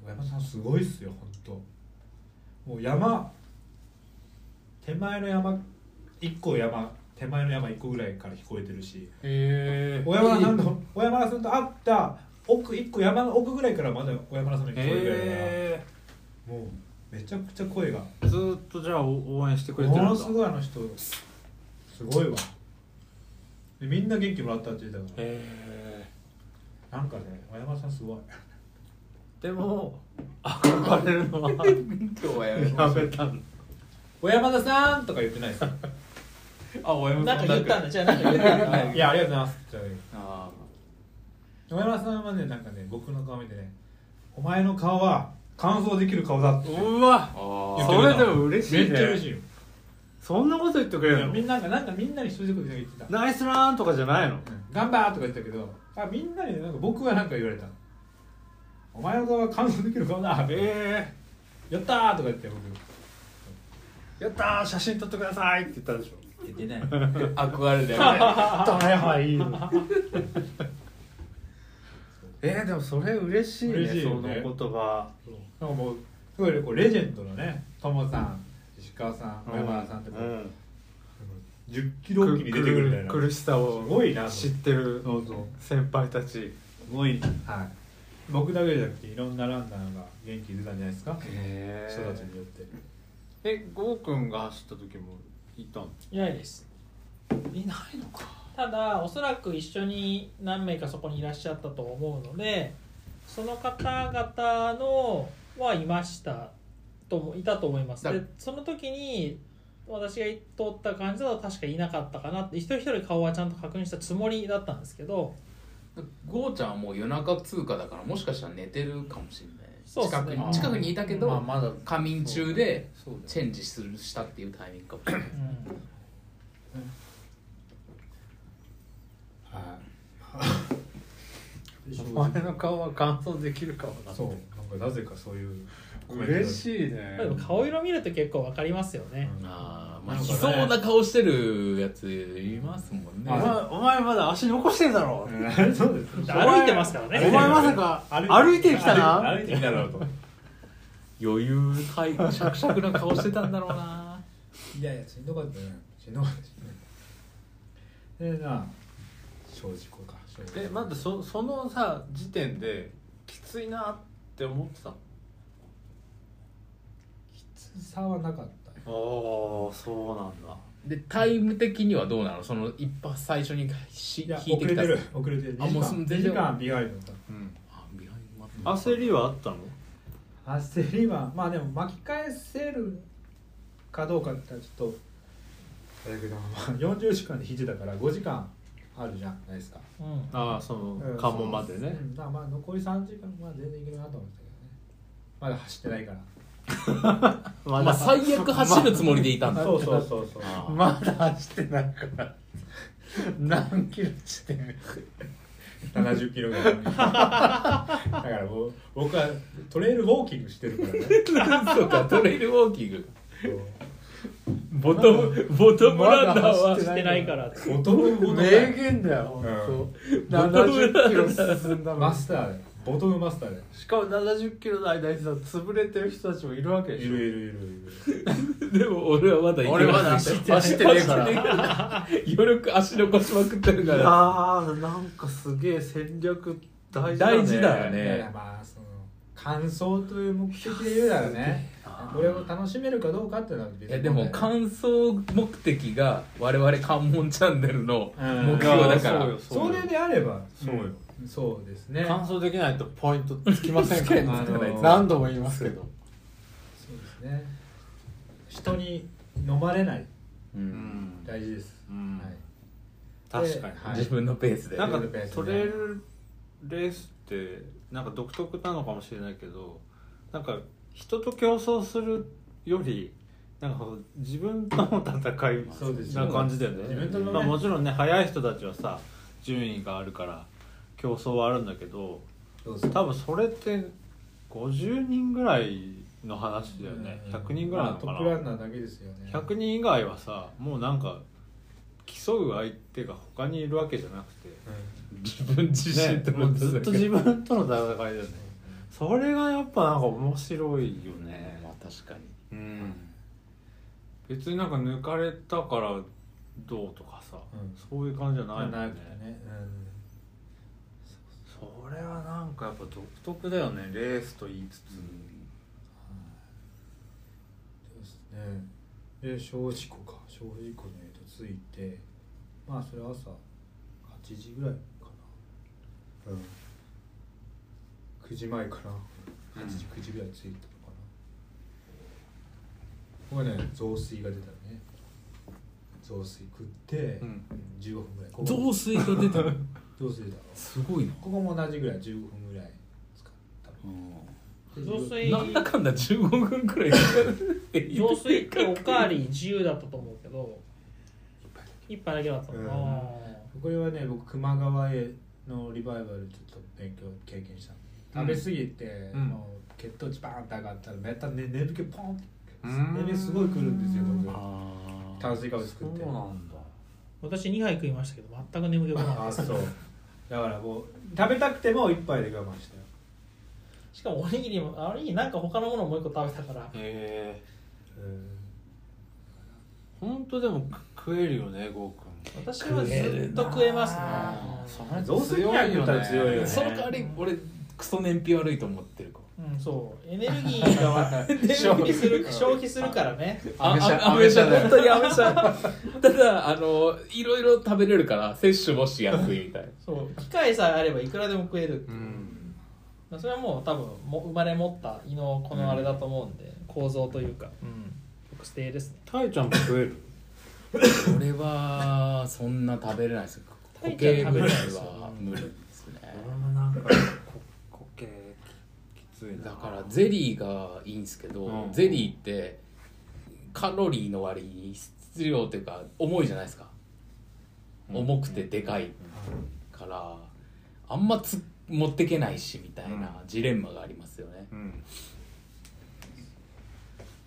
A: 山さんすごいっすよ本当もう山手前の山一個山手前の山一個ぐらいから聞こえてるし
D: へ
A: 小山田さんと小山田さんと会った奥一個山の奥ぐらいからまだ小山田さんの聞こえるぐらいだから、
E: え
A: もうめちゃくちゃ声が
E: ー、ずーっとじゃあお応援してくれてるん
A: も
E: だ
A: のすごいあの人すごいわでみんな元気もらったって言ってたか
D: え
A: らなんかね小山田さんすごい
D: でも憧れるのは
C: 今日はやめ
D: やめたの
A: 小山田さんとか言ってないですよ
D: あおやめ
B: なんか言ったんだじゃあなんか言ったんだ
A: いやありがとうございますって言ったら
C: あ
A: 小山さんはねなんかね僕の顔見てね「お前の顔は乾燥できる顔だ」って
E: うわ
C: ーあーあ
A: 言っ
C: ー
A: てくた
D: それでも嬉しい
A: め
D: ね
A: っちゃ嬉しいよ
D: そんなこと言ってく
A: い
D: れ
A: や
D: る
A: み
D: の
A: んながなんかみんなに一人で言ってた
D: ナイスランとかじゃないの
A: 「ガンバー!」とか言ってたけどあみんなになんか僕はなんか言われた「お前の顔は感動できる顔だ」
D: え
A: やったー!」とか言って僕
D: えやったー写真撮ってくださいって言ったでしょ
A: 言ってない
C: 憧れだよね
D: ダメはいいえー、でもそれ嬉しいね
A: 嬉しい
D: そ
A: よ
D: の
A: ね
D: 言葉
A: なんかもうすごいこうレジェンドのねトモさん石川さん小山田さんってこう、
E: うん
A: 10キロおきに出てくるみたいな
D: 苦しさを
A: すごいな
D: 知ってる
A: そうそう
D: 先輩たち
A: すごいはい僕だけじゃなくていろんなランナーが元気出たんじゃないですか
D: へ
A: 人たちによって
D: えゴーくんが走った時もいたの
B: いないです
D: いないのか
B: ただおそらく一緒に何名かそこにいらっしゃったと思うのでその方々のはいましたともいたと思います
C: だ
B: でその時に私が通った感じだと確かいなかったかなって一人一人顔はちゃんと確認したつもりだったんですけど
C: *laughs* ゴーちゃんはもう夜中通過だからもしかしたら寝てるかもしれない
B: そうっすね
C: 近くに近くにいたけど、
D: まあまだ
C: 仮眠中で
D: そうだよ
C: チェンジするしたっていうタイミングかもしれない
A: はい
D: お前の顔は感想できるかもな
A: そうなんかなぜかそういう
D: 嬉
A: い
D: しいね
B: まあでも顔色見ると結構わかりますよね、
C: あーまあ
D: なんか
C: 悲
D: ね
C: 壮な顔してるやついますもんね
D: お前お前まだ足残してんだろ、
A: *laughs* そうです
B: だって歩いてますから
D: お
B: ね
D: 前まさか歩いてきたな
A: 歩いてきたなと
C: 余裕かいしゃくしゃくな顔してたんだろうな
A: いやいやしんどかったねしんどかったしんどかったでな正直か正直
D: えまずそそのさ時点できついなって思ってたの
A: 差はなかったよ
D: ああそうなんだ
C: でタイム的にはどうなのその一発最初にし
A: いや
C: 聞い
A: 遅
C: て
A: れて
C: きた
A: る遅れてる
C: あもうすん
A: 2
C: 全然
A: 時間ビハインドだっ
D: うん
C: あビハインドマップ
D: 焦りはあったの
A: た焦りはまあでも巻き返せるかどうかってのはちょっとあれだけど、まあ、40時間で引いてたから5時間あるじゃないですか
B: うん
D: ああその関門までね
A: うん、だからまあ残り3時間まあ全然いけるなと思ったけどねまだ走ってないから
D: ま
C: まあ最悪走るつもりでいたんだ
A: そうそうそうそう
C: あー
D: まだ走ってないから何キロ地点
A: 70キロぐらいだからもう僕はトレイルウォーキングしてるからね
C: *laughs* そうかトレイルウォーキングボ
A: トム
C: ボト
D: ムランナーは
B: してないからって
A: ボトムボトムだ
D: 名
A: よ
D: 言だよ *laughs* 本当
C: うん
D: 70キロ進んだも
A: マ
D: ん
A: スターでボトムマスターで
D: しかも70キロの間にさ潰れてる人たちもいるわけで
A: い
D: しょ
A: るいるいるいる
C: でも俺はまだ
D: 俺まだ走ってない
C: 走ってねえから余力足残しまくってる
D: い
C: か
D: や
C: ら
D: ーなんかすげえ戦略大事だね
C: 大事だよね
A: いやいやまあその感想という目的で言うならねこれを楽しめるかどうかっていうのは別
C: えでも
A: 問
C: 感想目的が我々関門チャンネルの
A: うん
C: 目標だから
A: 題
D: いや
A: ないそれであれば
D: そうよ
A: うんそうですね
D: 完走できないとポイントつきませんから、
A: つかない
D: あの何度も言いますけど
A: そうですね人に飲まれない
C: うん
A: 大事です、
D: うん
A: はい
D: 確かに、
A: で
D: はい
C: 自分のペースで
D: なんか
A: レールレースね
D: トレイルレースってなんか独特なのかもしれないけどなんか人と競争するよりなんかこう自分との戦い
A: そうです
D: な感じだよね
A: 自分とのね
D: まあ、もちろんね速い人たちはさ順位があるから競争はあるんだけど
A: どうぞ
D: 多分それって50人ぐらいの話だよね100人ぐらいなのかな、
A: まあトップランナーだけですよね
D: 100人以外はさもうなんか競う相手が他にいるわけじゃなくて、
C: 自分自身と
D: も
C: の
D: う
C: 戦い
D: ずっと自分との戦いだよねそれがやっぱなんか面白いよね
C: まあ確かに
D: うん別になんか抜かれたからどうとかさ、
A: うん
D: そういう感じじゃ
A: ま
D: な
A: あ
D: いも
A: なんい
D: ね
A: からね、
D: それはなんかやっぱ独特だよねレースと言いつつ、
A: うん、そうですねで小事故か小事故のとついてまあそれは朝8時ぐらいかなうん9時前かな8時9時ぐらい着いたのかな、ここはね雑炊が出たのね雑炊食って、
D: うん
A: 15分ぐらいここ
C: 雑炊が出たの
A: 雑炊だろ
C: すごいな
A: ここも同じぐらい15分ぐらい使ったの
C: うん
B: 雑炊
C: なんだかんだ15分くらいかかるって言
B: 雑
C: って
B: 炊っておかわり自由だったと思うけど一杯だけだったのかな
A: これはね僕熊川へのリバイバルちょっと勉強経験した食べ過ぎて、
D: うん
A: もう血糖値バーンって上がったらめったね眠気ポンって
D: うーん
A: 眠気すごいくるんですよ僕
C: あ
A: 炭水化物食って
D: そうなんだ
B: 私2杯食いましたけど全く眠気が来なか
A: あ
B: った
A: そうだからもう食べたくても一杯で我慢したよ
B: しかもおにぎりもあれになんか他のものもう一個食べたから
D: へえ
A: うん
D: 本当でも食えるよねゴーくん
B: 私はずっと食えますね
D: それ
A: 雑炊には食ったら強いよね
C: その代わり俺クソ燃費悪いと思ってるか
B: うん、そうエネルギーが消費する消費するからね
C: あ
D: アメ車
C: あアメ車
D: アメ車だよ
C: 本当にアメ車ただあのいろいろ食べれるから摂取もしやすいみたいな
B: そう機械さえあればいくらでも食えるって
D: う
B: いう、
D: ん
B: まあそれはもう多分も生まれ持った胃のこのあれだと思うんで、構造というか、うん、特性ですね
D: タイちゃんも食える
C: 俺はそんな食べれないです
B: タ
C: 固
B: イちゃん食
C: 形物
B: べれないですよ
C: は無理ですね
D: 俺もなんかこけきつい
C: だからゼリーがいいんですけど、
D: うん
C: ゼリーってカロリーの割に質量っていうか重いじゃないですか、
D: うん
C: 重くてでかいからあんまつ持ってけないしみたいなジレンマがありますよね、
D: うん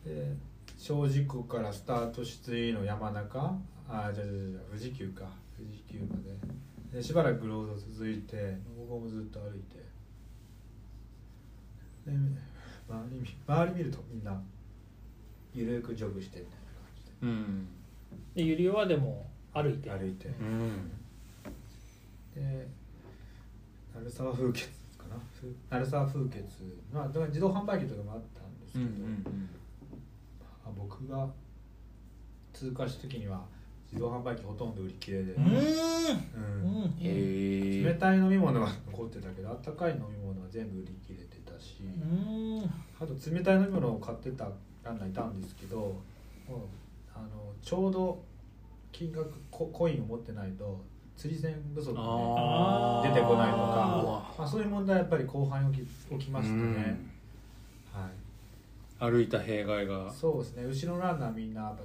A: で小事故からスタートしていいの山中あじゃじゃじゃ富士急か富士急まででしばらくロード続いてここもずっと歩いてで周り見周り見るとみんなゆるくジョグしてみたい
D: うん
B: でゆりおはでも歩いて
A: な感じで歩いて
D: うん
A: で鳴沢風穴かなふ鳴沢風穴まあだから自動販売機とかもあったんですけ
D: うんう
A: ど、
D: ん
A: あ僕が通過した時には自動販売機ほとんど売り切れで、
B: うーん
A: うん
B: うん
C: へえ
A: 冷たい飲み物が残ってたけどあったかい飲み物は全部売り切れてたし、
B: うん
A: あと冷たい飲み物を買ってたランナーいたんですけど、あのちょうど金額ココインを持ってないと釣り銭不足で
D: あ
B: ー
A: 出てこないの
B: あ
A: かまあ、そういう問題はやっぱり後半起き起きましたね、はい、
D: 歩いた弊害が
A: そうですね後ろのランナーみんなやっぱ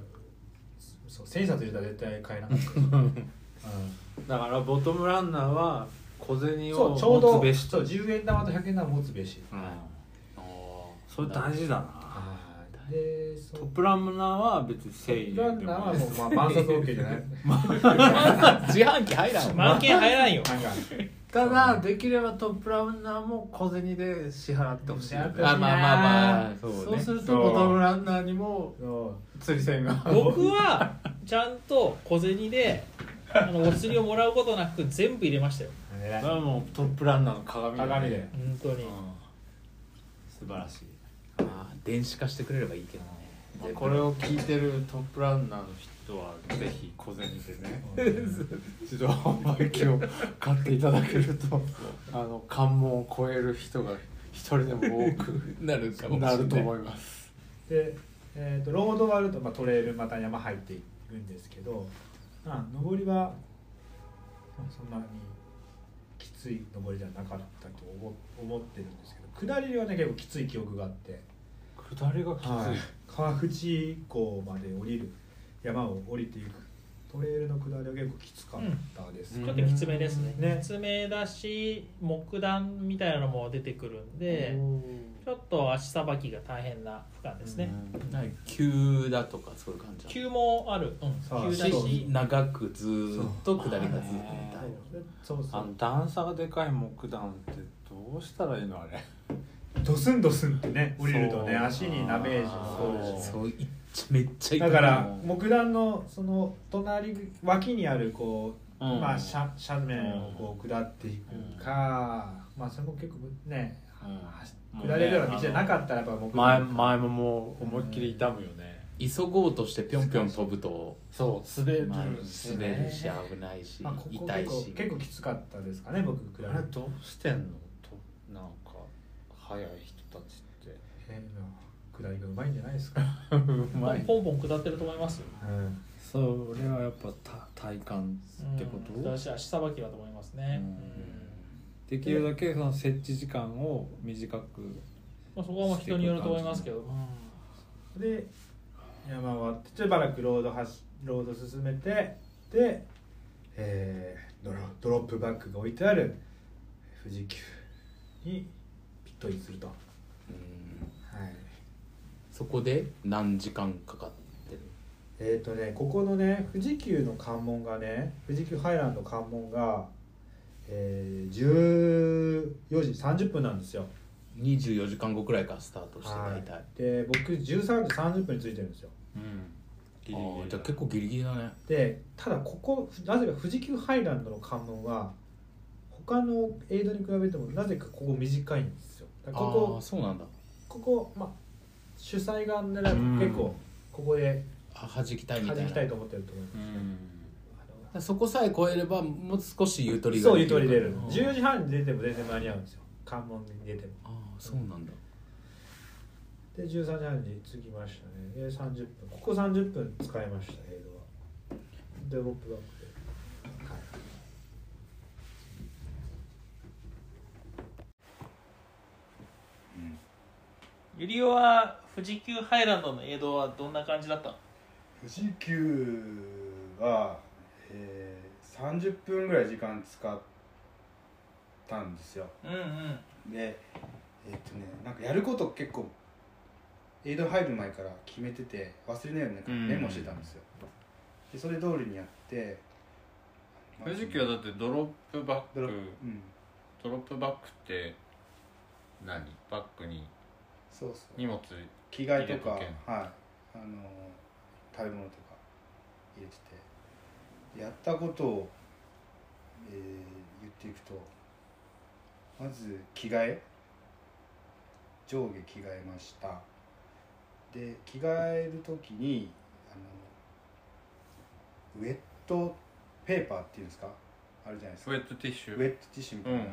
A: そう千円札入れたら絶対買えなかったです、
D: *laughs* だからボトムランナーは小
A: うん、
D: 銭
A: そ
D: を
A: うちょうど
D: 持つべし
A: そ
D: と
A: う10円玉と100円玉持つべし、
D: うん
C: あー
D: それ大事だな
A: はいでそ
D: ト
A: う
D: ップランナーは別に1000円で
A: ラ
D: も
A: ンナーはもう、まあ、万札 OK じゃない
C: 自販機入らんわ
B: 満券入らんよ
A: なんか
D: *laughs* ただできればトップランナーも小銭で支払ってほしいよね
A: まあまあ
C: まあそうね
D: そうするとボトムランナーにも
A: そう
D: 釣り銭が
B: *laughs* 僕はちゃんと小銭であのお釣りをもらうことなく全部入れましたよ
A: 偉い
D: *laughs* それはもうトップランナーの鏡だね
A: 鏡で
B: 本当
D: う
B: に
D: ん素晴らしい
C: あー電子化してくれればいいけどね
D: まあこれを聞いてるトップランナーの人はぜひ小銭でね自動販売機を買っていただける *laughs* とあの関門を超える人が一人でも多く
C: なるかもしれな
D: ないると思います
A: で、えー、とロードがあると、まあ、トレイルまた山入っていくんですけど、まあ、上りは、まあそんなにきつい上りじゃなかったと思思ってるんですけど下りはね結構きつい記憶があって、
D: 下りがきつい、
A: 川口湖まで降りる山を降りていくトレイルの下りは結構きつかったです、
D: うん
B: ちょっときつめですね
A: ね
B: きつめだし木段みたいなのも出てくるんでちょっと足さばきが大変な区間ですね
C: なんか急だとかそういう感じ
B: 急もある、うん、
A: そう
B: 急だし
C: 長くずーっと下りが続くみたいな
A: そうそうそ
D: あの
A: う
D: 段差がでかい木段ってどうしたらいいのあれ
A: ドスンドスンってね降りるとね
D: そう
A: 足にダメージもそう
D: あ
A: る
D: ー
A: し
C: そういっちゃめっちゃ痛
A: だ
C: い
A: から木段のその隣脇にあるこう、
D: うん
A: まあ、斜斜面をこう下っていくか、まあそれも結構ね、
D: うん
A: 下れるような道じゃなかったらやっぱ木
D: *laughs* 前
A: 段
D: 前ももう思いっきり痛むよね、
C: 急ごうとしてぴょんぴょん飛ぶと
D: そう滑る
C: まあ
D: し
C: 滑
D: ね
C: るし危ないし
A: まあ、ここ
C: 痛い
A: 結構
C: し
A: 結構きつかったですかね僕下
D: あれ
A: り
D: どうしてんのとなんか速い人たちって
A: えー下りがうまいんじゃないですか、
D: うまい
B: ポンポン下ってると思いますよ、
A: うん
D: それはやっぱた体感ってこ
B: うん
D: と、
B: だし足さばきだと思いますね、
D: うんできるだけその設置時間を短く
B: まあ、そこはもう人によると思いますけど、
A: で山をってしばらくロード走ロード進めてで、えー、ドロドロップバッグが置いてある富士急にピットインすると、は
C: うん
A: い、
C: そこで何時間かかってる
A: えっ、とねここのね富士急の関門がね富士急ハイランド関門が、えー、14時30分なんですよ
C: 24時間後くらいからスタートして大体、
A: で僕13時30分に着いてるんですよ
E: うん
C: あーじゃあ結構ギリギリだね
A: でただここなぜか富士急ハイランドの関門は他の映像に比べてもなぜかここ短いんですよだ
C: あ
A: からこ
C: あー
A: こ
C: そうなんだ
A: ここ、まあ、主催側なら
E: うん
A: 結構ここで
C: あ弾きたいみた
A: 弾
C: いな
A: きたいと思ってると思います
C: そこさえ超えればもう少しゆとりが
A: そうゆとり出る
C: あー
A: 14時半に出ても全然間に合うんですよ関門に出ても
C: あーそうなんだ
A: で13時半に着きましたねで30分ここ30分使いました映像はでロップバックで、はい
B: ゆりおは富士急ハイランドの映像はどんな感じだったの
G: 富士急は、えー、30分ぐらい時間使ったんですよ
B: うんうん
G: でえっとねなんかやること結構エイド入る前から決めてて忘れないようになんかメモしてたんですよ、でそれ通りにやって
D: 富士急はだってドロップバッ
G: ド
D: グ
G: ロップうん
D: ドロップバッグって何バッグに
G: そうそう
D: 荷物
G: 着替えとかは
D: 入
G: い
D: れと
G: あの食べ物とか入れててやったことを、えー言っていくとまず着替え上下着替えましたで着替える時にあのウェットペーパーっていうんですかあるじゃないです
D: ウ
G: か
D: ェットティッシ
G: ウ
D: ュ
G: ェットティッシュみた
D: う
G: い
D: んう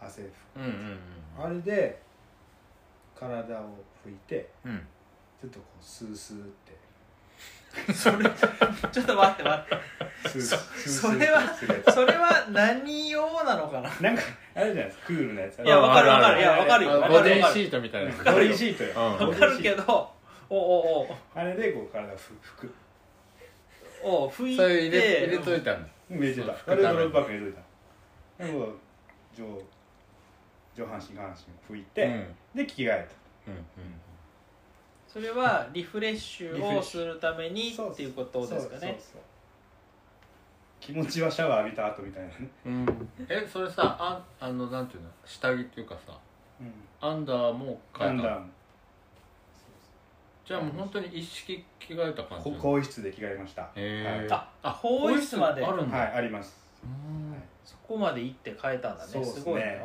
G: なん汗拭く
D: うんうん
G: あれで体を拭いて
D: うんうん
G: ちょっとこうスースーって
B: ちょっと待って待って
G: スースー
B: それは
G: スー
B: *laughs*
G: スーするやつ
B: それは何用なのかな
G: なんかあれじゃないですかクールなやつ
B: いやわかるわかるいやわかるよわ
D: あ
B: か
D: ボ
B: る
D: デ
B: よ
D: ィーシートみたい *laughs* なやつ
G: ボディーシートよ
D: うん
B: わかるけどおおお
G: あれでこう体を拭く
B: おお拭い
D: それ入れ
B: て
D: 入れといたの
G: 見えて
D: そ
G: た
D: う拭く
G: あれ
D: ために
G: 泥ばっかり入れといたでも上上半身下半身を拭い
D: うん
G: て、で着替え
D: うん
B: それはリフレッシュをするために
G: た
B: っていうことですかね
G: そうそうそう気持ちはシャワー浴びた後みたいなね、
D: うんうんえそれさああのなんていうの下着っていうかさ
G: うん、
D: アンダーも
G: だ
D: 変
G: ん
D: え
G: だ
D: た
G: ん
D: じゃあもう本当に一式着替えた感じ
G: 更衣室で着替えました
D: へえ
B: あ更衣室まで
D: あるんだ、
G: はいあります
D: うん
B: そこまで行って変えたんだ
G: そう
B: ね
G: ですね
B: すごいね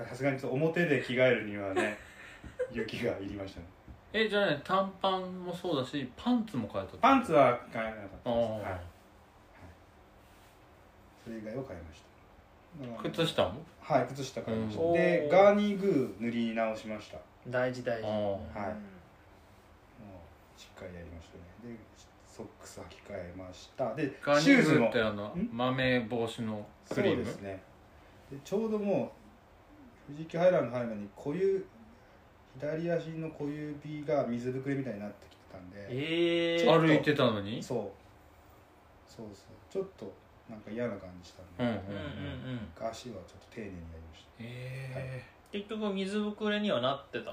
B: うん
G: さすがにちょっと表で着替えるに
D: *laughs*
G: はね勇気がいりましたね
D: えじゃあね短パンもそうだしパンツも変えた
G: パンツは買えなかった
D: ああ、
G: です、はい、それ以外を買いました
D: 靴下も
G: はい靴下買いました、
B: うんおー
G: でガーニーグー塗り直しましたも
B: 大事大事
D: あー
G: はいうしっかりやりましたねでソックス履き替えましたで
D: ガ
G: シ
D: ニ
G: ュー
D: ー
G: ズ
D: ズ
G: も
D: ってあの
G: ん
D: 豆防止の
G: そ
D: ク
G: う
D: リーム
G: ですねでちょうどもう富士急ハイランド入る前に小指左足の小指が水ぶくれみたいになってきてたんで
B: ええ
G: ちょっと
D: 歩いてたのに
G: そうそうそうちょっとなんか嫌な感じしたん
D: う
G: で、
D: んうんうん
B: うんうんうん
G: 足はちょっと丁寧にやりまし
D: え
B: 結局水ぶくれにはなってた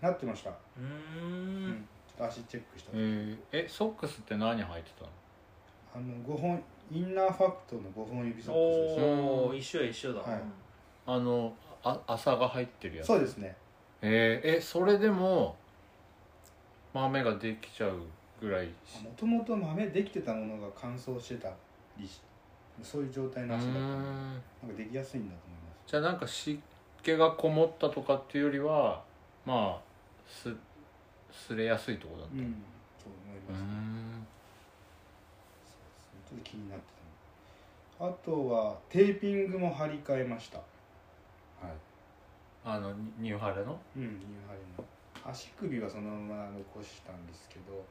G: たなってました、
B: うー
G: うんんちょっと足チェックした、
D: えー、えソックスって何履いてたの
G: あの5本インナーファクトの5本指ソックスです
B: お
D: う
B: お
D: ん
B: 一緒や一緒だ、
G: はい
D: あのあ麻が入ってるやつ
G: そうですね
D: えー、えそれでも豆ができちゃうぐらいし
G: もともと豆できてたものが乾燥してたりしそういう状態
D: うー
G: の足だったんで
D: ん
G: なんかできやすいんだと思います
D: じゃあなんか湿気がこもったとかっていうよりはまあすすれやすいとこだった
G: うんそう思います、
D: ん
G: そうですねちょっと気になってたのあとはテーピングも貼り替えましたはい
D: あのにニューハレの
G: うん、ニューハリの足首はそのまま残したんですけど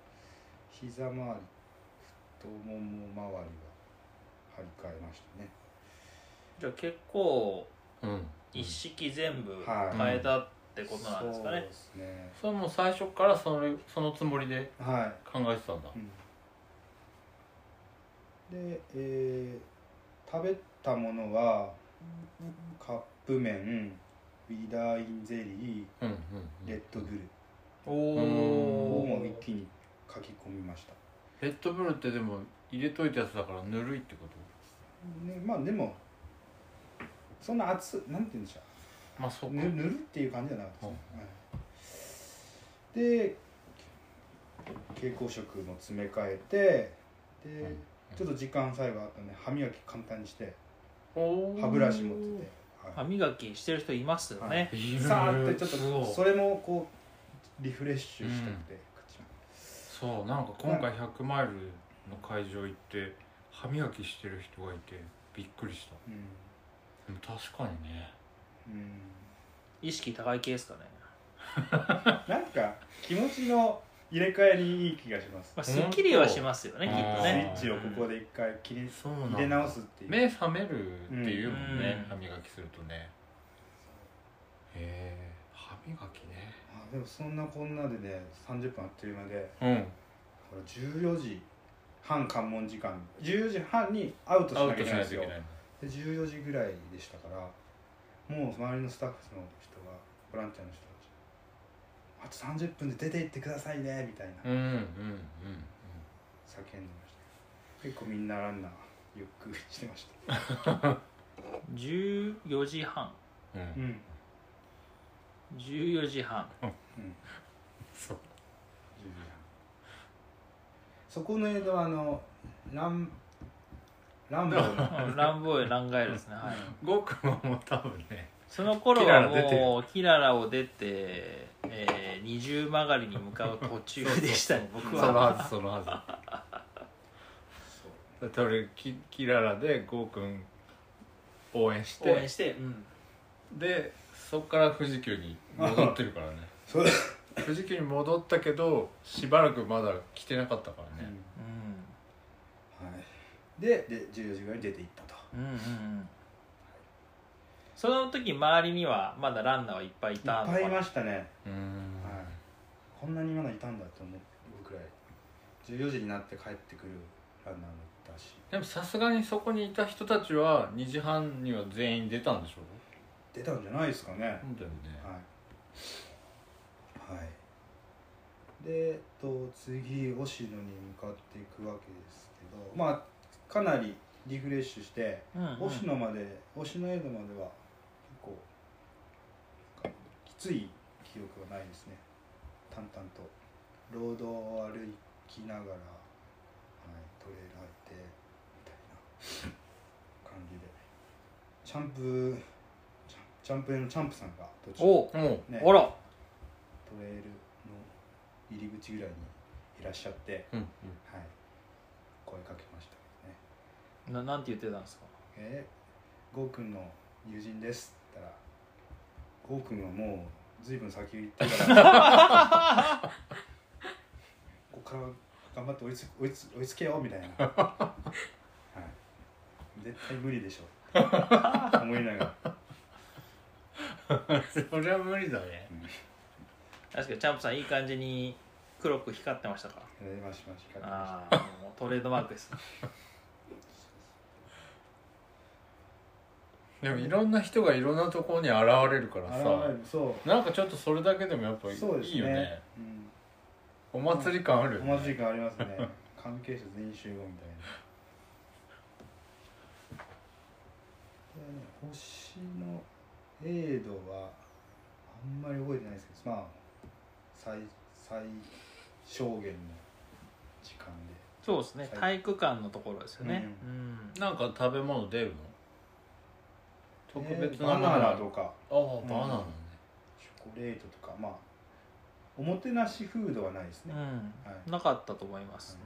G: 膝周り太もも周りは張り替えましたね
B: じゃあ結構
D: うん
B: 一式全部
G: はい
B: 変えたっってことなんですかね
G: そうですね
C: それも最初からそれそのつもりで
G: はい
C: 考えてたんだ
G: で、えー食べたものはカップ麺ウィダーインゼリ
C: うんうん
G: ーレッドブル
B: お
G: を
B: お
G: もう一気に書き込みました、
C: レッドブルってでも入れといたやつだからぬるいってこと
G: ね、まあでもそんな熱なんて言うんでしょ
C: まあそうう
G: ぬ
C: か
G: 塗るっていう感じじゃなかったですね、はいで蛍光色も詰め替えてで、
C: うん
G: ちょっと時間最後あったんで歯磨き簡単にして
B: おー
G: 歯ブラシ持ってて、はい
B: 歯磨きしてる人いますよね、
G: さーってちょっ
C: そう
G: とそれもこうリフレッシュしたくて、
C: そうなんか今回100マイルの会場行って歯磨きしてる人がいてびっくりした
G: 口も
C: でも確かにね
G: うん、うん、
B: 意識高い系ですかね、
G: なんか気持ちの入れ替えにいい気がします
B: まあ、すっきりはしますよねきっ
C: 本当
B: と
G: スイ
B: ね
G: ッチをここで一回切り
C: そうなん
G: 入
C: だ
G: れ直すっていう、
C: 目覚めるっていうもんね、
B: うん
C: 歯磨きするとねへえ歯磨きね
G: あでもそんなこんなでね30分あっという間で
C: うん
G: これ14時半関門時間14時半にアウトし
C: ア
G: な
C: ウ
G: きゃ
C: ト
G: いけ
C: し
G: ない
C: なんい
G: で
C: とい
G: すよ
C: け
G: で
C: ない
G: 14時ぐらいでしたからもう周りのスタッフの人がボランティアの人たちあと30分で出て行ってくださいねみたいな
C: うんうんうんうん
G: 叫んでました結構みんなランナーゆっくりしてました
B: 14時半
C: うんうん
G: うん
B: 14時半
C: そう
G: そこの江戸はあのランランボーの
B: *laughs* うんランボーイランガイルですね、はい、
C: ゴーくんはもう多分ね
B: その頃は
C: キララ出て
B: もうキララを出て、えー二重曲がりに向かう途中でしたね僕
C: その
B: は
C: はずそのはずだって俺キキララでゴーくん応援して
B: 応援して、うん、
C: でそこから富士急に戻ってるからね
G: そうだ
C: 富士急に戻ったけどしばらくまだ来てなかったからね、
G: はいでで14時ぐらいに出て行ったと
B: うんうんうんうんその時周りにはまだランナーはいっぱいい
G: いった
B: のか
G: ぱいい
B: な
G: ましたね、
C: うーん
G: はい、こんなにまだいたんだと思うくらい14時になって帰ってくるランナーもいたし
C: でもさすがにそこにいた人たちは2時半には全員出たんでしょ
G: 出たんじゃないですかね
C: そうだよね
G: はい、はい、でえっと次星野に向かっていくわけですけどまあかなりリフレッシュして
B: うんうん
G: 星野まで星野江戸までは結構なんかきつい記憶はないですね淡々とロードを歩きながら、はい、トレーラー行ってみたいな感じでチャンプチャンチャンプへのチャンプさんが途中
B: おう
C: うんうん
G: ね、
B: あ
G: ト
B: ら
G: レイルの入り口ぐらいにいらっしゃって、
C: うん
G: はい、声かけましたけどね
B: ななんて言ってたんですか
G: 「えー、ゴーくんの友人です」って言ったら「ゴーくんはもうずいぶん先行ったから
C: *laughs*
G: ここから頑張って追いつ追いつ追いつけよ」みたいな、はい「絶対無理でしょ」
C: *laughs*
G: 思いながら
C: そりゃ無理だね
B: 確かにチャンプさんいい感じに黒く光ってましたか
G: 「えー、ましまし」か
B: ああもうトレードマークですね
C: でもいろんな人がいろんなところに現れるからさ
G: そう
C: なんかちょっとそれだけでもやっぱいい
G: そうです
C: い
G: ね
C: いよね
G: うん
C: お祭り感あるよ
G: お
C: ね
G: 祭り感あります
C: *laughs*
G: ね関係者全員集合みたいなでね星のエイドはあんまり覚えてないですけどまあ最最小限の時間で
B: そうですね体育館のところですよね、
G: う
B: うん
C: なんか食べ物出るの特別
G: で
C: なも
G: バ
C: の
G: ナ
C: あ
G: ナとか
C: あーバナナね
G: チョコレートとかまあおもてなしフードはないです
B: う
G: ね、
B: ん
G: はい
B: なかったと思います、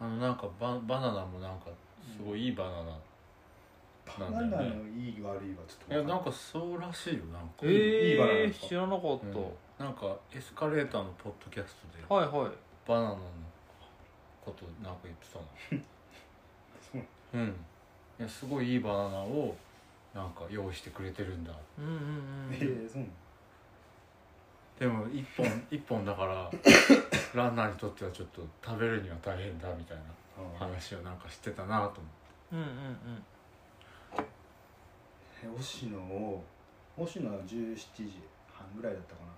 C: あのなんかババナナもなんかすごいいいバナナ
G: バナ
C: なんだ
G: ナ
C: よ
G: の
C: ね
G: いい悪いはちょっ
C: い
G: と
C: や
G: わ
C: なん
G: か
C: かそうらしいよなんか、
B: うん、ええ
G: いいバナナですか
B: 知らなかっ
C: う
B: た、
C: んなんかエスカレーターのポッドキャストで
B: はいはい
C: バナナのことなんか言ってたの
G: そう
C: *laughs* うんいやすごいいいバナナをなんか用意してくれてるんだ
B: うんうんうん、
G: *laughs* んないえーそうなの
C: でも一 *laughs* 本一本だからランナーにとってはちょっと食べるには大変だみたいな
G: あ
C: 話をなんかしてたなと思って
B: うんうん
G: え星野を星野は17時半ぐらいだったかな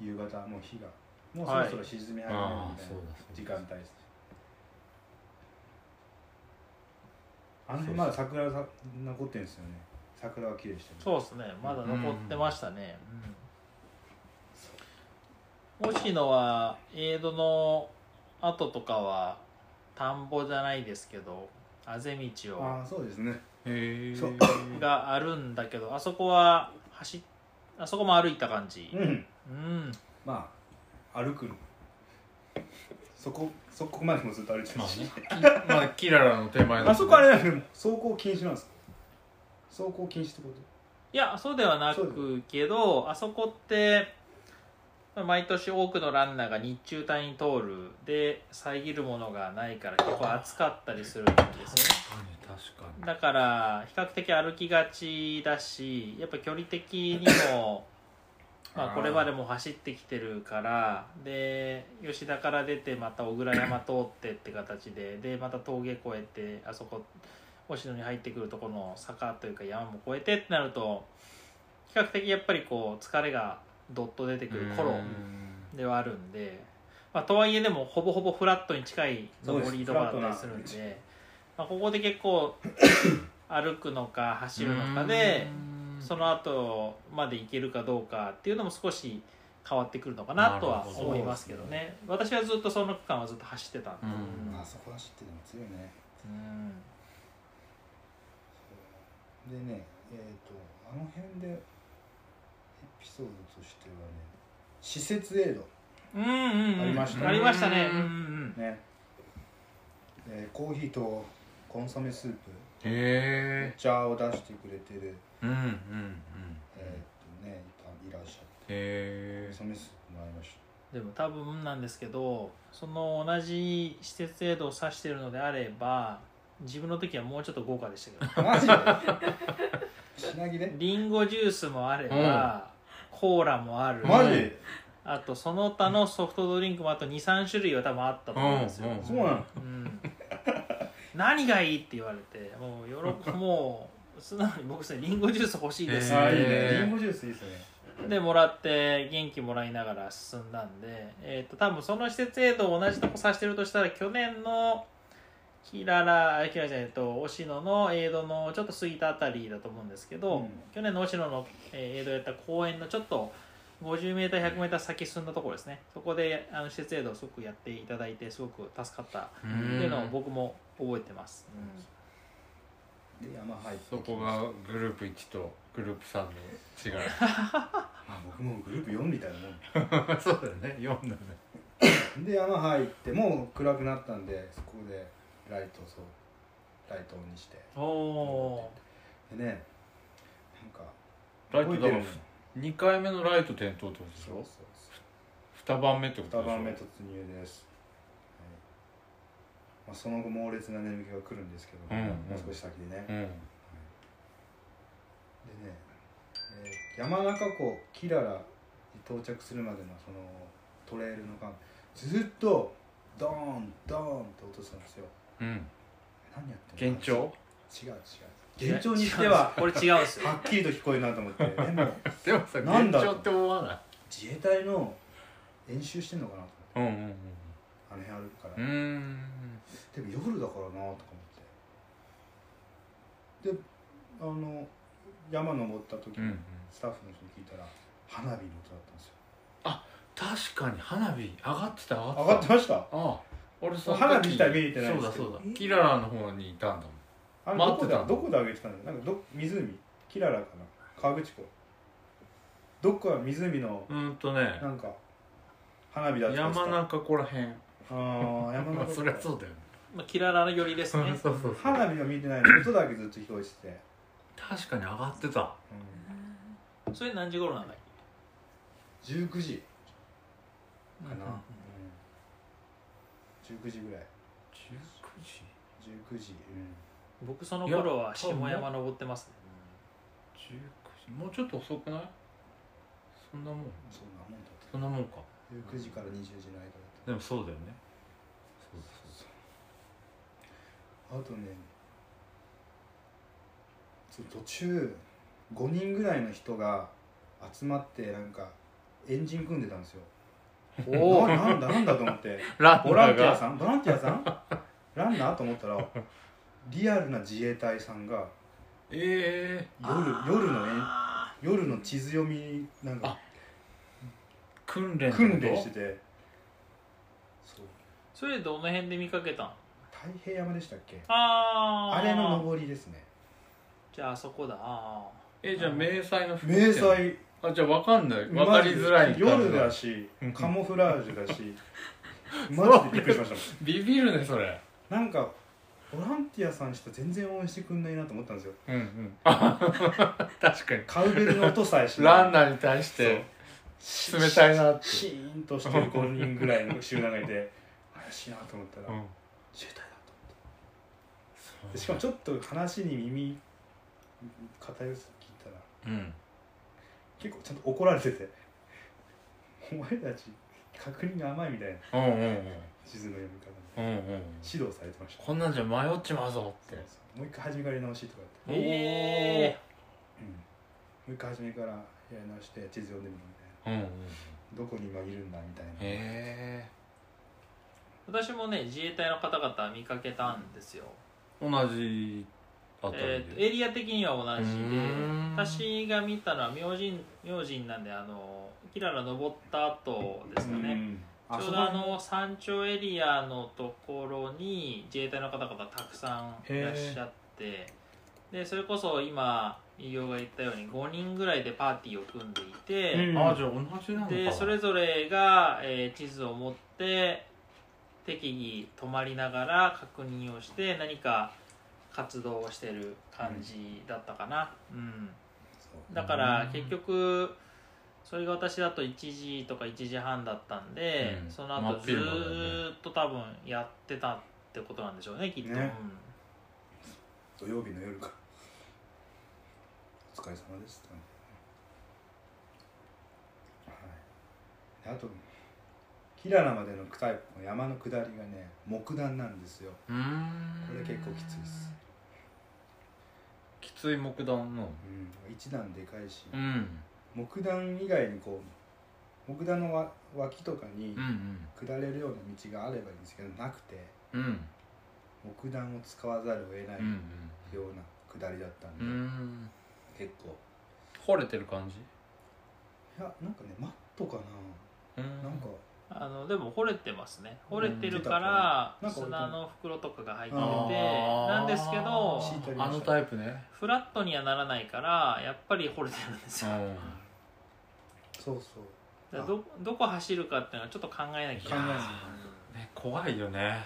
G: 夕方もう日がもうそろそろ沈み始めるみたいな
C: ああそうだそうだ
G: 時間帯ですあの辺まだ桜さ残ってるんですよね桜は綺麗してる
B: そうですねまだ残ってましたね、うん星野はエイドの後とかは田んぼじゃないですけどあぜ道を
G: ああそうですね
C: へえ
G: そう
B: があるんだけどあそこは走っあそこも歩いた感じ
G: うん
B: うん
G: まあ歩くそこそこまでもずっと歩いて
C: ま
G: ま
C: あ
G: すし、
C: ねきまあキララの手前の
G: あそこあれなんで走行禁止なんですか走行禁止ってこと
B: いやそうではな
G: そうだ
B: くけどあそこって毎年多くのランナーが日中帯に通るで遮るものがないから結構暑かったりするんですよね
C: 確かに
B: だから比較的歩きがちだしやっぱ距離的にもまあこれまでも走ってきてるからで吉田から出てまた小倉山通ってって形ででまた峠越えてあそこ星野に入ってくるとこの坂というか山も越えてってなると比較的やっぱりこう疲れがどっと出てくる頃ではあるんで、まあ、とはいえでもほぼほぼフラットに近い上りとかだったりするんでまあ、ここで結 *coughs* 構歩くのか走るのかでその後まで行けるかどうかっていうのも少し変わってくるのかなとは
C: なるほど
B: 思いますけどね私はずっとその区間はずっと走ってたんで、
C: うん
G: あそこ走ってても強いね
B: うん
G: でねえっ、とあの辺でエピソードとしてはね施設エイド
B: うんうんうん
G: ありましたね
B: ありましたね
C: うんうん
G: ね、えーコーヒーとコンソメスープお
C: へえ
G: 茶を出してくれてる
C: うんうんうん
G: えっ、とねいたいらっしゃって
C: へえ
G: コンソメスープもらいました
B: でも多分なんですけどその同じ施設制度を指しているのであれば自分の時はもうちょっと豪華でしたけど
G: マジで *laughs* 品切れ
B: リンゴジュースもあれば、コーラもある
G: マジ
B: あとその他のソフトドリンクもあと23種類は多分あったと思うんですよ、
C: うんうん
G: そうなの
B: うん何がいいって言われてもう喜もう素直に僕それリンゴジュース欲しいです、
C: へー
G: あいいねリンゴジュースいいっすね
B: でもらって元気もらいながら進んだんで、えー、と多分その施設へと同じとこさしてるとしたら去年のキララあキララじゃないえっと押野のエイドのちょっと過ぎたあたりだと思うんですけど、
G: うん
B: 去年の押野のえーエイドやった公園のちょっと 50m100m 先進んだところですねそこであの施設エイドをすごくやっていただいてすごく助かったっていうのを僕も覚えてます、
G: で山入って
C: そこがグループ1とグループ3の違い
G: *laughs* あ僕もうグループ4みたいなも
C: *laughs*
G: ん
C: そうだよね4だね
G: で山入ってもう暗くなったんでそこでライトをそうライトオンにして
B: おお
G: でねなんか
C: ライトだ
G: 動い
C: か
G: て
C: ら
G: る
C: 2回目のライト点灯ってことでし
G: そう
C: ょ
G: そう
C: 2番目ってこと
G: そう
C: で
G: 2
C: しょ
G: 番目突入です、はいまあ、その後猛烈な眠気が来るんですけど、
C: うんうん
G: もう少し先でね、
C: う
G: で
C: ん
G: ね、えー山中湖キララに到着するまでのそのトレイルの間ずっとドーンドーンって落としたんですよ
C: うん
G: 何やってんの
C: 幻聴
G: 違う違う幻聴にしては
B: これ違うんですよ
G: はっきりと聞こえるなと思ってでも
C: でもさ
G: なん
C: 幻
G: だ
C: 聴って思わない
G: 自衛隊の演習してんのかなと
C: うんうん
G: 思ってあの辺歩くから、
C: うんうん
G: でも夜だからなとか思ってであの山登った時
C: う
G: に
C: ん
G: スタッフの人に聞いたら花火の音だったんですよ
C: 確かに花火上がってた上がってた
G: 上がってました
C: ああ俺その時
G: 花火自体見れてないんですけど
C: そうだそうだキララの方にいたんだもん
G: あれ
C: 待
G: ど
C: っ
G: こ
C: て
G: だ
C: たの
G: どこで上げてたんだなんかど湖キララかな河口湖どっか湖の
C: うーんとね
G: なんか花火だったんですか
C: 山中こらへん
G: あー山
C: ま
G: 中
C: あ *laughs* そりゃそうだよね
B: *laughs* まあキララの寄りですね
C: そうそうそう
G: 花火は見てないの音だけずっと聞こえてて、
C: 確かに上がってた
B: それ何時頃なんだっ
G: うん、19時
B: け
G: かな、
B: うん
G: 19時ぐらい
C: 19時
G: 19時、
B: 僕その頃は下山登ってますね
C: 19時もうちょっと遅くないそんなもん
G: そんなもんだと
C: そんなもんか
G: 19時から20時の間だ
C: でもそうだよねそうそう
G: とあとねそう途中5人ぐらいの人が集まってなんかエンジン組んでたんですよおおなんだなんだと思って
C: そうランナーが
G: ボランティアさんボランティアさんランナーと思ったらリアルな自衛隊さんが
C: ええ
G: 夜夜のね夜の地図読みなんか
C: 訓練ってこと
G: 訓練しててそう
B: それどの辺で見かけたん
G: 太平山でしたっけ
B: あー
G: あれの上りですね
B: じゃああそこだあ
C: えじゃあ迷彩の服
G: 迷彩
C: あじゃあ分かんない分かりづらい感じ
G: 夜だしカモフラージュ
B: *laughs*
G: だしマジでびっくりしましたも
C: ビビるねそれ
G: んなんかボランティアさんしたら全然応援してくんないなと思ったんですよ
C: うんうん *laughs* 確かに
G: カウベルの音さえし
C: ラン
G: ー
C: ナーに対して冷たいなって
G: シーンとしてる5人ぐらいの集団がいて怪しいなと思ったら、
C: うん
G: 渋滞だと思ってしかもちょっと話に耳偏す聞いたら
C: うん
G: 結構ちゃんと怒られてて「お前たち確認が甘い」みたいな
C: うんうんうん
G: 地図の読み方
C: う
G: で
C: んうん
G: 指導されてました
C: こんなんじゃ迷っちまうぞって
G: もう一回初めからやり直しとかや
B: ーえ
G: って、もう一回初めからやり直して地図読んでみるみたいな
C: うんうん
G: どこに今いるんだみたいな
C: へえ
B: ー私もね自衛隊の方々見かけたんですよ、
C: 同じあたり
B: えーと
C: で
B: エリア的には同じ
C: う
B: で
C: ーん
B: 私が見たのは明神明神なんであのキララ登った後ですかね、
A: あ
B: ちょ
A: そうこ
B: どあの山頂エリアのところに自衛隊の方々たくさんいらっしゃってでそれこそ今飯尾が言ったように5人ぐらいでパーティーを組んでいて、
A: うん
C: あじゃあ同じなのか
B: で
C: な
B: それぞれが、えー地図を持って適宜泊まりながら確認をして何か活動をしてる感じだったかな、うんだから結局それが私だと1時とか1時半だったんで、
C: うん
B: その後
C: 真っ
B: ず
C: 昼間だね
B: ーっと多分やってたってことなんでしょうねきっと、
G: ね土曜日の夜かお疲れ様でした、はい、あとキララまでのタイプの山の下りがね木段なんですよ
C: うーん
G: これ結構きついっす
C: きつい木段の
G: うん、一段でかいし、
C: うん
G: 木段以外にこう木段のわ脇とかに
C: うん
G: 下れるような道があればいいんですけどなくて
C: うんうん
G: 木段を使わざるを得ない
C: うん
G: ような下りだった
C: う
G: んで、
C: んうん
G: 結構
C: 掘れてる感じ
G: いやなんかねマットか
C: う
G: ななん
C: ん
G: か
B: あのでも掘れてますね掘れてるか
G: うん
B: ら
G: 出たかな
B: 砂の袋とかが入ってて
G: あ
C: ー
B: なんですけど
G: 敷いてありま
C: あ
G: した
C: のタイプね
B: フラットにはならないからやっぱり掘れてるんです
C: う
B: よ、だか
C: ん
G: そうそう
B: らどどこ走るかっていうのはちょっと考えなきゃいけないですよね
C: ね怖いよね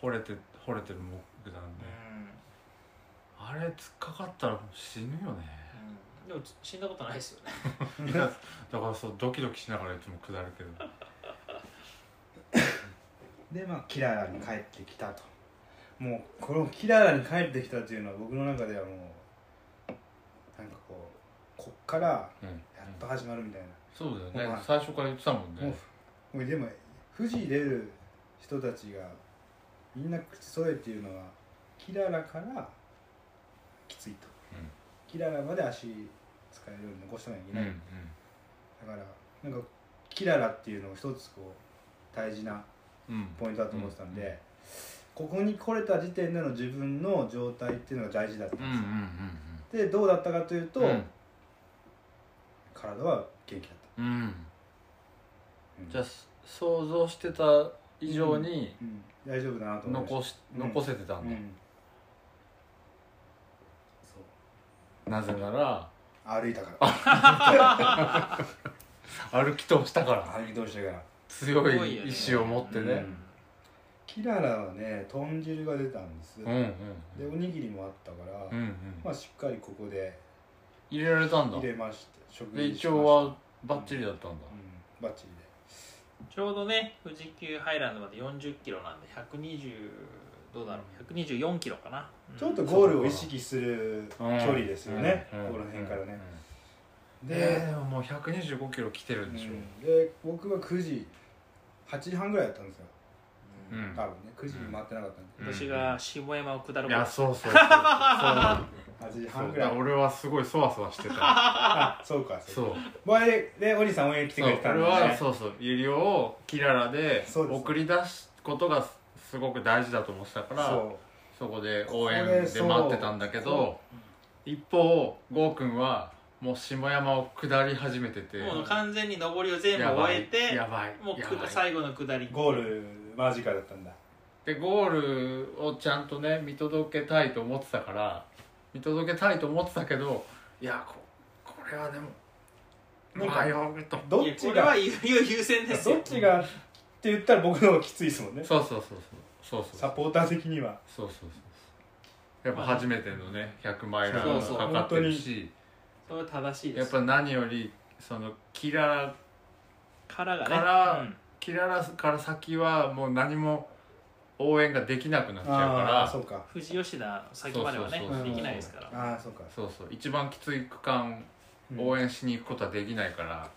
C: 掘れて掘れてる木段
B: う
C: で
B: ん
C: あれ突っかかったら死ぬよね
B: うんでも死んだことないですよね
C: だからそうドキドキしながらいつも下るけど
G: でまあキララに帰ってきたともうこのキララに帰ってきたというのは僕の中ではもうなんかこうこっから
C: うん
G: やっと始まるみたいな、
C: そうだよ
G: ま
C: ね
G: あ
C: 最初から言ってたもん
G: もう
C: ね
G: ふもうでも富士出る人たちがみんな口揃えていうのはキララからきついと、
C: うん
G: キララまで足使えるように残してないといけ
C: うん
G: な
C: う
G: い、
C: ん
G: だからなんかキララっていうのを一つこう大事な
C: うん
G: ポイントだと思ってたんで、
C: うんうん
G: ここに来れた時点での自分の状態っていうのが大事だったん
C: う
G: で
C: んうん
G: す
C: う
G: よ、
C: ん
G: でどうだったかというと、
C: うん
G: 体は元気だっ
C: うん
G: た、うん
C: じゃあ想像してた以上に
G: うん大丈夫だなと思いました
C: 残し、
G: うん
C: 残せてたんだ、
G: うんそう
C: なぜなら
G: 歩いたから
C: 歩き通したから
G: 歩き通してから
C: 強
B: すごいよ
C: い
B: ね
C: 意志を持って
G: う
C: ね
G: んキララはね豚汁が出たんです、
C: うんうん
G: でおにぎりもあったから、
C: うんうん
G: まあしっかりここで
C: 入れられたんだ
G: 入れまして食
C: で一
G: 事しました
C: 応はバッチリだったんだ
G: う、んバッチリで
B: ちょうどね富士急ハイランドまで4 0キロなんで120どうだろう124キロかな、うん
G: ちょっとゴールを意識する距離ですよね、
C: うんうん
G: この辺からね、
C: うん
G: で、
C: でもう125キロ来てるんでしょ
G: うんで僕は9時8時半ぐらいだったんですよ、
C: うん、
G: 多分ね9時に回ってなかったんで、
C: うん
B: 私が下山を下る
C: い
B: 頃
C: やそうそうそうそ
G: *laughs*
C: うな
G: 8時
C: の
G: 半
C: そう
G: ぐら
C: だ
G: い
C: 俺はすごいそわそわして
G: *laughs*
C: た
G: あそうかそうか
C: そう
G: まあででお兄さん応援来て
C: そう
G: くれてたん
C: 俺
G: で、
C: は
G: ね、
C: そうそう有料をキララで
G: そうです
C: 送り出すことがすごく大事だと思ってたから
G: そう
C: そこで応援
G: これ
C: で
G: そう
C: 待ってたんだけど一方ゴーくんはもう下山を下り始めてて
B: もう完全に上りを全部
C: やば
B: 終
C: い
B: えて
C: やばい
B: もう
C: や
B: 下
C: ばい
B: 最後の下り
G: ゴール間近だったんだ
C: でゴールをちゃんとね見届けたいと思ってたから見届けたいと思ってたけどいやここれはでも
G: なんか
C: 迷うと
G: ど
B: い
G: っ
B: やこ
G: ち
B: れ
G: が
B: *laughs* は優優先です
G: ど
B: よ
G: っちがって言ったら僕の方がきついですもんね
C: そうそうそうそうそうそうそ
G: サ
C: う
G: ポーター的には
C: そうそうやっぱ初めてのね100マイラ
B: そう
C: ー
B: そう
C: がかかってるし
B: それは正しいで
C: やっ
B: す
C: ぱ何よりそのキララ
B: からがね
C: から
B: うん
C: キララから先はもう何も応援ができなくなっちゃう
G: ああー
C: か
G: そ
C: ら
G: うか
B: 富士吉田先まではね
C: そうそう
G: そう
B: できないですから
G: ああそうか
C: そうそう一番きつい区間
G: うん
C: 応援しに行くことはできないから、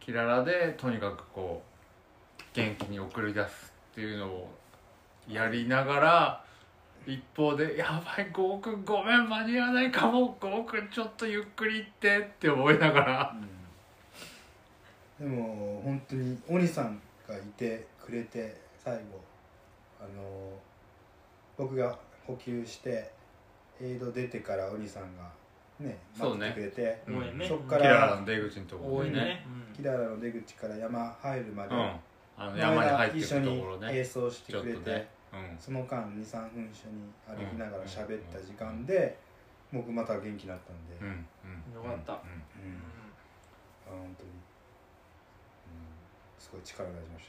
C: キララでとにかくこう元気に送り出すっていうのをやりながら一方で「やばいゴーくんごめん間に合わないかもゴーくんちょっとゆっくり行って」って思いながら
G: でも本当に鬼さんがいてくれて最後あの僕が補給してエイド出てから鬼さんがね
C: そ
G: 待
C: うね
G: ってくれて
C: うん
B: 応援ね
G: そっ
C: キ
G: か
C: ララ
G: ら
C: の出口のとこ
B: 応
C: ろ
B: 援
C: で
B: ね
C: ね、
B: うん
G: キララの出口から山入るまで、
C: うん、あの山に入っていく
G: 一
C: と
G: 緒に
C: ころ
G: 並
C: ね
G: 走して
C: ちょっ
G: く
C: と
G: れて、
C: ね、うん、
G: その間23分一緒に歩きながら喋った時間で、僕また元気になったんで、
C: う
G: うん
C: んうん
B: よかった
C: うん
B: うん
G: あ本当に、うん、すごい力が出まし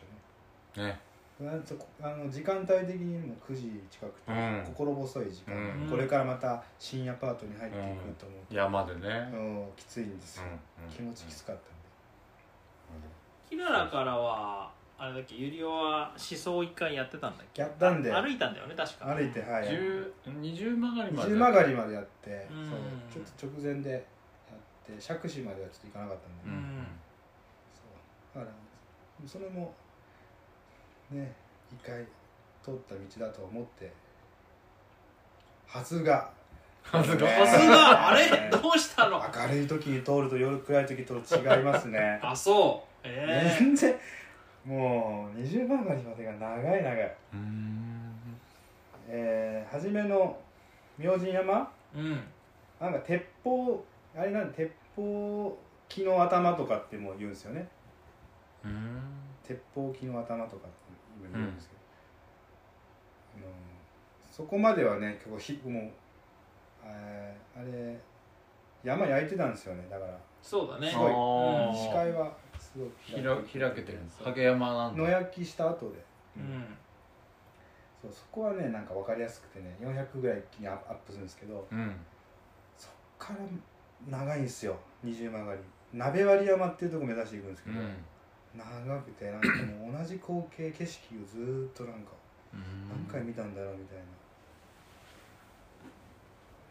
G: たね
C: ね
G: なんとこあの時間帯的にも9時近くて、
C: うん
G: 心細い時間、
B: うん
G: これからまた深夜パートに入っていくと思
C: 山でね、
G: うと、うんきついんですよ、
C: うんうん
G: 気持ちきつかったんで、
B: キララからはあれだっけゆりおは思想を一回やってたんだっけ
G: やったんで
B: 歩いたんだよね確か
G: 歩いてはい
C: 十二重曲がりまで
G: 十曲がりまでやって、
B: うん
G: そうちょっと直前でやって釈子まではちょっと行かなかったんで、
C: うんうん
G: そうだからそれもね一回通った道だと思ってはずが
C: はずが
B: あそうだあれどうしたの
G: 明るい時に通ると夜暗い時と違いますね
B: あそうええ
G: 全然もう20番街までが長い長い、
C: うん
G: えー、初めの明神山
B: うん
G: なんか鉄砲あれなん鉄砲木の頭とかってもう言うんですよね
C: うん
G: 鉄砲木の頭とかって今言うんですけど、あのそこまではね結構ひもうえーあれ山焼いてたんですよねだから
B: そうだね
G: すごい
C: あー
G: 視界はすごく
C: ひら開けてるんです
G: そう
C: 影山なんだ
G: 野焼きした後で
B: うん
G: そうそこはねなんか分かりやすくてね400ぐらい一気にアップアップするんですけど
C: うん
G: そっから長いんですよ20曲がり鍋割山っていうとこ目指していくんです
C: う
G: けど、
C: ん
G: 長くてなんかもう同じ光景景色をずーっとなんか何回見たんだろうみたいな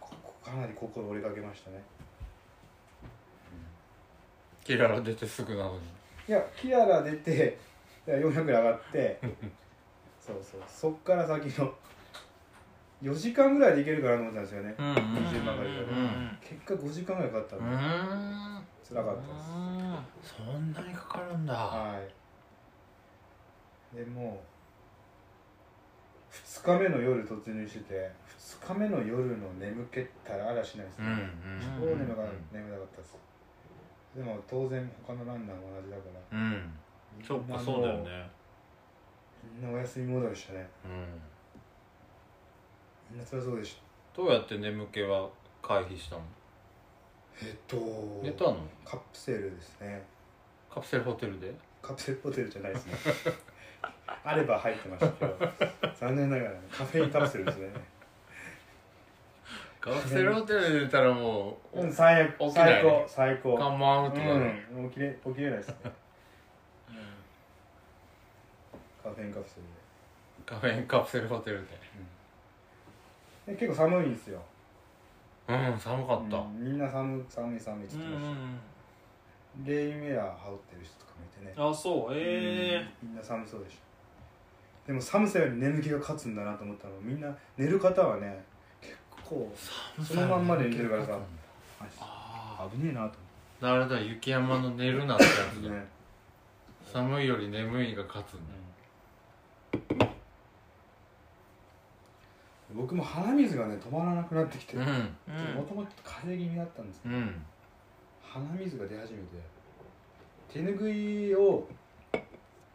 G: ここかなり心折れかけましたね
C: キララ出てすぐなのに
G: いやキララ出ていや400ぐらい上がってそうそうそっから先の4時間ぐらいでいけるかなと思ってたんですよね
C: うん
G: 20曲
B: うん
G: がりか
B: う
G: ら
B: ん
G: 結果5時間ぐらいかかった
C: うん
G: で
C: ん
G: 辛かったです
C: そんなにかかるんだ
G: はいでもう2日目の夜突入してて2日目の夜の眠気ったらあらしないです
C: う
G: ね、
C: ん
G: 超
C: うん
G: 眠か眠たかったですでも当然他のランナーも同じだから
C: うんそっかそうだよね
G: みんなお休み戻りしたね
C: うん
G: みんな辛そうでした
C: どうやって眠気は回避したの
G: えっと
C: 寝たの
G: カプセルですね
C: カプセルホテルで
G: カプセルホテルじゃないですね *laughs* あれば入ってましたけど残念ながらねカフェインカプセルですね
C: カプセルホテルで寝たらもう
G: うん最悪
C: 起きない
G: 最高最高
C: カムアウトだね
G: うん、起きれ起きれないですね、カフェインカプセ
C: カフェインカプセルホテルで
G: ルでで結構寒いんですよ
C: うん寒かった、
G: うんみんな寒い寒い寒いって
B: うんう
G: 言ってまし
B: ん
G: レインウェア羽織ってる人とかもいてね
B: あそうえ
G: みんな寒そうでしたでも寒さより眠気が勝つんだなと思ったのみんな寝る方はね結構そのまんまで寝てるからさあ危ねえなと
C: あれだ雪山の寝るなってやつ
G: 思って
C: だ
G: ね
C: 寒いより眠いが勝つんだ
G: 僕も鼻水がね止まらなくなってきても
C: うん
B: え
G: ともと風邪気味だったんです
C: うん
G: 鼻水が出始めて手ぬぐいを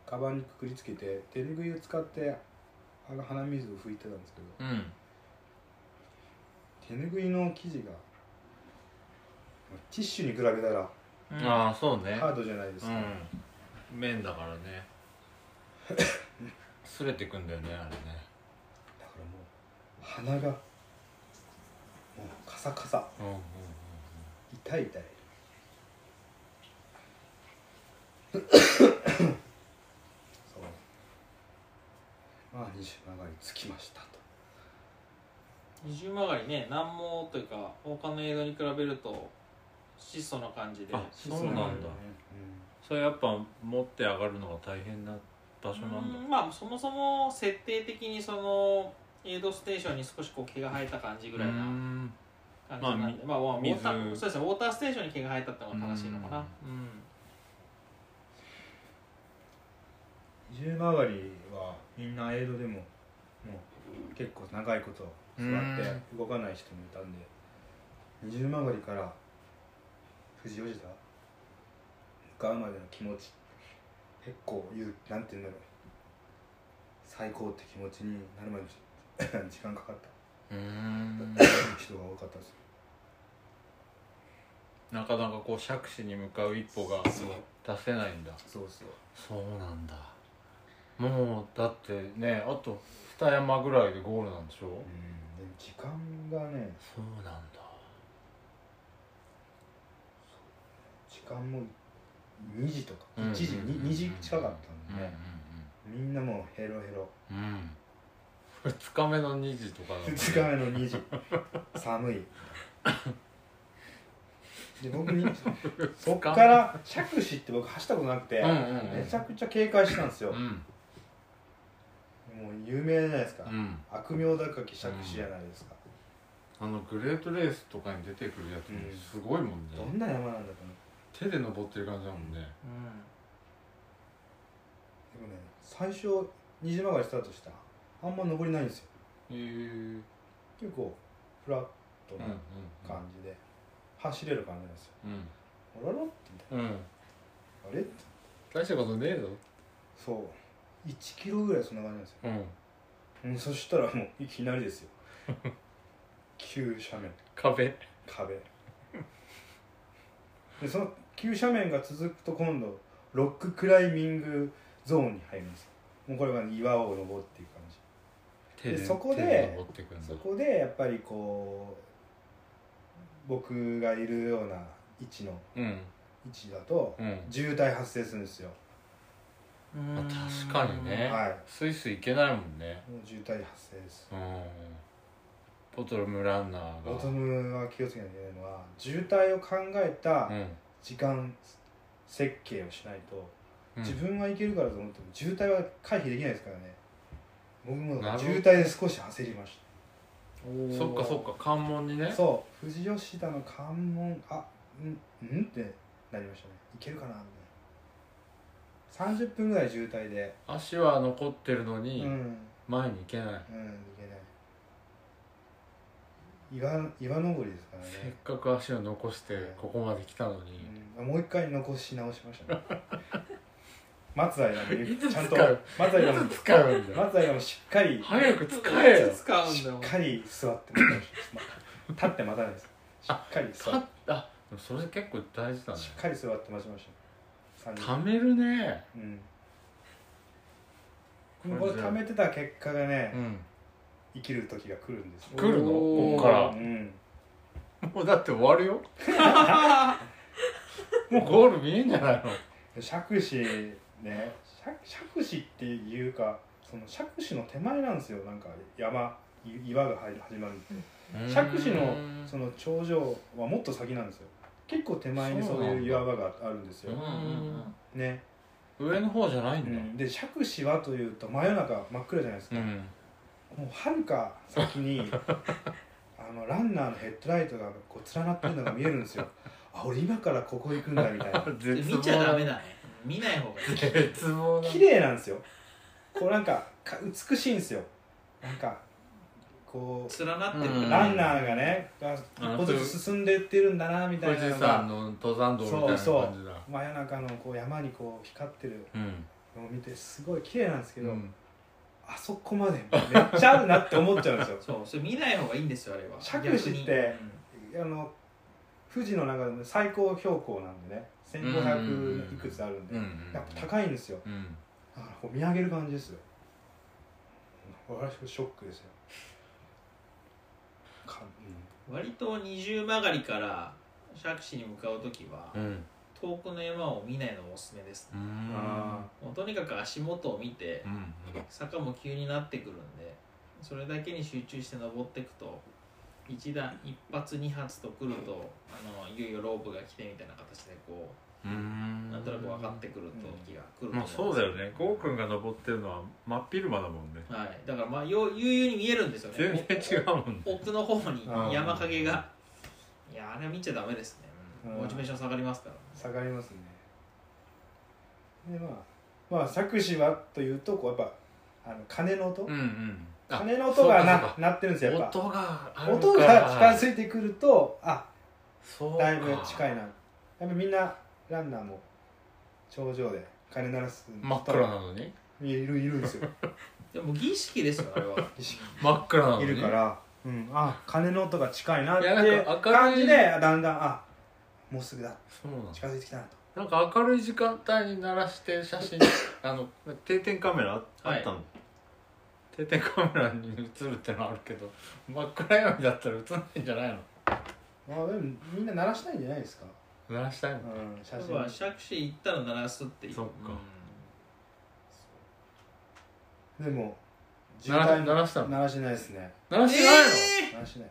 G: カバンにくくりつけて手ぬぐいを使ってあの鼻水を拭いてたんですけど
C: うん
G: 手ぬぐいの生地がティッシュに比べたら
B: うん
C: ああそうね
G: ハードじゃないです
C: う
G: か、
C: ん麺だから *laughs* ね擦れてくんだよねあれね
G: だからもう鼻がもうカサカサ
C: うんうんうん
G: 痛い痛いそうまあ二十曲がりつきましたと
B: 二重曲がりね難もというか他の映像に比べると質素な感じで
C: あそうなんだそれやっぱ持って上がるのが大変な場所なんだ
B: うんまあそもそも設定的にそのエイドステーションに少しこう毛が生えた感じぐらいな
C: うーん
B: 感じなんで、まあ、まあ、ウォーターそうですねウォーターステーションに毛が生えたってのが正しいのかな
G: うん二重曲がりはみんなエイドでももう結構長いこと座って動かない人もいたんで二重曲がりから富士吉田向かうまでの気持ち結構ゆなんて言うんだろう最高って気持ちになるまでちょっと *coughs* 時間かかった
C: うーん
G: 人が多かったです
C: なかなかこう杓子に向かう一歩が出せないんだ
G: そうそう
C: そうなんだもうだってねあと二山ぐらいでゴールなんでしょう
G: うんでも時間がね
C: そうなんだ
G: 時間も2時とか
C: うん
G: 1時 2, 2時近かった
C: うん
G: んでね、みんなもうヘロヘロ
C: うんうんうん2日目の2時とかだもんね
G: 2日目の2時寒いで僕にそっから杓子って僕走ったことなくて、
C: うんうんうん
G: めちゃくちゃ警戒してたんですよ、
C: うん
G: もう有名じゃないですか、
C: うん
G: 悪名高き杓子じゃないですか、
C: あのグレートレースとかに出てくるやつも
G: うん
C: すごいもんね、
G: どんな山なんだかなで
C: 手で登ってる感じだもんね
B: う
G: もね最初二時曲がりスタートしたあんま登りないんですよ
C: へえうん
G: 結構フラット
C: う
G: なん感じで、走れる感じなんですよあららってみたい
C: うんうん
G: なあれ
C: 大したことねえぞ
G: そう1キロぐらいそんな感じなんですよ
C: うん
G: うん、そしたらもういきなりですよ *laughs* 急斜面
C: 壁
G: 壁でその急斜面が続くと今度ロッククライミングゾーンに入るんですよもうこれが、岩を登っていく感じ
C: 手で
G: そこで
C: 手で登ってくんだ
G: そこでやっぱりこう僕がいるような位置の
C: うん
G: 位置だと
C: うん
G: 渋滞発生するんですよ
B: ん
C: ま
B: うん
C: あ確かにね
G: はい
C: スイスイ行けないもんね
G: もう渋滞発生です
C: うんボトルムランナー
G: ボ
C: が
G: トムは気をつけなきゃいけないのは渋滞を考えた、
C: うん
G: 時間設計をしないと、
C: うん
G: 自分はいけるからと思っても渋滞は回避できないですからね僕も
C: なるほど
G: 渋滞で少し焦りまし
B: おー
C: そっかそっか関門に
G: た
C: ね
G: そう富士吉田の関門あんんってなりましたねいけるかなみたいな30分ぐらい渋滞で
C: 足は残ってるの
G: う
C: に
G: んうん
C: 前に行けない
G: いけない岩岩登りですから
C: せっ
G: ね、
C: かく足を残してここまで来たのに
G: うん、もう一回残し直しましたね
C: *laughs*
G: 待つ間
C: い
G: に
C: つ
G: ちゃんと
C: 使う
G: 待つ間に
C: いつ使うんだよ
G: 松平もしっかり
C: 早く使えよ
B: いつ使うん
G: し
B: だよ
G: っかり座って待たない立って待たないですしっかり
C: 立
G: 座
C: っ
G: って
C: あでもそれ結構大事だね
G: しっかり座って待ちました
C: 貯
G: 3
C: めるね
G: 人うんこれ貯めてた結果がね、
C: うん
G: 生きる時が来るんですよ
C: 来るの
B: お
C: こ
B: ー
C: っから
G: うん
C: もうだって終わる *laughs* よもうゴール見えんじゃないの
G: 杓子ね杓杓子っていうかその杓子の手前なんですよなんか山い岩が入る始まるって杓子のその頂上はもっと先なんですよ結構手前にそういう岩場があるんですよ、ね、
C: 上の方じゃない
G: うん
C: だ
G: ん、で杓子はというと真夜中真っ暗じゃないですか、
C: うん
G: もうはるか先に *laughs* あのランナーのヘッドライトがこう連なってるのが見えるんですよあ俺今からここ行くんだ
C: *laughs*
G: みたいな
C: 絶望
H: 見ちゃダメだね見ない方がいい
C: 絶望だ
G: 綺麗なんですよこうなんかか美しいんですよなんかこう
H: 連なってる、
C: うん
G: ランナーがねが一歩ずつ進んでいってるんだなみた
C: 富
G: いな
C: 士
G: の
C: 山
G: が
C: の登山道みたいな感じだ
G: そう真夜中のこう山にこう光ってる
C: うん
G: のを見てすごい綺麗なんですけど、
C: うん
G: あそこまでめっちゃあるなって思っちゃうん
C: *laughs*
G: ですよ
H: そうそれ見ない方がいいんですよあれは
G: シャクシって
H: 逆にうん
G: あの富士の中でも最高標高なんでね1500いくつあるんで、
C: うんうん
G: やっぱ高いんですよ
C: うん
G: だからこう見上げる感じですよ私ショックですよか、
H: 割と二重曲がりから杓子に向かう時は、
C: うん
H: 遠くの山を見ないのもおすすめです、
C: う
G: うん
C: ん
G: あ
H: もうとにかく足元を見て、
C: うん
H: 坂も急になってくるんでそれだけに集中して登っていくと一段一発二発と来るとあのいよいよロープが来てみたいな形でこ
C: うん
H: うなんとなく分かってくる時が来ると思
C: まあそうだよね
H: ゴ
C: ゴーくんが登ってるのは真っ昼間だもんね
H: はいだからまあよう悠々に見えるんですよ
C: 全
H: ね
C: 然違うもんね
H: お奥の方に
G: うん
H: 山影がいやあれは見ちゃダメですね、うん
G: うん
H: モチベーション下がりますから、
G: ー下がりますねでまあまあ作詞はというとこうやっぱあの鐘の音、
C: うんうんあ
G: 鐘の音が
C: そうか
G: な
C: そ
G: 鳴ってるんですよ
C: う
G: や
C: か
G: っぱ
C: 音がある
G: 音が近づいてくるとあ
C: そうか
G: だいぶ近いなやっぱみんなランナーも頂上で鐘鳴らす
C: 真っ暗なのに
G: いるいるんです
C: *laughs*
G: よ
H: でも儀式ですよあれは
C: 真っ暗なの
G: い
C: に
G: るから、うん、あ鐘の音が近いなっ
C: いやなん
G: て
C: か明るい
G: 感じでだんだんあもうすぐだ
C: そうなんだ
G: 近づいてきたなと
C: なんか明るい時間帯に鳴らして写真あの定点カメラああったの、定点カメラに映るってのはあるけど真っ暗闇だったら映らないんじゃないの
G: あでもみんな鳴らしたいんじゃないですか、
C: 鳴らしたいの
G: うん、写
H: やっ
G: 真
H: ぱ杓子行ったら鳴らすっていう
C: そっか
G: でも
C: 鳴ら鳴らしたの
G: 鳴らしてないですね
C: 鳴らしてないの、
G: 鳴らしてない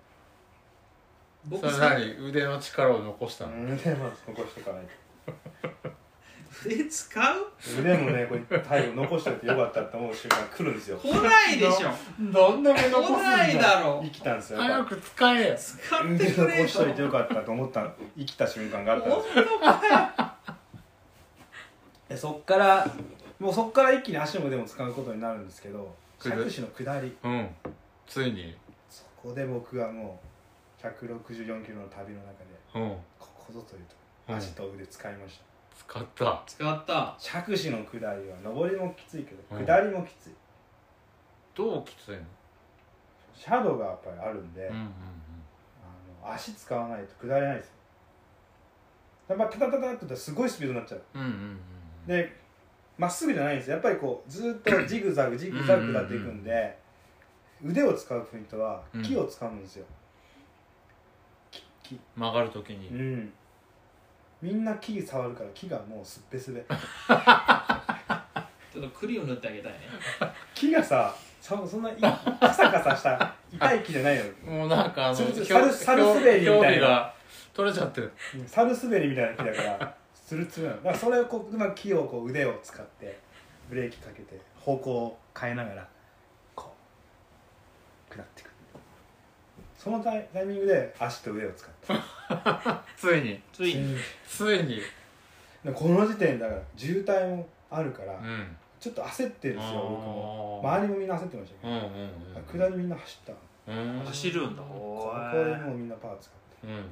H: 僕
C: それ何腕の力を残したの、
G: うん腕も残してかない
H: *laughs* え使う
G: と腕もねこれ体を残しておいてよかったって思う瞬間来るんですよ
H: 来ないでしょ
C: どんだけ残すん
H: 来ない
C: だ
H: だろ
G: 生きたんですよや
C: 早
G: っぱ
C: く使え
H: 使っ
G: 腕
H: てくれよ
G: 残しておいてよかったと思った生きた瞬間があったんですよ
H: 本当かよ
G: でそっからもうそっから一気に足も腕も使うことになるんですけど
C: くる
G: 杓子の下り
C: うんついに
G: そこで僕はもう164キロの旅の中
C: う
G: で
C: ん、
G: ここぞというと
C: うん
G: 足と腕使いまし
C: 使った
H: 使った
G: た杓子の下りは上りもきついけ
C: うん
G: ど下りもきつい
C: どうきついの
G: シャドウがやっぱりあるんで、
C: うんうん
G: あの足使わないと下れないですよやっぱタタタタって言ったらすごいスピードになっちゃう
C: うんうんうんうん
G: でまっすぐじゃないんですよやっぱりこうずーっとジグザグジグザグ下っていくんで腕を使うポイントは
C: うん
G: 木を使うんですよ、木木
C: 曲がるときに、
G: うんみんな木触るから木がもうすっぺすべ
H: ちょっとクリーム塗ってあげたいね
G: 木がさそそんないカサカサした痛い木じゃないよ
C: もうなんかあの
G: つるつる
C: 表
G: サルサルスベリみたいな
C: 表皮が取れちゃってる
G: 猿滑りみたいな木だからツルツルなのだからそれをこううまく木をこう腕を使ってブレーキかけて方向を変えながらこう下っていくそのタイタイミングで足と腕を使って
C: ついに
B: ついに
C: ついに
G: この時点だから渋滞もあるから、
C: うん
G: ちょっと焦ってるんですよ僕も
C: あ
G: 周りもみんな焦ってましたけ
C: う
G: ど
C: んうんうん
G: 下りみんな走った
C: うん
H: 走るんだ
G: ここでもうみんなパワー使って
C: うんうん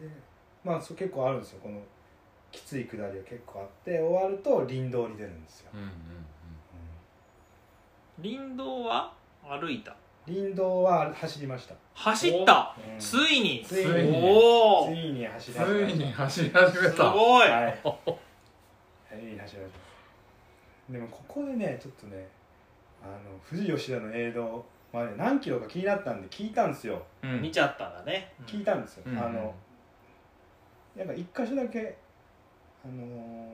G: でまあそう結構あるんですよこのきつい下りが結構あって終わると林道に出るんですよ、
C: うんうん
G: うん
B: 林道は歩いた
G: 林道は走りました、
B: 走った
G: うん
B: ついに
G: つい
C: ついに
G: に
B: お
G: つ
B: お
G: いに走り始め
C: う
G: ま
C: んつい
G: し
C: に走り始め
B: す
C: た
B: ごい
G: たはいついに走りましたでもここでねちょっとねあの富士吉田の映像まで何キロか気になったんで聞いたんですよ
C: うん
B: 見ちゃったんだね
G: 聞いたんですよ、
C: うん
G: あのやっぱ一箇所だけあのー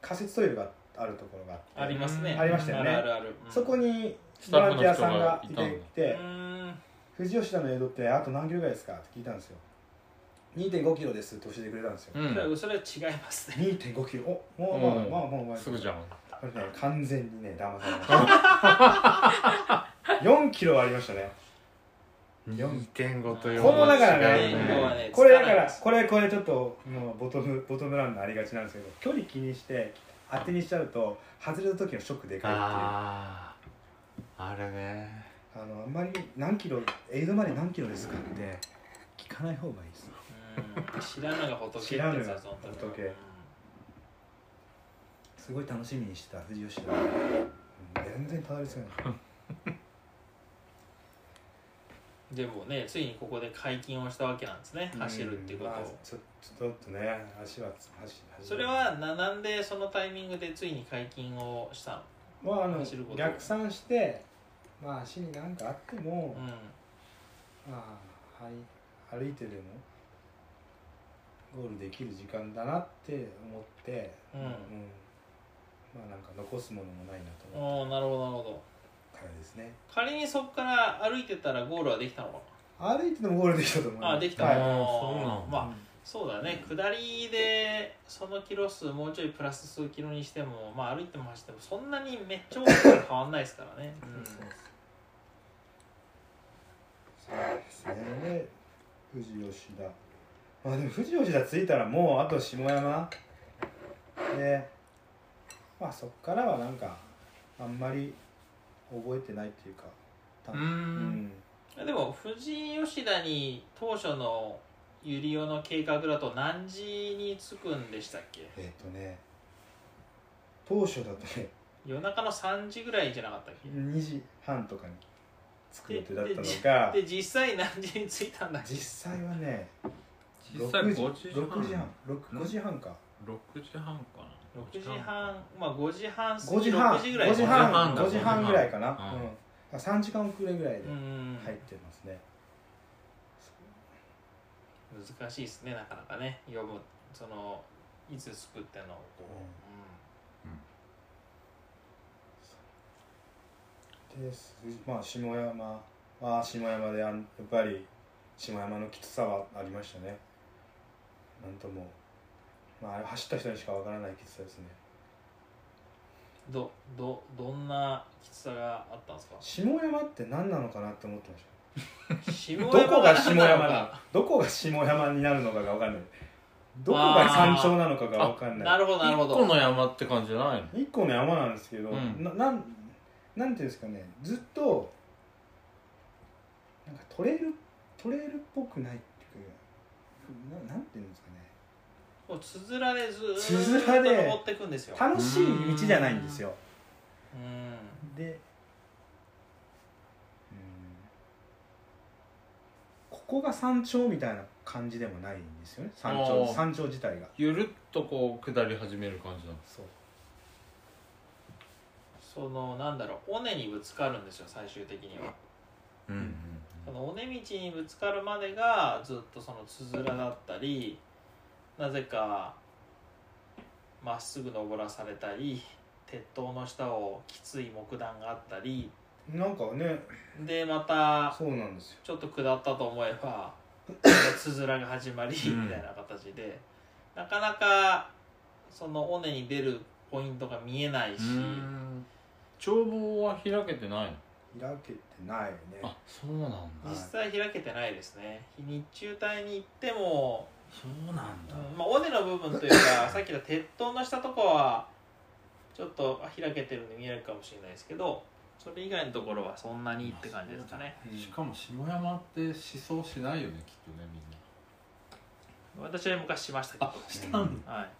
G: 仮設トイレがあるところがあ
B: あ
G: って
B: りますね
G: ありましたよね
B: あるあるあるうん
G: そこに
C: スタ
G: ボ
C: ッ
G: ラ
C: フ
G: ン
C: の人
G: ティアさん
C: が
G: が
C: い
G: い
C: た
G: て
C: んだ
G: きて
B: うーん
G: 富士吉田の江戸ってあと何キロぐらいですかって聞いたんですよ2.5キロですって教えてくれたんですよ、
C: うん
B: それそれは違いますね
G: 2.5キロおもうまあ
C: う
G: ま
C: ん
G: あまあまあ
C: すぐじゃん
G: これね完全にね騙されま
B: *laughs*
G: した4キロありましたね
C: 2.5と4
G: このだから
B: ね
G: ね
B: 今はね
G: これだか
B: つない
G: ら
B: です
G: これこれちょっともうボトムボトムランのありがちなんですけど距離気にして当てにしちゃうと外れた時のショックでかいっていう
C: あああれね
G: あのあんまり何キロエイドまで何キロですかって聞かない方がいいです
B: うん知らぬが仏ってやつだぞ
G: 知らぬが仏
B: うん
G: すごい楽しみにしてた藤吉だからうん全然たどり着かない
B: でもねついにここで解禁をしたわけなんですね走るっていうことを、
G: まあちょちょっとね足は走
B: それはななんでそのタイミングでついに解禁をしたの
G: もうあの
B: 走ること
G: 逆算してまあ足に何かあっても、
B: うん
G: まあはい歩いてでもゴールできる時間だなって思って、
B: うん
G: まあなんか残すものもないなと思っ
B: おーなるほどなるほど
G: たからですね
B: 仮にそこから歩いてたらゴールはできたのか
G: 歩いてでもゴールできたと思い
B: な、
G: ます
B: あできた
G: はい
B: あー
C: そうなんだ
B: まあそうだね、下りでそのキロ数もうちょいプラス数キロにしてもまあ歩いても走ってもそんなにめっちゃ多くは変わんないですからね、うん
G: そうですね富士吉田まあでも富士吉田着いたらもうあと下山でまあそっからはなんかあんまり覚えてないっていうかた
C: うー
G: うんん
B: でも富士吉田に当初のユリオの計画だと何時に着くんでしたっけ
G: えっ、とね当初だとね
B: 夜中の3時ぐらいじゃなかったっけ
G: 2時半とかに着く予定だったのが
B: で実際何時に着いたんだっけ
G: 実際はね
C: 実際
G: 6
C: 5時
G: 6時半6 5時半か
C: 6時半かな
B: 6時半まあ5時半過ぎ
G: 5時半
B: 6時ぐらい
G: 5時
C: 5時半
G: 半
C: だ
G: 5時半ぐらいかな、
C: うん
G: うん、3時間遅れぐらいで
B: うん、
G: 入ってますね、
B: 難しいですねなかなかね読むそのいつ着くってのをこう、うん
G: ですまあ下山は下山であんやっぱり下山のきつさはありましたねなんともまああれ走った人にしかわからないきつさですね
B: どどどんなきつさがあったんですか
G: 下山って何なのかなって思ってました
B: 下
G: どこが下
B: なの
G: 山
B: か
G: などこが下山になるのかが分かんないどこが山頂なのかが分かん
B: な
G: ない
B: るほどなるほ
C: 1
B: ど
C: 個の山って感じじゃないの
G: 一個の山なんですけど、
C: うん
G: ななんなんていうんですかねずっとなんかトレイルトレイルっぽくないっていうかななんていうんですかね
B: こうつづらでず
G: つ
B: ーっ
G: づ
B: と
G: らで
B: 登っていくんですよ
G: 楽しい道じゃないんですよ
B: うん
G: でうんここが山頂みたいな感じでもないんですよね山
C: あ
G: 頂
C: ー
G: 山頂自体が
C: ゆるっとこう下り始める感じなの
G: そう
B: そのなんだろう尾根にぶつかるんですよ最終的には
C: うんうん
B: その尾根道にぶつかるまでがずっとそのつづらだったりなぜかまっすぐ登らされたり鉄塔の下をきつい木段があったり
G: なんかね
B: でまた
G: そうなんですよ
B: ちょっと下ったと思えばまたつづらが始まり
C: うん
B: みたいな形で、なかなかその尾根に出るポイントが見えないし、
C: うーん帳簿は開けてないの
G: 開けてないね
C: あそうなんだ
B: 実際開けてないですね日中帯に行っても、
C: そうなんだ
B: うんまあ、尾根の部分という
C: *laughs*
B: かさっきの鉄塔の下とかはちょっと開けてるんで見えるかもしれないですけどそれ以外のところはそんなにって感じですかね
D: しかも下山って思想しないよねきっとねみんな
B: 私は昔しましたけど
D: したん
B: *coughs* はい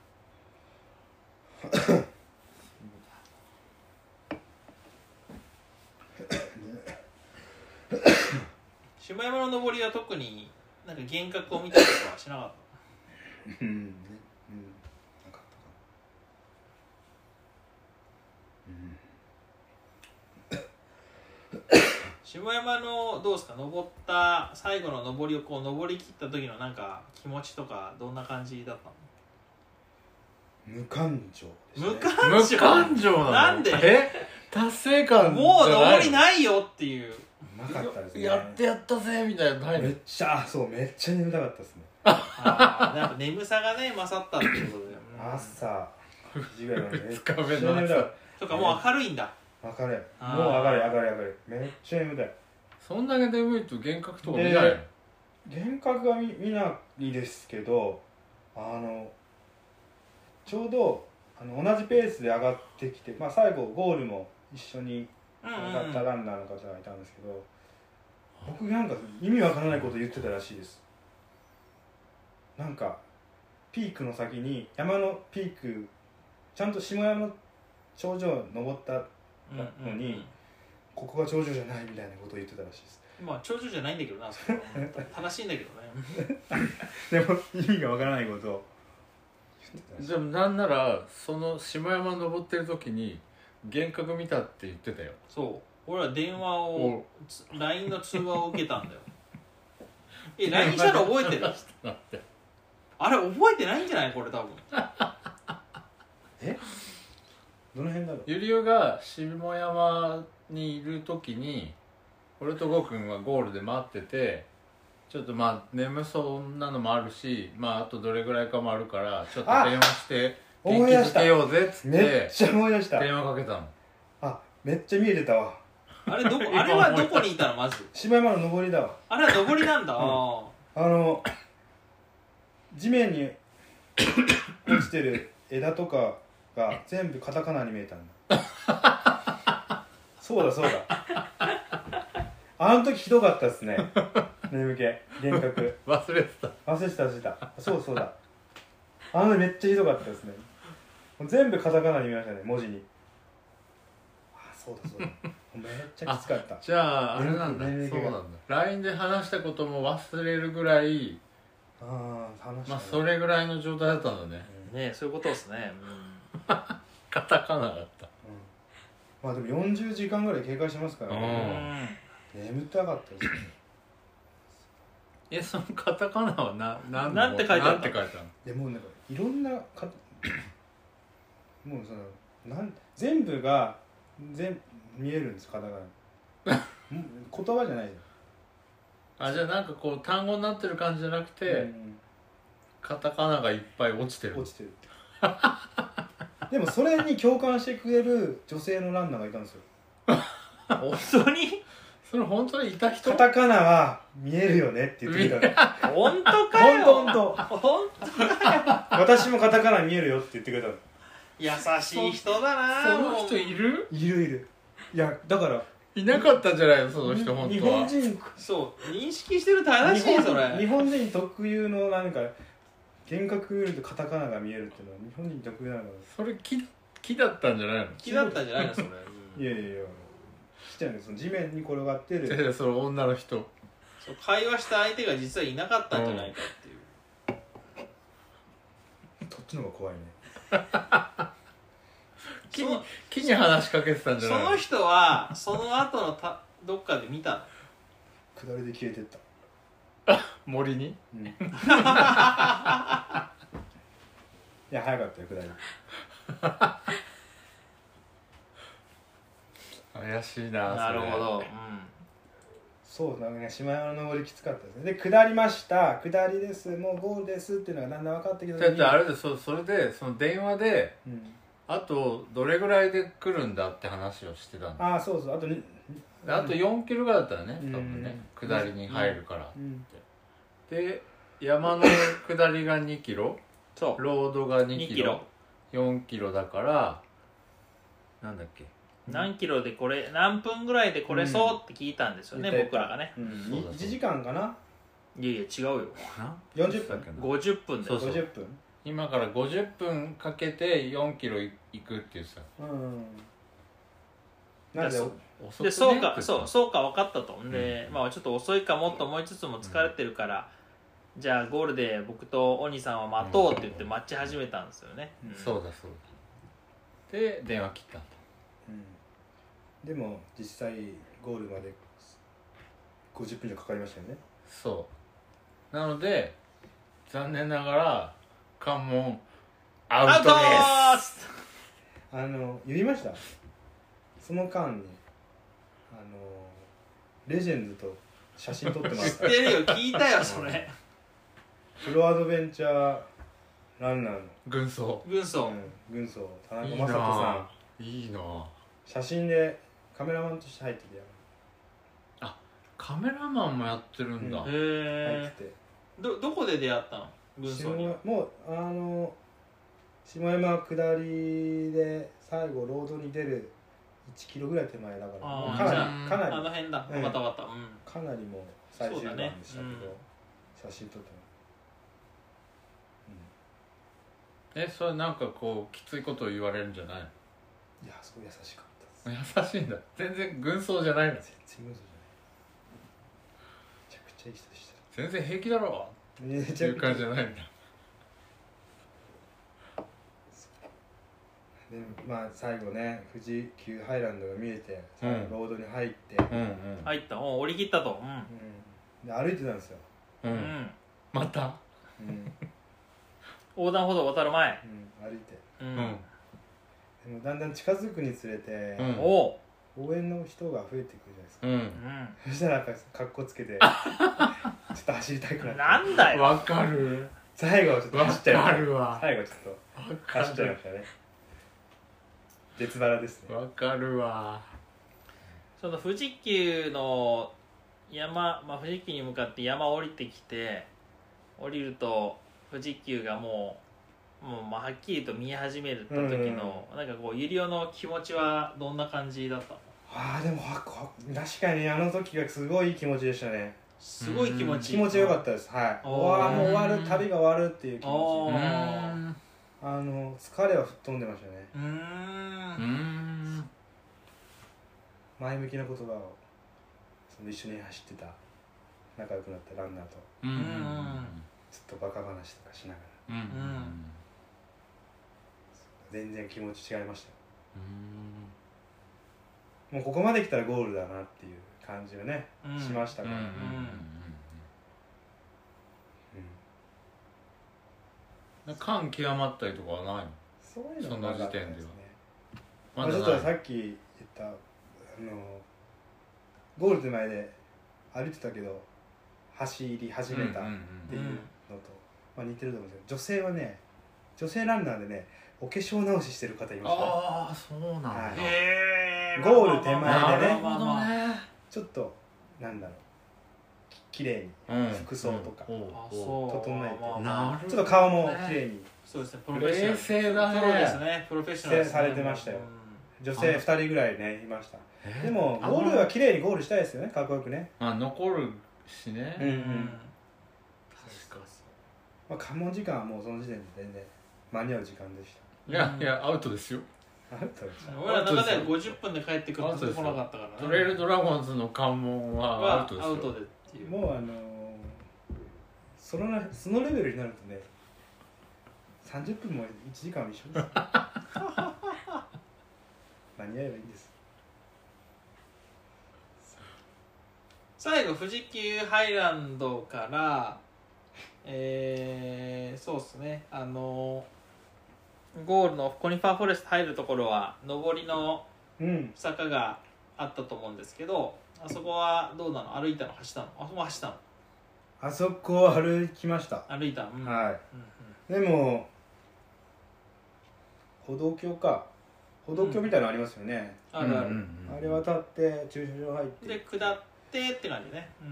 B: 下山の登りは特になんか幻覚を見たりとかはしなかっ
G: うんうんねうんなかったか
B: た下山のどうですか登った最後の登りをこう登り切った時のなんか気持ちとかどんな感じだったの
G: な無感情で
B: 無
G: し
B: 感情
C: 無感情なの
B: なんで
C: え達成感
B: もう登り
C: い
B: ないよっていう
G: たなかったですね
C: やってやったぜみたいなのないの
G: めっちゃあそうめっちゃ眠たかったですね
H: あーやっぱ眠さがね勝ったってことだよね
C: *laughs*
G: 朝9時ぐらいまでめっちゃ
C: 日目の朝
G: 眠たい
H: とかもう明るいんだ
G: 分かれも
H: あー
G: う上がれ上がれ上がれめっちゃ眠たい
C: そんだけ眠いと幻覚とか見ないの、
G: で幻覚は見見ないですけどあのちょうどあの同じペースで上がってきて、まあ、最後ゴールも一緒に
H: うんう
G: 上
H: ん
G: がったランナーの方がいたんですけど僕なんか意味わからないこと言ってたらしいですなんかピークの先に山のピークちゃんと下山の頂上を登った
H: うんうん
G: のにここが頂上じゃないみたいなことを言ってたらしいです
H: まあ長寿じゃないんだけどなそれ *laughs* は正しいんだけどね
G: でも意味がわからないことを言ってたらしい
C: でもなんならその下山登ってる時に幻覚見たって言ってたよ
H: そう俺は電話をつ LINE の通話を受けたん *laughs* だよえ LINE したの覚えてるあれ覚えてないんじゃないこれ多分
G: どの辺だろう
C: ゆりおが下山にいる時に俺とゴくんはゴールで待っててちょっとまあ眠そうなのもあるしまああとどれぐらいかもあるからちょっと
G: あ
C: 電話して元
G: 思
C: 気
G: い出し
C: づ
G: た
C: けようぜっつっ
G: め
C: て
G: っちゃ思い出した
C: 電話かけたの
G: あめっちゃ見えてたわ
H: あれど *laughs* こあれはどこにいたのまず
G: 下山の登りだわ
H: あれは上りなんだ、あ
G: あの *coughs* 地面に *coughs* 落ちてる枝とかが全部カタカナに見えたんだ
C: *laughs*
G: そうだそうだあの時ひどかったですね眠気幻覚
C: 忘れてた
G: 忘れてた忘れてたそうそうだあの時めっちゃひどかったですねもう全部カタカナに見えましたね文字にあそうだ
C: *laughs*
G: そうだめっちゃきつかった
C: じゃああれなんだ
G: 眠気
C: そ
G: が
C: うなんだ LINE で話したことも忘れるぐらい
G: ああ話した
C: ま
G: ね
C: あそれぐらいの状態だったんだね
H: あねそういうことですね、
C: カタカナだった
G: うんまあでも40時間ぐらい経過しますから
C: う
H: うんん
G: ね、眠たかったですね
C: えそのカタカナはな何
H: なんて書いてあった
C: なんて書いてある
G: でもうなんかいろんなかもうそのなん全部が全見えるんです
C: *laughs*
G: カタカナもう言葉じゃないよ
C: あじゃあなんかこう単語になってる感じじゃなくて、カタカナがいっぱい落ちてる
G: うん落ちてるでもそれに共感してくれる女性のランナーがいたん
C: *laughs*
G: ですよ
H: 本当に
C: それ本当にいた人
G: カタカナは見えるよねって言ってくれたの
H: 本当か
G: 本
H: よ
G: 当本当
H: ほん
G: 私もカタカナ見えるよって言ってくれたの
H: 優しい人だな
C: その人
H: も
C: いる
G: いるいるいやだから
C: いなかったんじゃないのその人本
G: 日
C: 当は
G: 本人
H: うそう認識してる正しいそ
G: 日
H: れ
G: 本日本人特有のなんか幻覚見るとカタカナが見えるっていうのは日本人特有なのか
C: それ木木だったんじゃないの
H: 気だったんじゃないのそれ、
G: ないやいやいやしちゃうんですその地面に転がって
C: じゃ
G: る
C: あその女の人
H: そう会話した相手が実はいなかったんじゃないかっていう、
G: そっちの方が怖いね
C: 木
H: そ
C: に
H: の
C: 木に話しかけてたんじゃ
H: そ
C: ない
H: の人はその後のたどっかで見たの
G: 下りで消えてった、
C: 森に
G: うん、いや早かったよ下り
C: 怪しいな
H: なるほど、うん、
G: そうなんかね島山の登りきつかったですねで下りました下りですもうゴールですっていうのがだんだん分かってきた
C: だ
G: 時
C: っ
G: に
C: てあれでそそれでその電話で
G: うん、
C: あとどれぐらいで来るんだって話をしてたんだ
G: ああそうそうあとに
C: であと4キロぐらいだったらね
G: うん
C: 多分ね下りに入るから
G: うん
C: で山の下りが2キロ
H: そ
C: ロードが
H: う
C: 2
H: 2
C: キ
H: キロ
C: ロ4キロだからなんだっけ
B: 何キロでこれ何分ぐらいでこれそうって聞いたんですよね、
G: うん
B: 僕らがね
G: うん、
C: そうだそう
G: 1時間かない
B: やいや違うよ
C: な
G: 40
C: だっ
G: 分
C: けな
B: 50分で
C: そうそう
G: 50分
C: 今から50分かけて4キロい行くって言ってた
G: うんなんで
B: いや
C: 遅くね
B: でそう
C: って言っ
B: か
C: てた
B: そうそうか分かったとで、まあちょっと遅いかもと思いつつも疲れてるから、じゃあゴールで僕とお兄さんは待とうって言って待ち始めたんですよね、ん
C: そうだそうだで電話切ったんだ
G: うんでも実際ゴールまで50分以上かかりましたよね
C: そうなので残念ながら関門ア
H: ア
C: ウ
H: ウ
C: ト
H: ト
C: で
H: ーす
G: あの言いましたその間にあのレジェンドと写真撮ってま
H: 知っ
G: す
H: てるよ聞いたよそれ
G: プロアドベンチャーランナーの、
C: 軍曹
B: 軍
G: う
B: 曹
G: ん軍曹田中
C: いい
G: 正人さん
C: なあいいなあ
G: 写真でカメラマンとして入ってき
C: カメラマンもやってるんだ、
B: へ
G: うたよ入っ
B: え
G: てて
B: どどこで出会ったの軍
G: 下
B: 曹には
G: もうあの下山下りで最後ロードに出る1キロぐらい手前だから
B: あー
G: もうかなり
C: じ
G: か
C: ゃあ
G: な
B: あ
G: り
B: の辺だ
G: う
B: 分
G: ん
B: かった分かったうん
G: かなりもう最終
B: そうだ
G: 盤
B: ね
G: でしたけど、写真撮って
C: えそれなんかこうきついことを言われるんじゃない
G: もいやすごい優しかった
C: の
G: です
C: 優しいんだ全然軍曹じゃないの
G: 全然嘘じゃないめちゃくちゃいい人でした
C: 全然平気だろ
G: め
C: って
G: ち
C: い
G: ゃ
C: う
G: くちゃ
C: 感じじゃないんだ
G: でまあ最後ね富士急ハイランドが見えて最後ロードに入って、
C: うん
B: 入ったおう折り切ったとうん
G: うんで歩いてたんですよ、
C: うんう
B: うんん
C: また
G: うんうん、
B: 横断歩道渡る前
G: 歩いて
B: う
C: うん
G: でもだんだん近づくにつれて、
C: うん
B: おう
G: 応援の人が増えてくるじゃないですか、 *laughs*
C: うん
B: うん
G: そしたらやっぱ格好つけてちょっと走りたくなって
B: なんだよ
C: わかる
G: 最後はちょっと
C: わ
G: 走っちゃいま
C: か
G: した
C: るわ
G: 最後ちょっと走っちゃいましたね別腹ですね
C: わかるわ
B: その富士急の山、まあ、富士急に向かって山降りてきて降りると富士急がもうもうまあはっきりと見え始めるった時の、なんかこうゆりおの気持ちはどんな感じだったの
G: ああでもわこ確かにあの時がすごいいい気持ちでしたね
B: すごい気持ちい
G: 気
B: い
G: 持ちよか
B: た
G: ったですはい
B: おー
G: わあもう終わる旅が終わるっていう気
B: お
G: 持
B: ー
G: ち
C: うん
G: あの疲れは吹っ飛んでましたね
B: うーん
C: うん
G: 前向きな言葉をその一緒に走ってた仲良くなったランナーと
C: うんうん
G: ずっとバカ話とかしながら
C: うんうん
G: 全然気持ち違いましたよもうここまで来たらゴールだなっていう感じがね、
B: うん
G: しましたから、うん
C: うん感極まったりとかはないの
G: そういうのはなかったですね
C: その時点ではま
G: ま
C: だ
G: あ、ちょっ
C: な
G: と
C: い
G: さっき言ったあのゴール手前で歩いてたけど走り始めた
C: う
G: っ
C: んうん
G: ていうのと、まあ、似てると思うんですけど女性はね女性ランナーでねお化粧直ししてる方いましたね
C: ああそうなんだ、
G: はい
B: へー
G: ゴール手
B: まあまあ
G: 前でね
B: まあまあまあまあ
C: ね
G: ちょっとなんだろうき綺麗に
C: うん
G: 服装とか
C: うんおう
B: あ
C: おう
B: そう
G: 整えて
B: まあまあ
C: なるほどね
G: ちょっと顔も綺麗に
B: そうですねプロフェッショナル
C: 冷静だね
B: プロですねプロフェッショナルですね
G: されてましたよ女性2人ぐらいねいました
C: え
G: でもゴールは綺麗にゴールしたいですよねかっこよくね、
C: あ残るしね、
G: うんう
B: うんん
C: 確か
G: まあ、関門時間はもうその時点で全然間に合う時間でし
C: にいやいやアウトですよ
G: たあったでしょ
B: 俺らの中では50分で帰ってくるって来なかったからね
C: トレイルドラゴンズの関門はア
B: は
C: ウトです
B: ア
C: よ
B: ウトでっていう
G: もうあのーそのなそのレベルになるとね30分も1時間も一緒です *laughs* よ間に合えばいいんです
B: 最後富士急ハイランドからえー、そうですねあのゴールのコニファーフォレスト入るところは上りの
G: うん
B: 坂があったと思うんですけどあそこはどうなの歩いたの走ったのあそこも走ったの
G: あそこを歩きました、
B: 歩いたのうん
G: は
B: うんうん
G: いでも歩道橋か歩道橋みたいなのありますよね、
B: あるある、
C: うんうんうん
G: あれ渡って駐車場入って
B: で下ってって感じね、う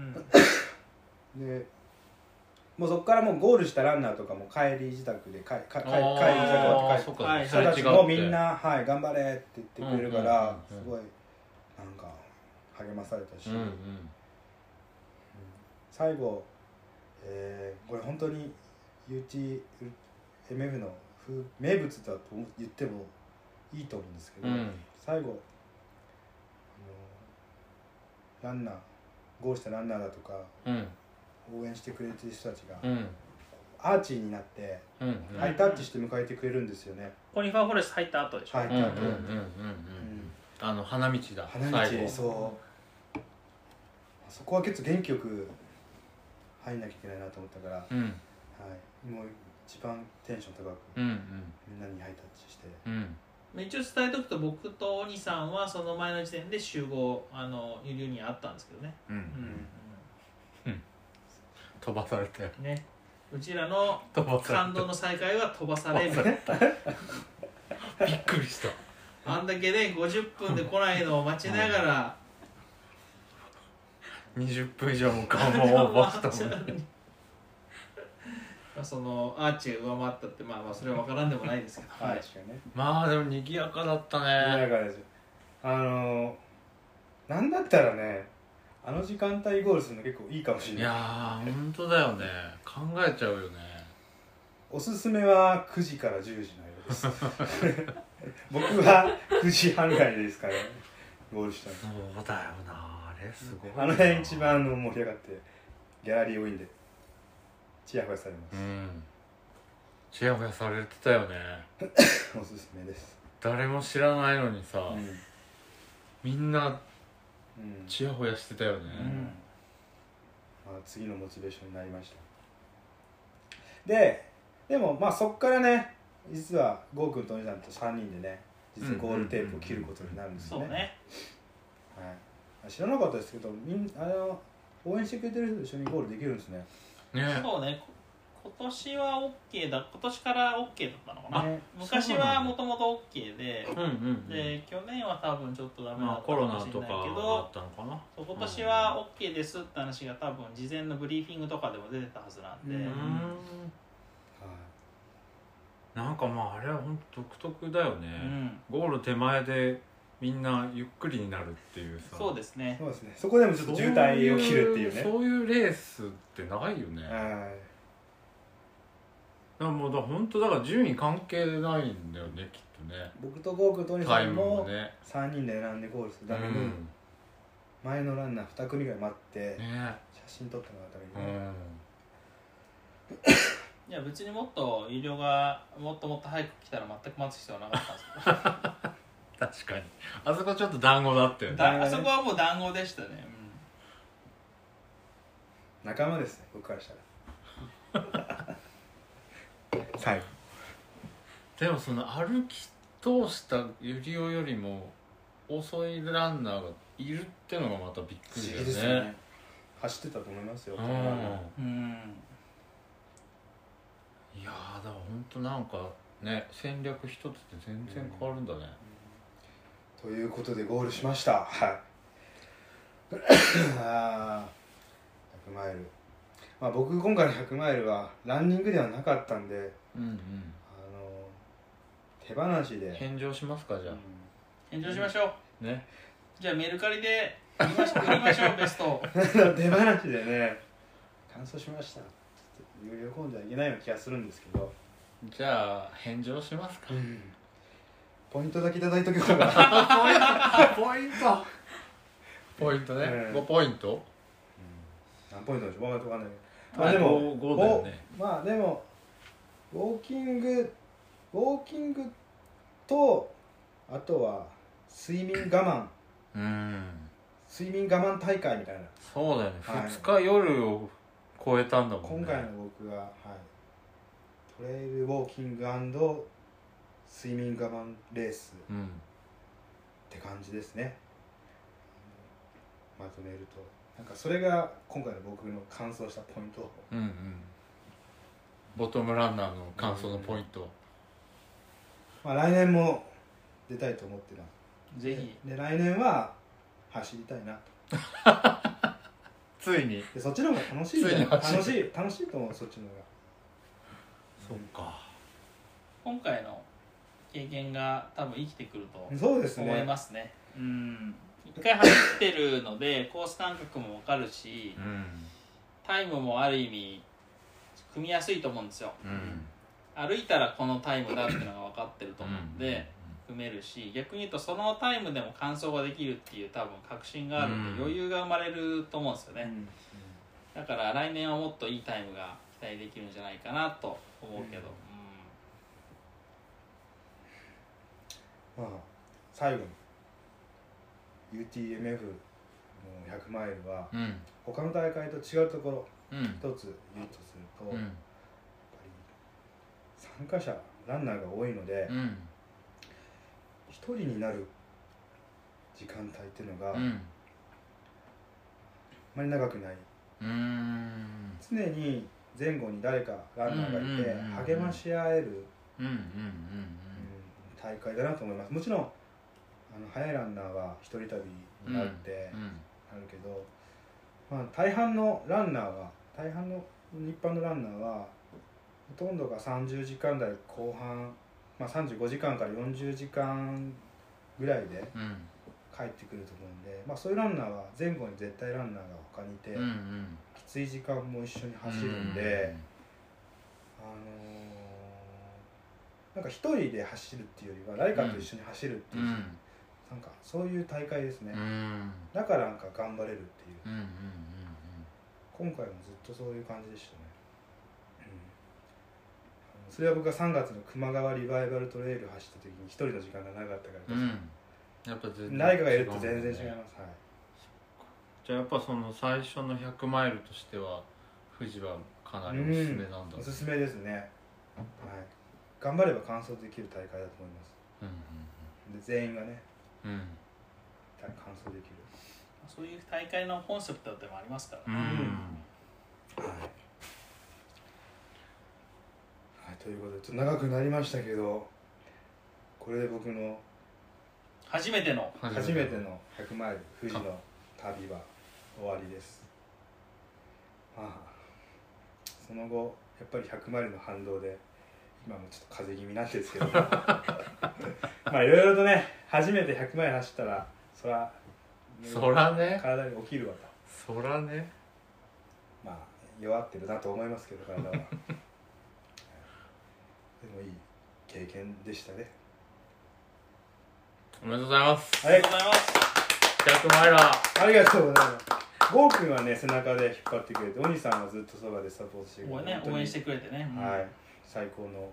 B: ん、
G: でもうそこからもうゴールしたランナーとかも帰り自宅で帰帰帰帰り自宅
C: あ
G: ま
C: あ
G: で帰
C: そ
G: っ
C: ってか
B: はい
G: 人たち
C: すれ違って
G: もみんな「はい頑張れ」って言ってくれるから
C: う
G: す
C: んうんうん
G: ごいなんか励まされたし、
C: うんうん
G: 最後、えーこれ本当に UTMF の風名物だと言ってもいいと思うんですけど、
C: うん
G: 最後あのランナーゴールしたランナーだとか
C: うん
G: 応援してくれてる人たちが
C: うん
G: アーチになって。
C: うん
G: ハイタッチして迎えてくれるんですよね。
B: コニファーフォレスト入った後でしょ、
G: ハイタ
C: うんうんうん
G: ッチ。
C: うんあの花道だ
G: 花
C: 最
G: 道、
C: 後
G: そう。そこは結構元気よく入んなきゃいけないなと思ったから、は
C: うん
G: い、もう一番テンション高
C: う
G: く
C: んうん
G: みんなにハイタッチして、
C: うん
B: 一応伝えとくと僕とお兄さんはその前の時点で集合あのゆりにあったんですけどね
C: う
B: うんん、
C: 飛ばされたよ
B: うん、ねうちらの
C: 飛ばさ
B: 感
C: れた
B: 動の再会は飛ばされる
C: びっくり *laughs* した
B: あんだけね50分で来ないのを待ちながら
C: 20分以上 *laughs* も顔もオーバーしたもんね
B: まあそのアーチが上回ったってまあまあそれは分からんでもないですけど、
G: はい、確かにね
C: *laughs* まあでも賑やかだった
G: 穏や
C: ね
G: かですあのなんだったらねあの時間帯ゴールするの結構いいかもしれ
C: い
G: ない
C: やー本当だよね考えちゃうよね
G: おすすめは9時から10時の間です *laughs* 僕は9時半ぐらいですからゴールしたの
C: そうだよなあれすごいな
G: あの辺一番あの盛り上がってギャラリー多いんでチヤホヤされま
C: うんちやほやされてたよね
G: す、おすすめです、
C: 誰も知らないのにさ、
G: うん
C: みんな
G: うん
C: ちやほやしてたよね、
G: うんまあ、次のモチベーションになりましたででもまあそっからね実は郷君とお兄さんと3人でね実はゴールテープを切ることになるんです
B: そ
G: よ
B: う
G: ね
B: ね
G: はい、知らなかったですけどみんあの応援してくれてる人と一緒にゴールできるんですね
C: ね
B: そうねこ今年は OK だ今年から OK だったのかな、
G: ね
B: 昔はもともと OK で
C: うんうんうん
B: で去年は多分ちょっとダメだ
C: まあ
B: った
C: コ
B: か
C: ロ
B: も
C: ナ
B: しれ
C: と
B: な
C: か
B: い
C: だ
B: け
C: っ
B: ど
C: たのかな
B: そう今年は OK ですって話が多分事前のブリーフィングとかでも出てたはずなんで、
G: う
C: うん
G: はい
C: なんかまああれは本当独特だよね、
B: うん
C: ゴール手前でみんなゆっくりになるっていうさ
B: そうですね
G: そうですねそこでもちょっと渋滞を切るっていうね
C: そういうレースってないよね、だか
G: は
C: らもうだから本当だから順位関係ないんだよねきっとね
G: い僕とゴークとお兄
C: タ
G: さ
C: イム
G: ん
C: も
G: も
C: ね
G: 3人で選んでゴールするために、前のランナー2組ぐらい待って
C: うんね
G: 写真撮ってもらうために
C: う
G: ね、
C: ん
B: いや別にもっと医療がもっともっと早く来たら全く待つ必要はなかったんですけ
C: 確かにあそこちょっと団子だったよ
B: ど
C: ね
B: だあそこはもう談合でしたね、うん
G: 仲間ですね僕からした
C: *laughs*
G: ら最後
C: でもその歩き通したゆりおよりも遅いランナーがいるってのがまたびっく
G: 不
C: り
G: 思
C: だ
G: 議
C: よ
G: です
C: ね
G: よね走ってたと思いますよ、
C: う
G: は
C: ん
B: うん
C: いやーだから本当なんかね戦略一つで全然変わるんだね、
G: いということでゴールしましたはい *coughs* あー100マイルまあ僕今回の100マイルはランニングではなかったんで
C: うんうん
G: あの手放しで
C: 返上しますかじゃあ、
G: *laughs*
B: 炎上しましょう
C: ね
B: じゃあメルカリで売りましょう売りましょうベストを
G: 出話でね乾燥しましたちょっと喜んじゃいけないような気がするんですけど、
C: じゃあ返上しますか
G: ポイントだけいただいとけばな
C: ポイントポイントね、
G: ええ
C: 5ポイント
G: 何ポイントでしょうわかんないまあでも
C: 5だよね
G: おまあでもウォーキングウォーキングとあとは睡眠我
C: うん
G: 慢睡眠我慢大会みたいな
C: そうだよね、
G: はい
C: 2日夜を超えたんだもんね
G: 今回の僕が、はい、トレイルウォーキング睡眠我慢レース
C: うん
G: って感じですねまとめるとなんかそれが今回の僕の感想したポイント
C: うんうんボトムランナーの感想のポイント、
G: まあ来年も出たいと思ってます
B: ぜひ
G: で来年は走りたいなと
C: ついに
G: でそっちの方が楽しいじ
C: つい
G: ゃ
C: に
G: ん楽
C: 走る
G: しい楽しいと思うそっちの方が
C: そうか
B: 今回の経験が多分生きてくると
G: そうです
B: 思い
G: ね
B: ますねうん一回走ってるのでコース感覚もわかるし
C: うん
B: タイムもある意味組みやすいと思うんですよ
C: うん
B: 歩いたらこのタイムだっていうのが分かってると思うんで組めるし逆に言うとそのタイムでも完走ができるっていう多分確信があるん
C: うん
B: で余裕が生まれると思うんですよね、
G: うん
B: だから来年はもっといいタイムが期待できるんじゃないかなと思うけど、
G: まあ最後に UTMF の100マイルは
C: うん
G: 他の大会と違うところ
C: うん
G: 一つ言うとすると、
C: う
G: やっ
C: ん
G: ぱり参加者ランナーが多いので
C: うん
G: 一人になる時間帯っていうのがあ
C: うんう
G: ま
C: ん
G: り長くない
C: うん
G: 常に前後に誰かランナーが
C: うんうんうんうん
G: いて励まし合える
C: うんうんうん
G: うん大会だなと思いますもちろんあの速いランナーは一人旅
C: うん
G: になって
C: うん
G: あるけど、まあ、大半のランナーは大半の一般のランナーはほとんどが30時間台後半、まあ、35時間から40時間ぐらいで
C: うん
G: 帰ってくると思うんで、まあ、そういうランナーは前後に絶対ランナーが他にいて、
C: うんうん
G: きつい時間も一緒に走るんで、あのーなんか一人で走るっていうよりは誰かと一緒に走るって
C: う
G: い
C: ん
G: う、
C: うん
G: なんかそういう大会ですね、
C: うんうん
G: だからなんか頑張れるってい
C: うん
G: う
C: うんうん
G: 今回もずっとそういう感じでしたね、うんあのそれは僕が3月の球磨川リバイバルトレイル走った時に一人の時間が長かったか
C: う
G: らです、
C: んやっぱ全
G: 誰かがいると全然違います、
C: ね
G: はい、
C: じゃあやっぱその最初の100マイルとしては富士はかなりおすすめなんだ
G: おすすめですね、はい、頑張れば完走できる大会だと思います
C: うん
G: で全員がね
C: うんうん
G: 完走できる
B: そういう大会のコンセプトでもありますから
C: うん
G: はい、はい、ということでちょっと長くなりましたけどこれで僕の
B: 初めての
G: 初めての100マイル富士の旅は終わりですまあその後やっぱり100マイルの反動で今もちょっと風邪気味なんです
C: *laughs*
G: けどまあいろいろとね初めて100マイル走ったらそら
C: そらね
G: 体に起きるわと
C: そらね
G: まあ弱ってるなと思いますけど
C: *laughs*
G: 体ははいでもいい経験でしたね
C: おめでとうございます
B: ありがとうございます
C: 100マイルは
G: ありがとうございますゴーくんはね背中で引っ張ってくれてお兄さんはずっとそばでサポートしてく
B: 応
G: れ
B: 援ね
G: て本当に
B: 応援してくれてね、うん
G: はい、最高の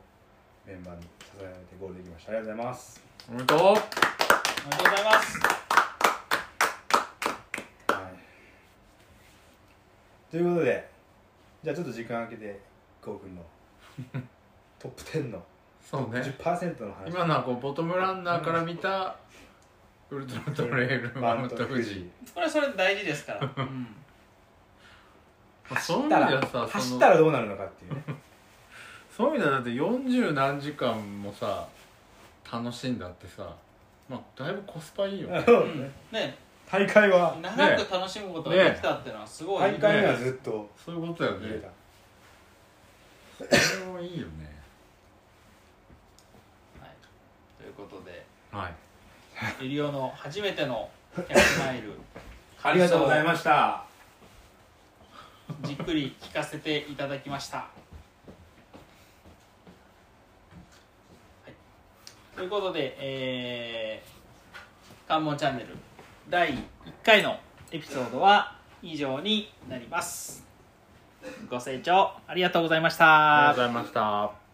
G: メンバーに支えられてゴールできました。ありがとうございます。
C: おめでとう
B: おめでとうございます
G: はい、ということで、じゃあちょっと時間空けて、ゴーくんのトップ10の
C: そうね
G: 10%の話、
C: 今のはこうボトムランナーから見たウルトラトレイルマウント富士。
B: これはそれで大事ですから
C: まあそういう意
G: 走った
C: 味では
G: ら
C: さそ
G: 走っ
C: の
G: たらどうなるのかっていうね。
C: そういう意味ではだって40何時間もさ楽しんだってさまあだいぶコスパいいよね
B: うんね
G: 大会は、
B: 長く楽しむことができたっていうのはすごい、
G: 大会にはずっと
C: そういうことだよ
G: 見れ
C: ね
G: た。
C: それもいいよね
B: はい、ということで
C: はい
B: ゆりおの初めての100マイル
G: ありがとうございました。
B: じっくり聞かせていただきました。はい、ということで、えー、関門チャンネル第1回のエピソードは以上になります。ご清聴ありがとうございました。
C: ありがとうございました